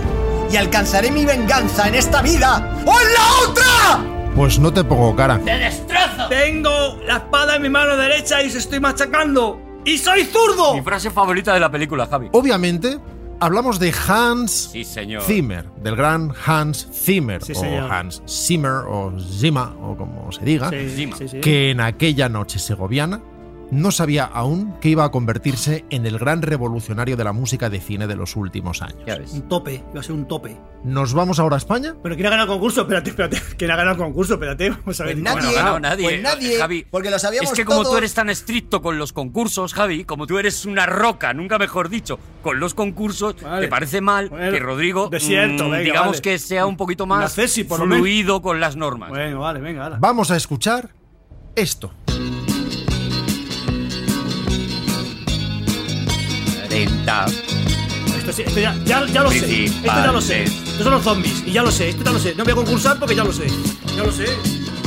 Speaker 6: Y alcanzaré mi venganza en esta vida o en la otra.
Speaker 5: Pues no te pongo cara.
Speaker 4: ¡Te destrozo! Tengo la espada en mi mano derecha y os estoy machacando. ¡Y soy zurdo!
Speaker 2: Mi frase favorita de la película, Javi.
Speaker 5: Obviamente, hablamos de Hans
Speaker 2: Sí, señor.
Speaker 5: Zimmer, del gran Hans Zimmer,
Speaker 2: Sí,
Speaker 5: o
Speaker 2: señor.
Speaker 5: Hans Zimmer, o Zima, o como se diga,
Speaker 2: Sí, Zima. sí, sí.
Speaker 5: que en aquella noche segoviana no sabía aún que iba a convertirse en el gran revolucionario de la música de cine de los últimos años.
Speaker 4: Un tope, iba a ser un tope.
Speaker 5: ¿Nos vamos ahora a España?
Speaker 3: Pero ¿quién ha ganado el concurso? Espérate, espérate. ¿Quién ha ganado el concurso? Espérate, vamos a ver.
Speaker 2: Bueno, ha ganado nadie. Javi,
Speaker 6: porque lo sabíamos
Speaker 2: Es que como
Speaker 6: todos.
Speaker 2: tú eres tan estricto con los concursos, Javi, como tú eres una roca, nunca mejor dicho, con los concursos,
Speaker 3: Vale.
Speaker 2: te parece mal
Speaker 3: Bueno,
Speaker 2: que Rodrigo, mm,
Speaker 3: de cierto, venga,
Speaker 2: digamos
Speaker 3: vale.
Speaker 2: que sea un poquito
Speaker 3: Una
Speaker 2: más
Speaker 3: cesi, por lo menos.
Speaker 2: fluido con las normas.
Speaker 3: Bueno, vale, venga, hala.
Speaker 5: Vamos a escuchar esto.
Speaker 3: Esto, sí, esto ya, ya, ya lo sé. Esto ya lo sé. Estos son los zombies. Y ya lo sé. Esto ya lo sé. No voy a concursar porque ya lo sé. Ya lo sé.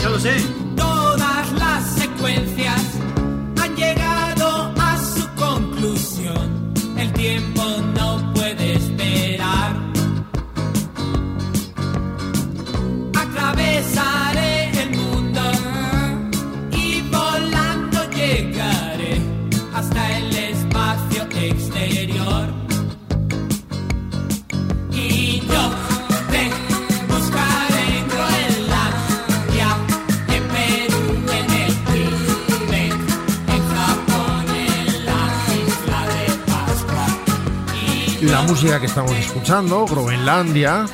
Speaker 3: Ya lo sé.
Speaker 15: Todas las secuencias han llegado a su conclusión. El tiempo no puede esperar. Atravesaré el mundo y volando llegaré hasta el espacio exterior. Y yo te buscaré en Groenlandia. En Perú, en el Quebec, en Japón, en la isla de Pascua.
Speaker 5: La música que estamos escuchando, Groenlandia,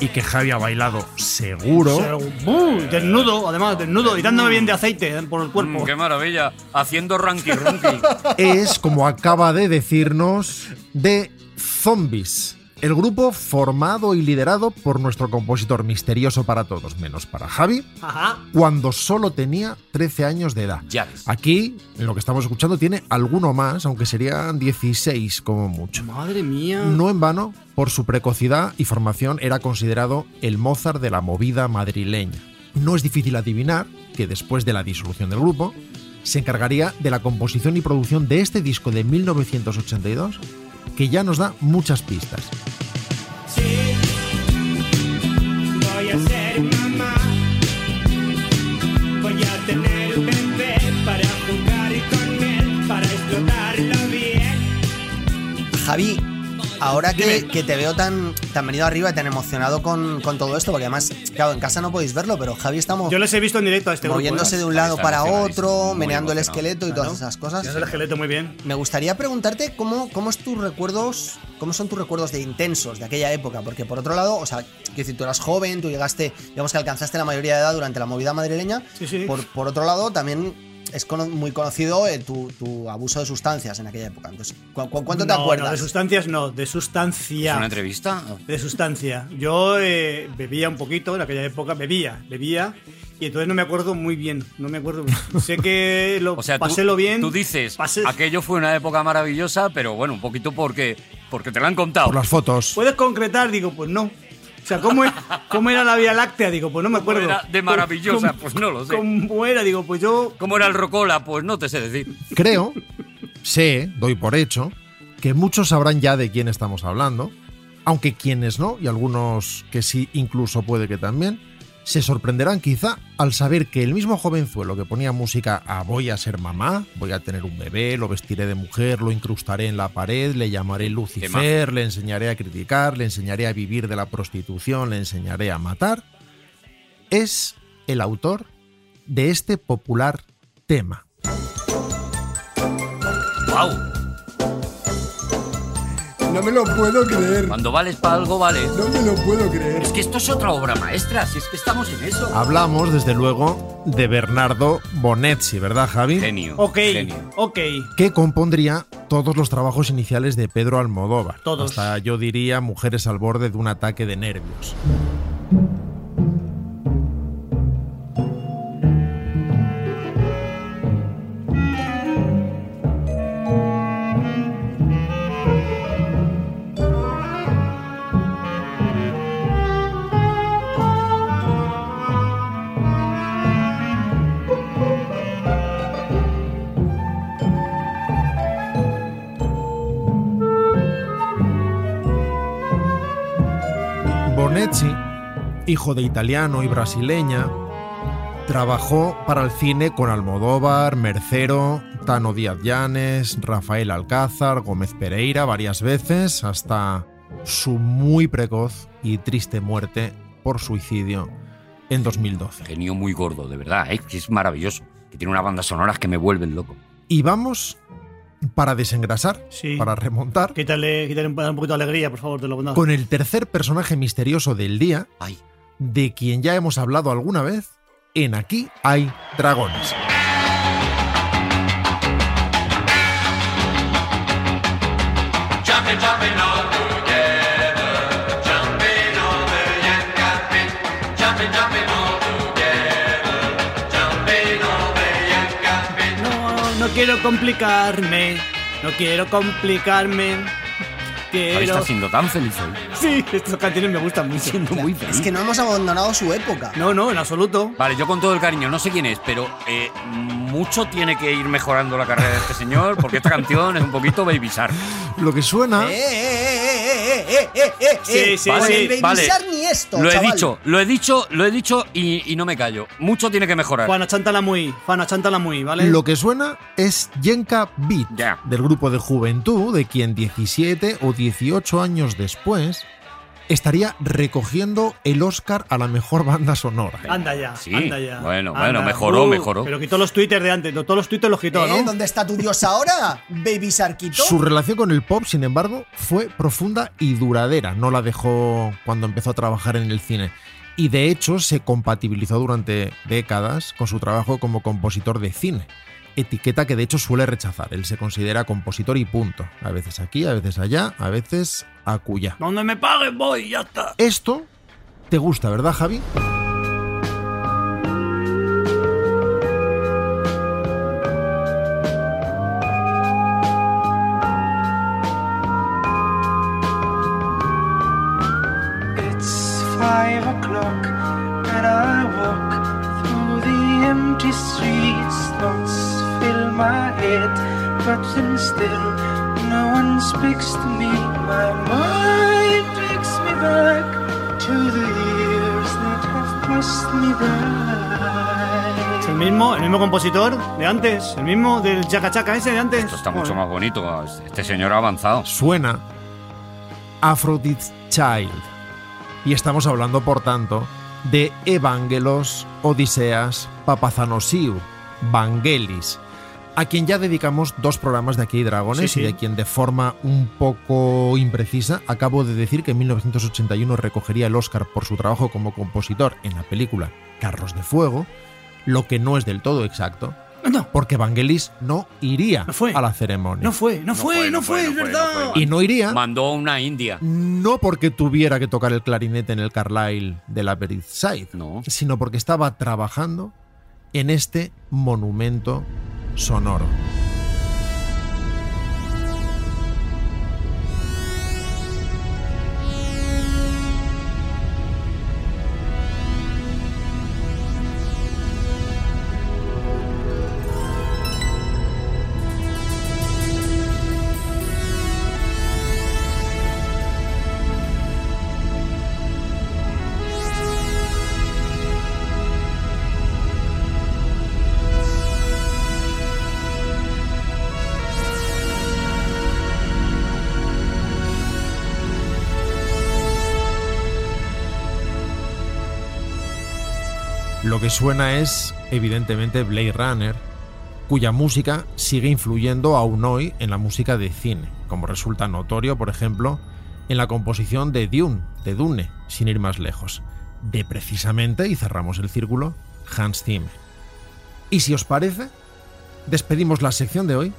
Speaker 5: y que Javi ha bailado
Speaker 2: Oh.
Speaker 5: seguro.
Speaker 3: Segu- ¡Buh! desnudo, además, desnudo. Y dándome bien de aceite por el cuerpo.
Speaker 2: Mm, qué maravilla, haciendo ranky ranky.
Speaker 5: es, como acaba de decirnos, de Zombies. El grupo formado y liderado por nuestro compositor misterioso para todos, menos para Javi,
Speaker 3: Ajá.
Speaker 5: cuando solo tenía 13 años de edad.
Speaker 2: Ya ves.
Speaker 5: Aquí, en lo que estamos escuchando, tiene alguno más, aunque serían 16 como mucho.
Speaker 3: Madre mía.
Speaker 5: No en vano, por su precocidad y formación era considerado el Mozart de la movida madrileña. No es difícil adivinar que después de la disolución del grupo, se encargaría de la composición y producción de este disco de 1982, que ya nos da muchas pistas.
Speaker 15: Voy a ser mamá. Voy a tener un bebé para jugar con él, para explotarlo bien.
Speaker 6: Javi, ahora que, que te veo tan, tan venido arriba y tan emocionado con, con todo esto, porque además, claro, en casa no podéis verlo, pero Javi estamos
Speaker 3: Yo les he visto en directo a este grupo,
Speaker 6: moviéndose
Speaker 3: ¿eh?
Speaker 6: de un lado
Speaker 3: Está
Speaker 6: para
Speaker 3: emocionadísimo,
Speaker 6: otro,
Speaker 3: muy
Speaker 6: meneando el
Speaker 3: emocionado.
Speaker 6: esqueleto y
Speaker 3: Claro.
Speaker 6: todas esas cosas.
Speaker 3: Meneando el esqueleto muy bien.
Speaker 6: Me gustaría preguntarte cómo, cómo es tus recuerdos, cómo son tus recuerdos de intensos de aquella época, porque por otro lado, o sea, quiero decir, tú eras joven, tú llegaste, digamos que alcanzaste la mayoría de edad durante la movida madrileña. Por, por otro lado, también es cono- muy conocido eh, tu, tu abuso de sustancias en aquella época. Entonces, ¿cu- cu- cuánto te
Speaker 3: No, no,
Speaker 6: acuerdas?
Speaker 3: de sustancias no, de sustancia.
Speaker 2: ¿Es una entrevista?
Speaker 3: De sustancia. Yo eh, bebía un poquito en aquella época, bebía, bebía. Y entonces no me acuerdo muy bien, no me acuerdo. sé que lo
Speaker 2: O sea,
Speaker 3: pasé
Speaker 2: tú,
Speaker 3: lo bien.
Speaker 2: tú dices, aquello fue una época maravillosa, pero bueno, un poquito porque, porque te lo han contado.
Speaker 5: Por las fotos.
Speaker 3: ¿Puedes concretar? Digo, pues no. O sea, ¿cómo, es- cómo era la Vía Láctea? Digo, pues no me acuerdo.
Speaker 2: era de
Speaker 3: ¿Cómo-
Speaker 2: maravillosa?
Speaker 3: cómo-
Speaker 2: Pues no lo sé.
Speaker 3: ¿Cómo era? Digo, pues yo.
Speaker 2: ¿Cómo era el Rocola? Pues no te sé decir.
Speaker 5: Creo, sé, doy por hecho, que muchos sabrán ya de quién estamos hablando, aunque quienes no, y algunos que sí, incluso puede que también, se sorprenderán quizá al saber que el mismo jovenzuelo que ponía música a voy a ser mamá, voy a tener un bebé, lo vestiré de mujer, lo incrustaré en la pared, le llamaré Lucifer,
Speaker 2: Temazo.
Speaker 5: le enseñaré a criticar, le enseñaré a vivir de la prostitución, le enseñaré a matar, es el autor de este popular tema.
Speaker 2: ¡Wow!
Speaker 16: No me lo puedo creer.
Speaker 2: Cuando vales para algo, vale.
Speaker 16: No me lo puedo creer.
Speaker 2: Es que esto es otra obra maestra, si es que estamos en eso.
Speaker 5: Hablamos, desde luego, de Bernardo Bonetti, ¿verdad, Javi?
Speaker 2: Genio.
Speaker 3: Ok, ok.
Speaker 5: Que compondría todos los trabajos iniciales de Pedro Almodóvar.
Speaker 3: Todos.
Speaker 5: Hasta yo diría Mujeres al borde de un ataque de nervios. Bertolucci, hijo de italiano y brasileña, trabajó para el cine con Almodóvar, Mercero, Tano Díaz Llanes, Rafael Alcázar, Gómez Pereira varias veces, hasta su muy precoz y triste muerte por suicidio en 2012.
Speaker 2: Genio muy gordo, de verdad, ¿eh? que es maravilloso. Que tiene una banda sonora que me vuelven loco.
Speaker 5: Y vamos para desengrasar, para remontar,
Speaker 3: Quítale, quítale un, dale un poquito de alegría, por favor, te lo
Speaker 5: con el tercer personaje misterioso del día, de quien ya hemos hablado alguna vez, en Aquí hay dragones.
Speaker 15: Jumping, jumping all together. Jumping on the young carpet. Jumping, jumping all together. Jumping on the young carpet.
Speaker 3: No, no quiero complicarme. No quiero complicarme.
Speaker 2: Javi
Speaker 3: Quiero...
Speaker 2: está siendo tan feliz hoy.
Speaker 3: Sí, estas canciones me gustan mucho.
Speaker 6: Es que no hemos abandonado su época. Eh,
Speaker 3: No, no, en absoluto.
Speaker 2: Vale, yo con todo el cariño, no sé quién es, pero eh, mucho tiene que ir mejorando la carrera de este señor, porque esta canción es un poquito baby shark.
Speaker 5: Lo que suena...
Speaker 6: eh, Sí,
Speaker 2: sí, sí. Vale.
Speaker 6: ni esto,
Speaker 2: Lo he
Speaker 6: chaval.
Speaker 2: dicho, lo he dicho, lo he dicho y, y no me callo. Mucho tiene que mejorar.
Speaker 3: Juana, chántala muy, Juana, chántala muy, ¿vale?
Speaker 5: Lo que suena es Yenka Beat, del grupo de juventud, de quien 17 o 18 años después estaría recogiendo el Oscar a la mejor banda sonora.
Speaker 3: Anda ya,
Speaker 5: Sí,
Speaker 3: anda ya.
Speaker 5: bueno,
Speaker 3: Anda. Uh,
Speaker 5: bueno, mejoró, mejoró.
Speaker 3: Pero quitó los twitters de antes, todos los twitters los quitó,
Speaker 6: ¿Eh?
Speaker 3: ¿no?
Speaker 6: ¿Dónde está tu dios ahora, baby sarquito?
Speaker 5: Su relación con el pop, sin embargo, fue profunda y duradera. No la dejó cuando empezó a trabajar en el cine. Y de hecho se compatibilizó durante décadas con su trabajo como compositor de cine. Etiqueta que de hecho suele rechazar. Él se considera compositor y punto. A veces aquí, a veces allá, a veces acullá.
Speaker 4: Donde me paguen voy, ya está.
Speaker 5: Esto te gusta, ¿verdad, Javi?
Speaker 8: It's five o'clock and I walk through the empty streets. Thoughts fill my head, but then still no one speaks to me. My mind takes me back to the years that have passed me by.
Speaker 3: Es el mismo, el mismo compositor de antes, el mismo del Chaca Chaca ese de antes. Esto
Speaker 2: Está mucho más bonito. Este señor ha avanzado.
Speaker 5: Suena Aphrodite's Child. Y estamos hablando, por tanto, de Evangelos, Odiseas, Papazanosiu, Vangelis, a quien ya dedicamos dos programas de Aquí hay Dragones
Speaker 3: Sí, sí.
Speaker 5: y de quien de forma un poco imprecisa acabo de decir que en 1981 recogería el Oscar por su trabajo como compositor en la película Carros de Fuego, lo que no es del todo exacto, porque Vangelis no iría a la ceremonia.
Speaker 3: No fue, no fue, no fue, es verdad.
Speaker 5: Y no iría.
Speaker 2: Mandó una india.
Speaker 5: No porque tuviera que tocar el clarinete en el Carlisle de la Upper East Side, sino porque estaba trabajando en este monumento sonoro. Lo que suena es, evidentemente, Blade Runner, cuya música sigue influyendo aún hoy en la música de cine, como resulta notorio, por ejemplo, en la composición de Dune, de Dune, sin ir más lejos, de precisamente, y cerramos el círculo, Hans Zimmer. Y si os parece, despedimos la sección de hoy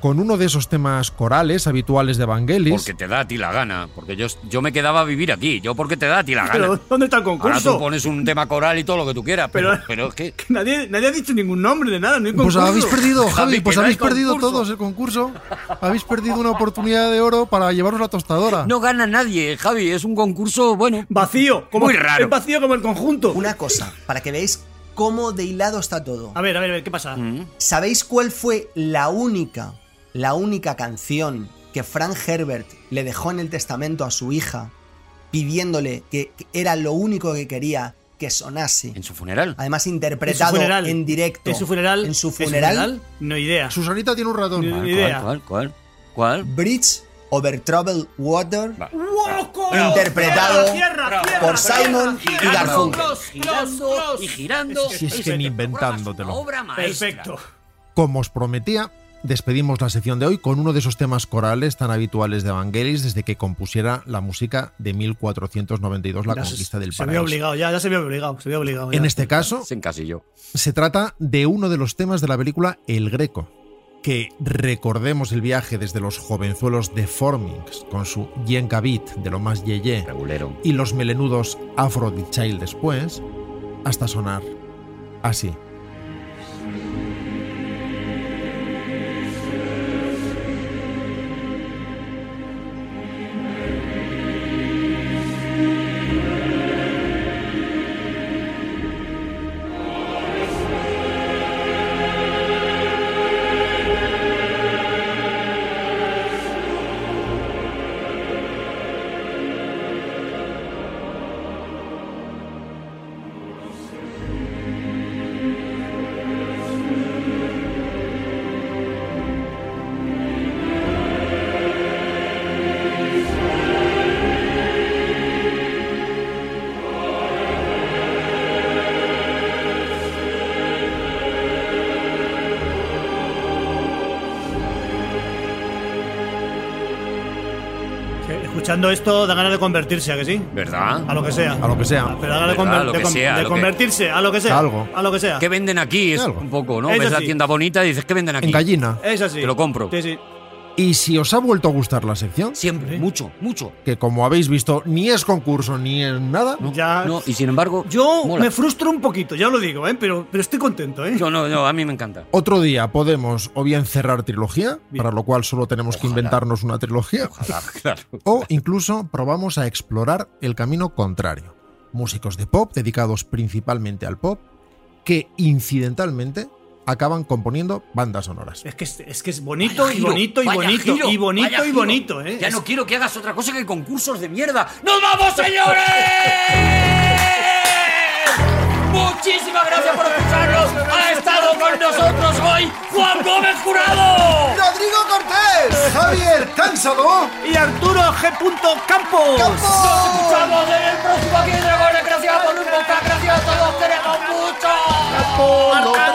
Speaker 5: con uno de esos temas corales habituales de Vangelis.
Speaker 2: Porque te da a ti la gana. Porque yo, yo me quedaba a vivir aquí. Yo porque te da a ti la gana.
Speaker 3: Pero ¿dónde está el
Speaker 2: Ahora tú
Speaker 3: concurso?
Speaker 2: pones un tema coral y todo lo que tú quieras. Pero, pero, es que.
Speaker 3: Nadie, nadie ha dicho ningún nombre de nada, no hay
Speaker 5: Pues
Speaker 3: concurso.
Speaker 5: habéis perdido, Javi, pues
Speaker 3: que no
Speaker 5: habéis
Speaker 3: hay
Speaker 5: perdido
Speaker 3: concurso.
Speaker 5: todos el concurso. Habéis perdido una oportunidad de oro para llevaros la tostadora.
Speaker 2: No gana nadie, Javi. Es un concurso, bueno.
Speaker 3: Vacío.
Speaker 2: Muy raro.
Speaker 3: Es vacío como el conjunto.
Speaker 6: Una cosa, para que veáis cómo de hilado está todo.
Speaker 3: A ver, a ver, a ver, ¿qué pasa?
Speaker 6: ¿Sabéis cuál fue la única, la única canción que Frank Herbert le dejó en el testamento a su hija pidiéndole que que era lo único que quería que sonase. En
Speaker 2: su funeral.
Speaker 6: Además, interpretado en,
Speaker 3: funeral.
Speaker 6: directo.
Speaker 3: ¿En su funeral?
Speaker 6: En su
Speaker 3: ¿En su
Speaker 6: funeral.
Speaker 3: funeral? No idea.
Speaker 5: Susanita tiene un ratón.
Speaker 3: Ni- ni idea.
Speaker 2: ¿Cuál, cuál, cuál?
Speaker 6: Bridge over Troubled Water.
Speaker 3: ¡Loco!
Speaker 6: Interpretado por Simon y
Speaker 2: Girando,
Speaker 6: Garfunkel.
Speaker 2: girando y girando.
Speaker 5: Si es que ni inventándotelo.
Speaker 2: Obra maestra.
Speaker 3: Perfecto.
Speaker 5: Como os prometía, despedimos la sección de hoy con uno de esos temas corales tan habituales de Evangelis desde que compusiera la música de 1492, La
Speaker 3: Ya se-
Speaker 5: Conquista del
Speaker 3: Se me había
Speaker 5: Paraíso.
Speaker 3: obligado, ya, ya se me había obligado. Se me había obligado. ya.
Speaker 5: En este caso,
Speaker 2: Se encasilló.
Speaker 5: se trata de uno de los temas de la película El Greco, que recordemos el viaje desde los jovenzuelos de Formings con su Yenka Beat de lo más yeye
Speaker 2: Regulero.
Speaker 5: y los melenudos Afro the Child después, hasta sonar así.
Speaker 3: Que Escuchando esto da ganas de convertirse, ¿a que sí?
Speaker 2: ¿Verdad?
Speaker 3: A lo que sea.
Speaker 5: A lo que sea.
Speaker 3: Pero da ganas de,
Speaker 2: ¿Verdad?
Speaker 3: conver-
Speaker 2: A lo
Speaker 3: de
Speaker 2: que
Speaker 3: con-
Speaker 2: sea,
Speaker 3: de
Speaker 2: a lo que-
Speaker 3: convertirse, a lo que sea.
Speaker 5: Algo.
Speaker 3: A lo que sea.
Speaker 2: ¿Qué venden aquí? Es
Speaker 5: Algo.
Speaker 2: un poco, ¿no?
Speaker 3: Eso
Speaker 2: Ves la
Speaker 3: sí.
Speaker 2: tienda bonita y dices, ¿qué venden aquí?
Speaker 5: En gallina.
Speaker 3: Es así.
Speaker 2: Te lo compro.
Speaker 3: Sí, sí.
Speaker 5: Y si os ha vuelto a gustar la sección,
Speaker 2: Siempre, mucho, mucho.
Speaker 5: que como habéis visto ni es concurso ni es nada,
Speaker 3: Ya.
Speaker 2: No, y sin embargo,
Speaker 3: Ah. Yo
Speaker 2: mola.
Speaker 3: me frustro un poquito, ya lo digo, ¿eh? Pero, pero estoy contento, ¿eh?
Speaker 2: Yo no, no, a mí me encanta.
Speaker 5: otro día podemos o bien cerrar trilogía,
Speaker 3: Bien.
Speaker 5: para lo cual solo tenemos que inventarnos una trilogía,
Speaker 2: Ojalá, claro.
Speaker 5: o incluso probamos a explorar el camino contrario. Músicos de pop dedicados principalmente al pop, que incidentalmente acaban componiendo bandas sonoras.
Speaker 3: Es que es, es que es bonito
Speaker 2: Vaya
Speaker 3: y
Speaker 2: giro,
Speaker 3: bonito y
Speaker 2: vaya
Speaker 3: bonito
Speaker 2: giro,
Speaker 3: y bonito
Speaker 2: vaya
Speaker 3: y
Speaker 2: giro.
Speaker 3: bonito, ¿eh?
Speaker 2: Ya
Speaker 3: Es-
Speaker 2: no quiero que hagas otra cosa que concursos de mierda. ¡Nos vamos, señores! Muchísimas gracias por escucharnos. Ha estado con nosotros hoy Juan Gómez Jurado.
Speaker 6: ¡Rodrigo Cortés! ¡Javier Cansado!
Speaker 3: Y Arturo G. Campos.
Speaker 2: Nos escuchamos en el próximo Aquí de Dragones. Gracias por un Gracias a todos. Queremos mucho.
Speaker 3: Marca